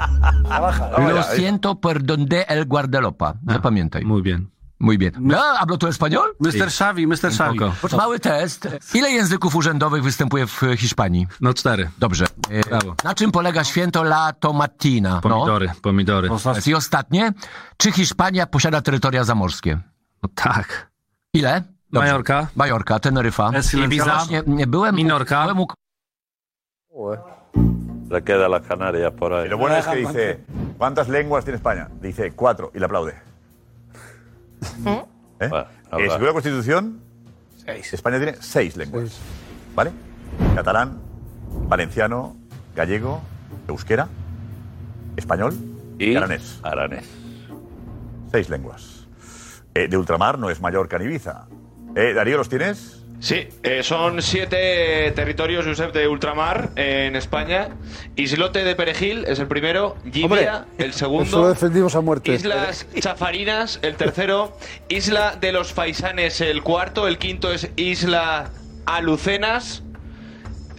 Trabaja.
Lo siento, por donde el guardalopa. Zapamiętaj. Muy bien. Muy bien. No, ¿Hablo tu español? Mr. Xavi, Mr. Xavi. Mały test. Ile języków urzędowych występuje w e, Hiszpanii? No cztery. Dobrze. E, Brawo. Na czym polega święto La Tomatina? Pomidory, no. pomidory. I ostatnie. Czy Hiszpania posiada terytoria zamorskie? No tak. Ile? Majorka. Majorka, Teneryfa.
Ibiza.
Właśnie, nie, byłem, Minorka. Byłem u
Le queda las Canarias por ahí.
Lo bueno es que dice, ¿cuántas lenguas tiene España? Dice cuatro y le aplaude. ¿Eh? Eh, según la Constitución, España tiene seis lenguas. ¿Vale? Catalán, valenciano, gallego, euskera, español y, aranés.
Aranés.
Seis lenguas. Eh, de ultramar no es Mallorca ni Ibiza. Eh, Darío, ¿los tienes?
Sí, eh, son siete territorios, Josep, de ultramar eh, en España. Islote de Perejil es el primero, Llivia el
Eso lo
segundo,
defendimos a muerte.
Islas Chafarinas el tercero, Isla de los Faisanes el cuarto, el quinto es Isla Alucenas,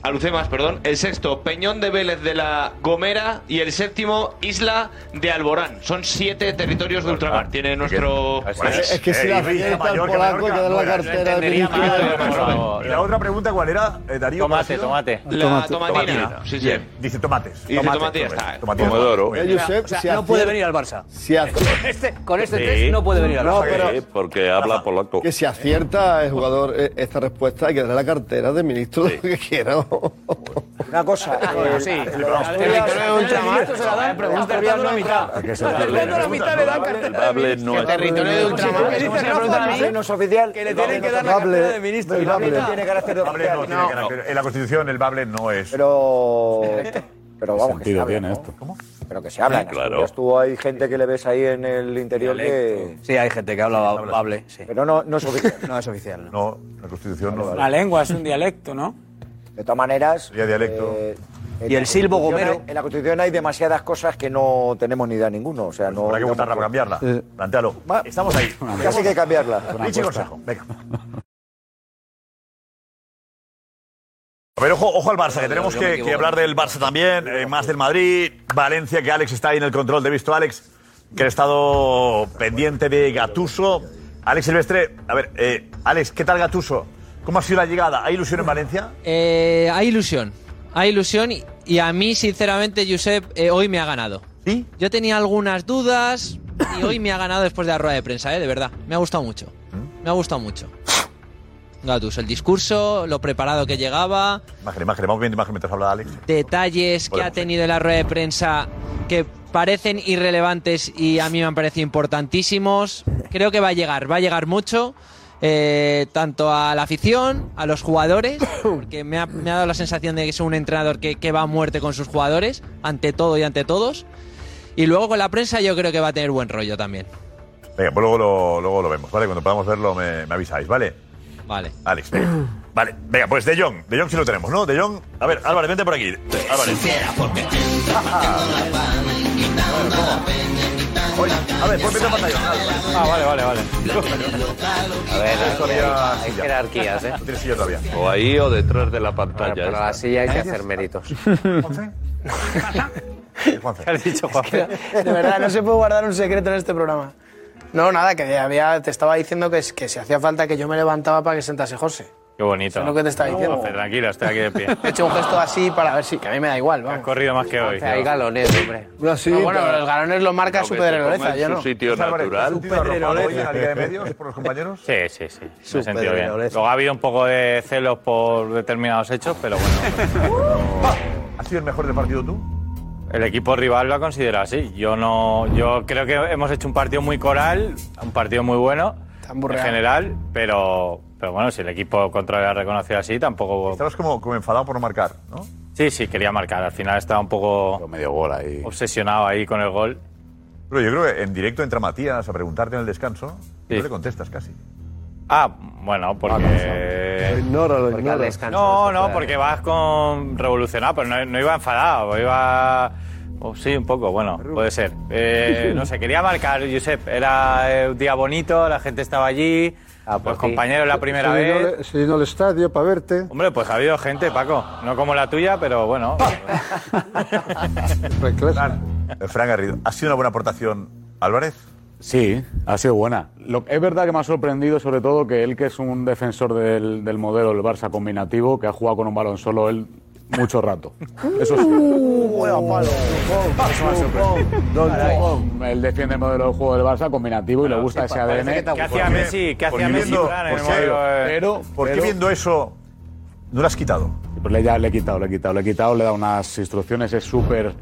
Alucemas, perdón, el sexto Peñón de Vélez de la Gomera y el séptimo Isla de Alborán. Son siete territorios de ultramar, tiene nuestro...
Es que si la fiesta al polaco que da la cartera de
Y la otra pregunta, ¿cuál era, eh, Darío? Tomate, tomate.
La tomatina. Sí, sí.
Dice tomates.
Y dice tomate y ya está.
Tomates.
Pomodoro.
Muy bien.
O sea, no puede venir al Barça. Con este, con este test no puede venir al Barça.
Sí, porque habla polaco.
Que si acierta el jugador eh, esta respuesta, hay que darle la cartera de ministro de lo que quiera.
Una cosa.
Bueno, sí. Territorio
ultramar. Se la dan,
Ultramar.
Ultramar la mitad.
Que se
Perdiendo la mitad le dan cartera.
Hable no
Territorio de ultramar. Me dice Rafa, no sé, no es oficial. Que le tienen que dar la cartera de ministro. Y la mitad tiene carácter de
Bable no
oficial.
tiene carácter. En la Constitución el Bable no es.
Pero. Pero vamos, que se
sentido
habla,
tiene
¿no?
esto?
Pero que se
Eh,
habla.
Sí,
en
claro.
Asturias Tú hay gente que le ves ahí en el interior que.
Sí, hay gente que habla hable.
Pero no, no es oficial.
No es oficial.
No, la Constitución no.
La lengua es un dialecto, ¿no?
De todas maneras.
Sería dialecto.
eh,
Y el silbo
Constitución
gomero.
hay- en la Constitución hay demasiadas cosas que no tenemos ni idea ninguno. O sea, no.
Pues Habrá que
digamos,
votarla para cambiarla.
Eh.
Plantéalo. Estamos ahí.
Casi que cambiarla.
Richie Consejo, venga. A ver, ojo, ojo al Barça, que tenemos
Yo me
que,
equivoco.
que hablar del Barça también, eh, más del Madrid, Valencia, que Alex está ahí en el control. Te he visto, Alex, que he estado pendiente de Gatuso. Alex Silvestre, a ver, eh, Alex, ¿qué tal Gatuso? ¿Cómo ha sido la llegada? ¿Hay ilusión en Valencia?
Eh, hay ilusión, hay ilusión y- y a mí sinceramente Josep eh, hoy me ha ganado.
¿Sí?
Yo tenía algunas dudas y hoy me ha ganado después de la rueda de prensa, eh, de verdad. Me ha gustado mucho, me ha gustado mucho. Gatus, el discurso, lo preparado que llegaba,
Imagen, imagen, vamos viendo imagen mientras habla Alex.
detalles que ha tenido en la rueda de prensa que parecen irrelevantes y a mí me han parecido importantísimos. Creo que va a llegar, va a llegar mucho, eh, tanto a la afición, a los jugadores, porque me ha, me ha dado la sensación de que es un entrenador que, que va a muerte con sus jugadores, ante todo y ante todos. Y luego con la prensa yo creo que va a tener buen rollo también.
Venga, pues luego lo, luego lo vemos, ¿vale? Cuando podamos verlo me, me avisáis, ¿vale?
Vale.
Alex, venga. Vale, venga, pues De Jong, De Jong sí lo tenemos, ¿no? De Jong, a ver, Álvarez, vente por aquí. Álvarez. Oye, a ver, ponme la pantalla. Ah, vale, vale, vale.
A ver,
hay,
hay jerarquías, ¿eh?
Tienes silla todavía.
O ahí o detrás de la pantalla.
Pero
esta.
así hay que hacer méritos.
¿Qué has dicho, De verdad, no se puede guardar un secreto en este programa. No, nada, que había, te estaba diciendo que, es- que si hacía falta que yo me levantaba para que sentase José.
Qué bonito.
Es lo que te estaba diciendo.
Juanfe, tranquilo, estoy aquí de pie.
He hecho un gesto así para ver si, que a mí me da igual,
Has
vamos.
corrido más que hoy.
Ah, Hay galones, hombre. Pero bueno, los galones los marca su pedreroleza, yo no.
por los compañeros?
Sí, sí, sí. Me he
Súper
sentido bien.
doloroso.
Luego ha habido un poco de celos por determinados hechos, pero bueno.
¿Has sido el mejor del partido tú?
El equipo rival lo ha considerado así. Yo no, yo creo que hemos hecho un partido muy coral, un partido muy bueno en
burreado.
general, pero, pero bueno, si el equipo contrario lo ha reconocido así, tampoco.
Estabas como, como enfadado por no marcar, ¿no?
Sí, sí, quería marcar. Al final estaba un poco
medio gol ahí.
obsesionado ahí con el gol.
Pero yo creo que en directo entra Matías a preguntarte en el descanso y no le contestas casi.
Ah, bueno, porque.
Ignóralo,
ignóralo. No, no, porque vas con revolucionado, pero no, no iba enfadado, iba. oh, sí, un poco, bueno, puede ser. Eh, no sé, quería marcar, Josep. Era eh, un día bonito, la gente estaba allí,
pues
los compañeros la primera
se llenó
vez.
el- Se llenó el estadio para verte.
Hombre, pues ha habido gente, Paco. No como la tuya, pero bueno.
Eh, Fran Garrido, ¿ha sido una buena aportación Álvarez?
Sí, ha sido buena. Lo, es verdad que me ha sorprendido sobre todo que él, que es un defensor del, del modelo del Barça combinativo, que ha jugado con un balón solo él mucho rato. Eso sí. Eso me ha sorprendido. Él defiende el modelo de juego del Barça combinativo y le gusta ese ADN.
¿Qué hacía Messi? ¿Qué hacía Messi? Fran, en el modelo, eh?
Pero,
¿Por qué viendo eso no lo has quitado?
Pues le, ya le he quitado, le he quitado, le he quitado, le he dado unas instrucciones, es súper.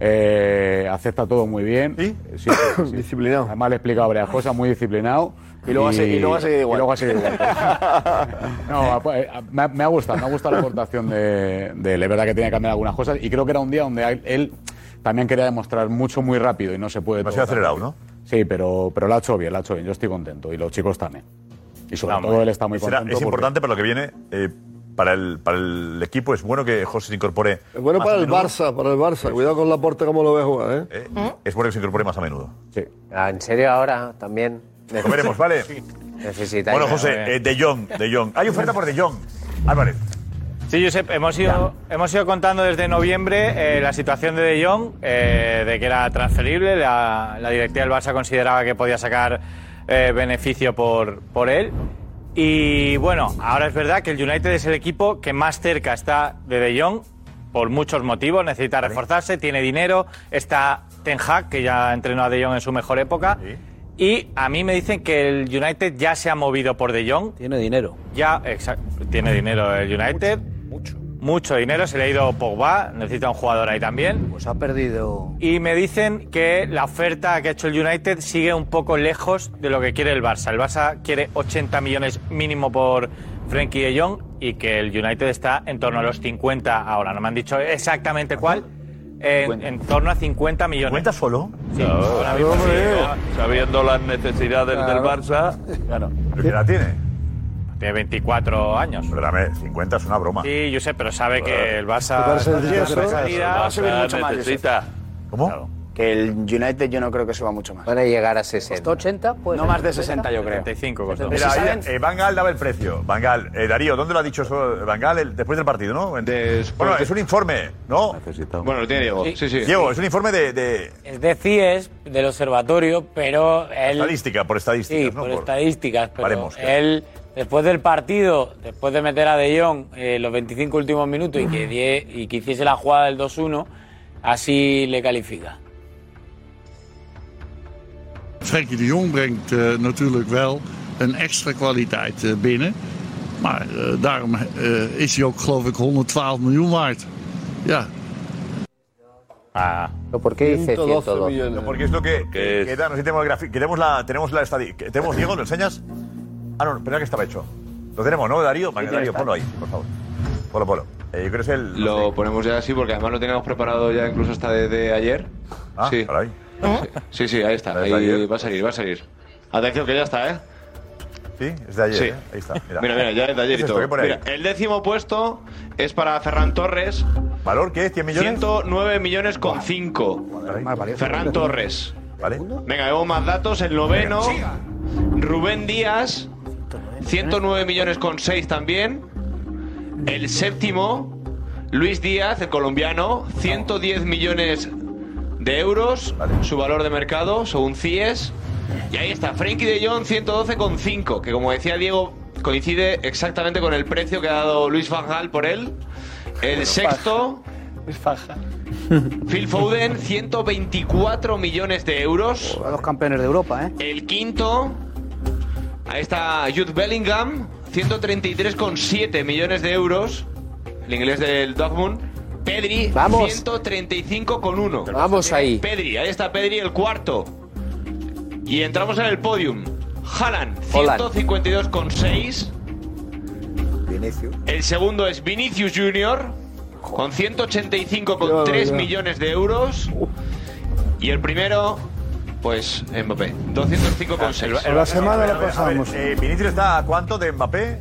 eh, acepta todo muy bien. Disciplinado. Además, le he explicado varias cosas, muy disciplinado.
Y luego ha se- y luego ha seguido igual.
y luego ha seguido igual. No, a- a- me ha, me ha gustado, me ha gustado la aportación de, de él. Es verdad que tenía que cambiar algunas cosas y creo que era un día donde a él, él también quería demostrar mucho muy rápido y no se puede.
Demasiado
todo.
acelerado, ¿no?
Sí, pero, pero lo ha hecho bien, lo ha hecho bien. Yo estoy contento y los chicos también. Y sobre todo él está muy
Será-
contento.
es
porque-
importante para lo que viene, eh, para, el, para el equipo, es bueno que José se incorpore.
Es bueno
más
para
a
el
menudo.
Barça, para el Barça. Cuidado con la puerta como lo ve jugar, ¿eh?
Es bueno que se incorpore más a menudo.
Sí.
Ah, en serio ahora también.
Lo veremos, ¿vale?
Necesitáis.
Bueno, José, eh, De Jong, De Jong. Hay oferta por De Jong. Álvarez.
Sí, Josep, hemos ido, hemos ido contando desde noviembre eh, la situación de De Jong, eh, de que era transferible, la, la directiva del Barça consideraba que podía sacar eh, beneficio por, por él. Y bueno, ahora es verdad que el United es el equipo que más cerca está de De Jong por muchos motivos, necesita reforzarse, tiene dinero, está Ten Hag, que ya entrenó a De Jong en su mejor época. Y a mí me dicen que el United ya se ha movido por De Jong.
Tiene dinero.
Ya, exacto. Tiene dinero el United. Mucho. Mucho dinero. Se le ha ido Pogba. Necesita un jugador ahí también.
Pues ha perdido.
Y me dicen que la oferta que ha hecho el United sigue un poco lejos de lo que quiere el Barça. El Barça quiere 80 millones mínimo por Frenkie de Jong y que el United está en torno a los 50 ahora. No me han dicho exactamente cuál. En, en torno a 50 millones. ¿50
solo?
Sí. ahora mismo sí.
Sabiendo las necesidades del Barça.
Claro. ¿Qué edad tiene?
Tiene 24 años.
Pero dame, 50 es una broma.
Sí, yo sé, pero sabe que el
El
Barça.
Barça necesita
está en salida.
Va a subir mucho más.
necesita.
¿Cómo?
Que el United yo no creo que suba mucho más.
Van a llegar a 60.
80, pues.
No más de 60, yo creo.
35 costó.
Mira, ahí, eh, Van Gaal daba el precio. Van Gaal. Eh, Darío, ¿dónde lo ha dicho eso? Van Gaal, el- después del partido, ¿no? bueno, es un informe, ¿no?
Bueno, lo tiene Diego. Sí, sí.
Diego, es un informe de... de
Es de CIES, del observatorio, pero él.
Estadística, por estadísticas.
Sí, por estadísticas, pero
Paremos, claro.
él, después del partido, después de meter a De Jong eh, los 25 últimos minutos y que, die- y que hiciese la jugada del 2-1, así le califica.
Frenkie de Jong brengt eh, natuurlijk wel een extra kwaliteit eh, binnen. Maar eh, daarom eh, is hij ook, geloof ik, 112 miljoen waard. Ja,
Ah.
¿Por qué dice
112
112?
millones.
Porque es lo que, que
es-
queda. No sé si tenemos el grafi- que tenemos la, tenemos la estadística. ¿Tenemos, Diego? ¿Lo enseñas? Ah, no, pensaba que estaba hecho. Lo tenemos, ¿no, Darío? Venga,
tiene
Darío,
está.
ponlo ahí, por favor. Polo, polo. Eh, yo creo que es el...
Lo ponemos ya así porque además lo teníamos preparado ya incluso hasta desde ayer.
Ah,
sí.
caray.
Sí, sí, ahí está.
Desde
Ahí
ayer.
va a salir, va a salir. Atención que ya está, ¿eh?
Sí, es de ayer.
Sí.
¿eh? Ahí está. Mira,
Mira, mira, ya es de ayer
¿Qué
y
esto?
todo.
¿Qué pone ahí?
Mira, el décimo puesto es para Ferran Torres.
¿Valor qué es? ¿100 millones?
109 millones con 5. Ferran Torres.
Vale.
Venga, vemos más datos. El noveno, Rubén Díaz. 109 millones con 6 también. El séptimo, Luis Díaz, el colombiano. 110 millones de euros, su valor de mercado, según CIES. Y ahí está, Frenkie de Jong 112,5, que como decía Diego, coincide exactamente con el precio que ha dado Luis Van Gaal por él. El sexto,
Es faja.
Phil Foden, 124 millones de euros.
Los campeones de Europa, ¿eh?
El quinto, ahí está Jude Bellingham, 133,7 millones de euros. El inglés del Dortmund. Pedri,
Vamos.
135,1.
Vamos ahí.
Pedri, ahí está Pedri, el cuarto. Y entramos en el podium. Haaland,
Haaland.
152,6. El segundo es Vinicius Junior, con 185,3 millones de euros. Y el primero, pues Mbappé, 205,6.
A ver, a ver, a ver, a ver, eh, Vinicius está a cuánto de Mbappé?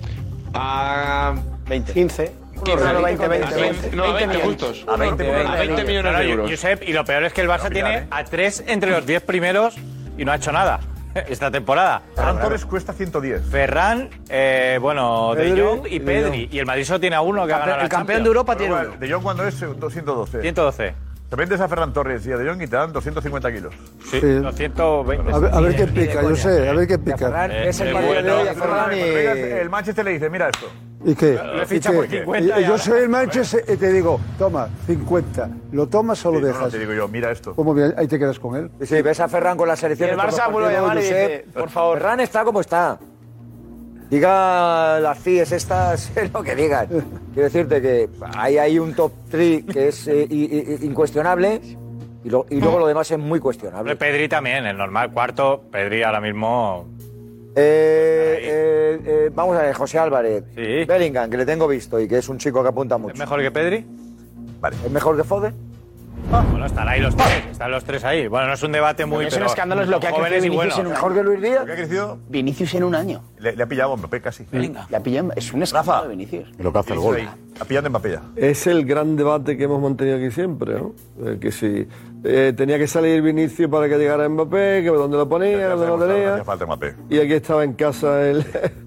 A 20.
15.
Claro, 20, 20, 20. No, a 20 justos.
A 20,
A 20 millones de
Claro,
euros. ¿eh?
Josep, y lo peor es que el Barça tiene a tres entre los diez primeros y no ha hecho nada esta temporada.
Ferran Torres cuesta 110.
Ferran, eh, bueno, De
Pedri,
Jong y
De
Pedri. Y el Madrid solo tiene a uno que ha ganado la Champions.
Pero bueno, De Jong cuando es 212.
112.
Te vendes a Ferran Torres y a De Jong y te dan 250 kilos.
Sí,
Sí.
220.
A ver, a ver qué pica, yo sé, a ver qué pica.
Es
Eh,
el partido de hoy a
Ferran y-
El Manchester le dice, mira esto.
¿Y qué?
Lo he
¿Y
fichado
qué?
por 50
Y-
y
yo
ahora-
soy el Manchester y te digo, toma, 50. ¿Lo tomas o lo
No,
dejas?
no, te digo yo, mira esto.
¿Cómo bien? Ahí te quedas con él.
Sí, ves a Ferran con la selección.
Y el
en todos los
Barça vuelve a llamar
partidos,
y
Josep.
dice,
por favor. Ferran está como está. Diga las CIES estas lo que digan. Quiero decirte que hay ahí un top 3 que es eh, i- i- i- incuestionable y, lo- y luego lo demás es muy cuestionable.
Hombre, Pedri también, el normal cuarto. Pedri ahora mismo.
Eh, eh, eh, vamos a ver, José Álvarez.
Sí.
Bellingham, que le tengo visto y que es un chico que apunta mucho. ¿Es
mejor que Pedri?
Vale.
¿Es mejor que Foden?
Bueno, están ahí los tres, están los tres ahí. Bueno, no es un debate muy...
Ah. es un
pero
escándalo, es lo que ha
jóvenes
crecido
y
Vinicius
buenos.
en un ¿Mejor que Luis Díaz?
¿Lo que ha crecido?
Vinicius en un año.
Le, le ha pillado a Mbappé casi. Venga.
Le ha pillado, es un escándalo de Vinicius.
Lo que hace el gol. Ha pillado a Mbappé ya.
Es el gran debate que hemos mantenido aquí siempre, ¿no? Eh, que si eh, tenía que salir Vinicius para que llegara Mbappé, que dónde lo ponía, dónde lo
No
tenía.
hacía falta Mbappé.
Y aquí estaba en casa el,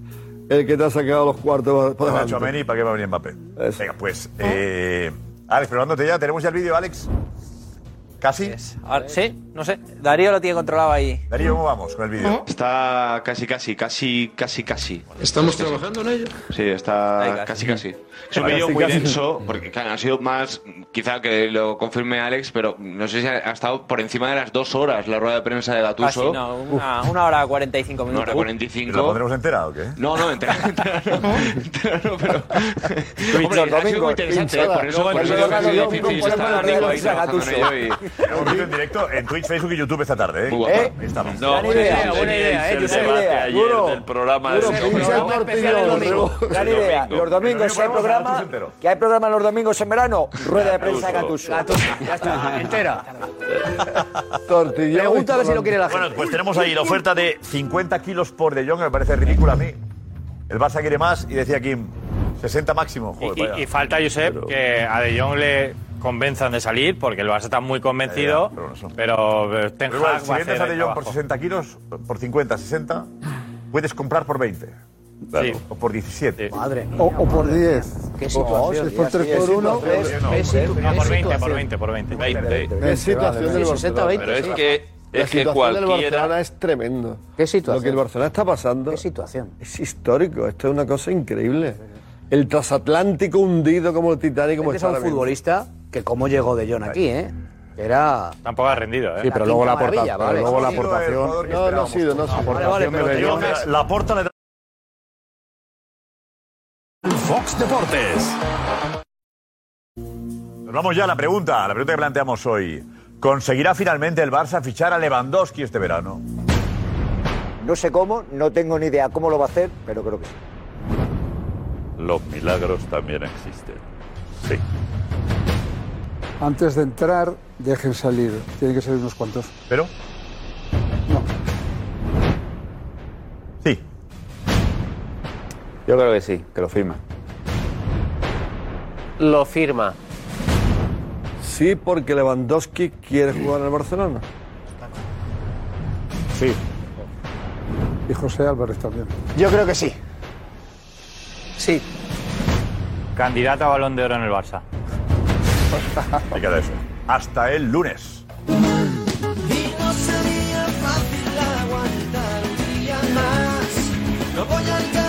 el que te ha sacado los cuartos para
Para
adelante.
Chouameni, ¿para qué va a venir Mbappé? Venga, pues... eh, Alex, probándote ya. ¿Tenemos ya el vídeo, Alex? ¿Casi?
Ahora- sí, no sé. Darío lo tiene controlado ahí.
Darío, ¿cómo vamos con el vídeo?
Está casi, casi, casi, casi, casi.
Estamos trabajando en ello.
Sí, está casi, casi. Es un
Casi,
vídeo muy
casi.
denso, porque claro, ha sido más, quizá que lo confirme Alex, pero no sé si ha, ha estado por encima de las dos horas la rueda de prensa de
Casi,
Gatuso.
Ah, no, una, una hora 45
Una
minutos.
hora 45.
¿La pondremos entera o qué?
No, no, entera, entera no, entera no, pero... Hombre, ha sido muy interesante, ¿eh? por eso, por eso es casi difícil estar arriba ahí trabajando en ello y...
Hemos visto en directo en Twitch, Facebook y YouTube esta tarde. ¿eh?
guapa.
Ahí estamos.
No, Gran pues, idea, sí, buena idea,
teníais
eh,
el
Josep.
debate
Idea.
ayer
Duro,
del programa
duro,
del
pincha
domingo.
Especial el domingo. Gran idea.
Domingo.
Los domingos hay programa. Que hay programa los domingos en verano. Rueda de prensa
Gattuso.
Gatuso.
Ya está, entera.
Pregunta a ver si lo quiere la gente.
Bueno, pues tenemos ahí la oferta de 50 kilos por De Jong, que me parece ridícula a mí. El Barça quiere más y decía Kim, 60 máximo. Joder,
Y-
Pues vaya.
Y, y falta, Josep, que a De Jong le convenzan de salir, porque el Barça está muy convencido, pero eh, Ten
Pero igual,
Hag
si
va a
vendes
hacer
a
el
De Jong por
trabajo.
60 kilos, por 50, 60, puedes comprar por 20. O por 17. Madre
O, o por 10.
Qué
O si
situación,
es por
tío,
3
qué
por 1.
situación.
No, por 20, por 20, por 20.
Qué situación del Barcelona.
Pero es que,
La
es que
situación del
cualquiera.
Barcelona es tremendo. ¿Qué situación? Lo que el Barcelona está pasando. ¿Qué situación? Es histórico. Esto es una cosa increíble. El transatlántico hundido como el Titanic, como
Este Es
está
un
ahora mismo.
futbolista que cómo llegó De Jong aquí, ¿eh? Era...
Tampoco ha rendido,
¿eh? Sí, pero luego la aporta- Maravilla, pero vale. luego la
aportación-
No, no ha sido, no ha
Ah,
sido.
La porta le da. Fox Deportes. Nos vamos ya a la pregunta, a la pregunta que planteamos hoy. ¿Conseguirá finalmente el Barça fichar a Lewandowski este verano?
No sé cómo, no tengo ni idea cómo lo va a hacer, pero creo que sí.
Los milagros también existen. Sí.
Antes de entrar, dejen salir. Tienen que salir unos cuantos.
¿Pero?
Yo creo que sí, que lo firma.
Lo firma. Sí, porque Lewandowski quiere jugar en el Barcelona.
Sí. Y José Álvarez también.
Yo creo que sí.
Sí. Candidato a balón de oro en el Barça.
Me queda eso. Hasta el lunes.
Y no sería fácil aguantar un día más. No voy a alcanzar.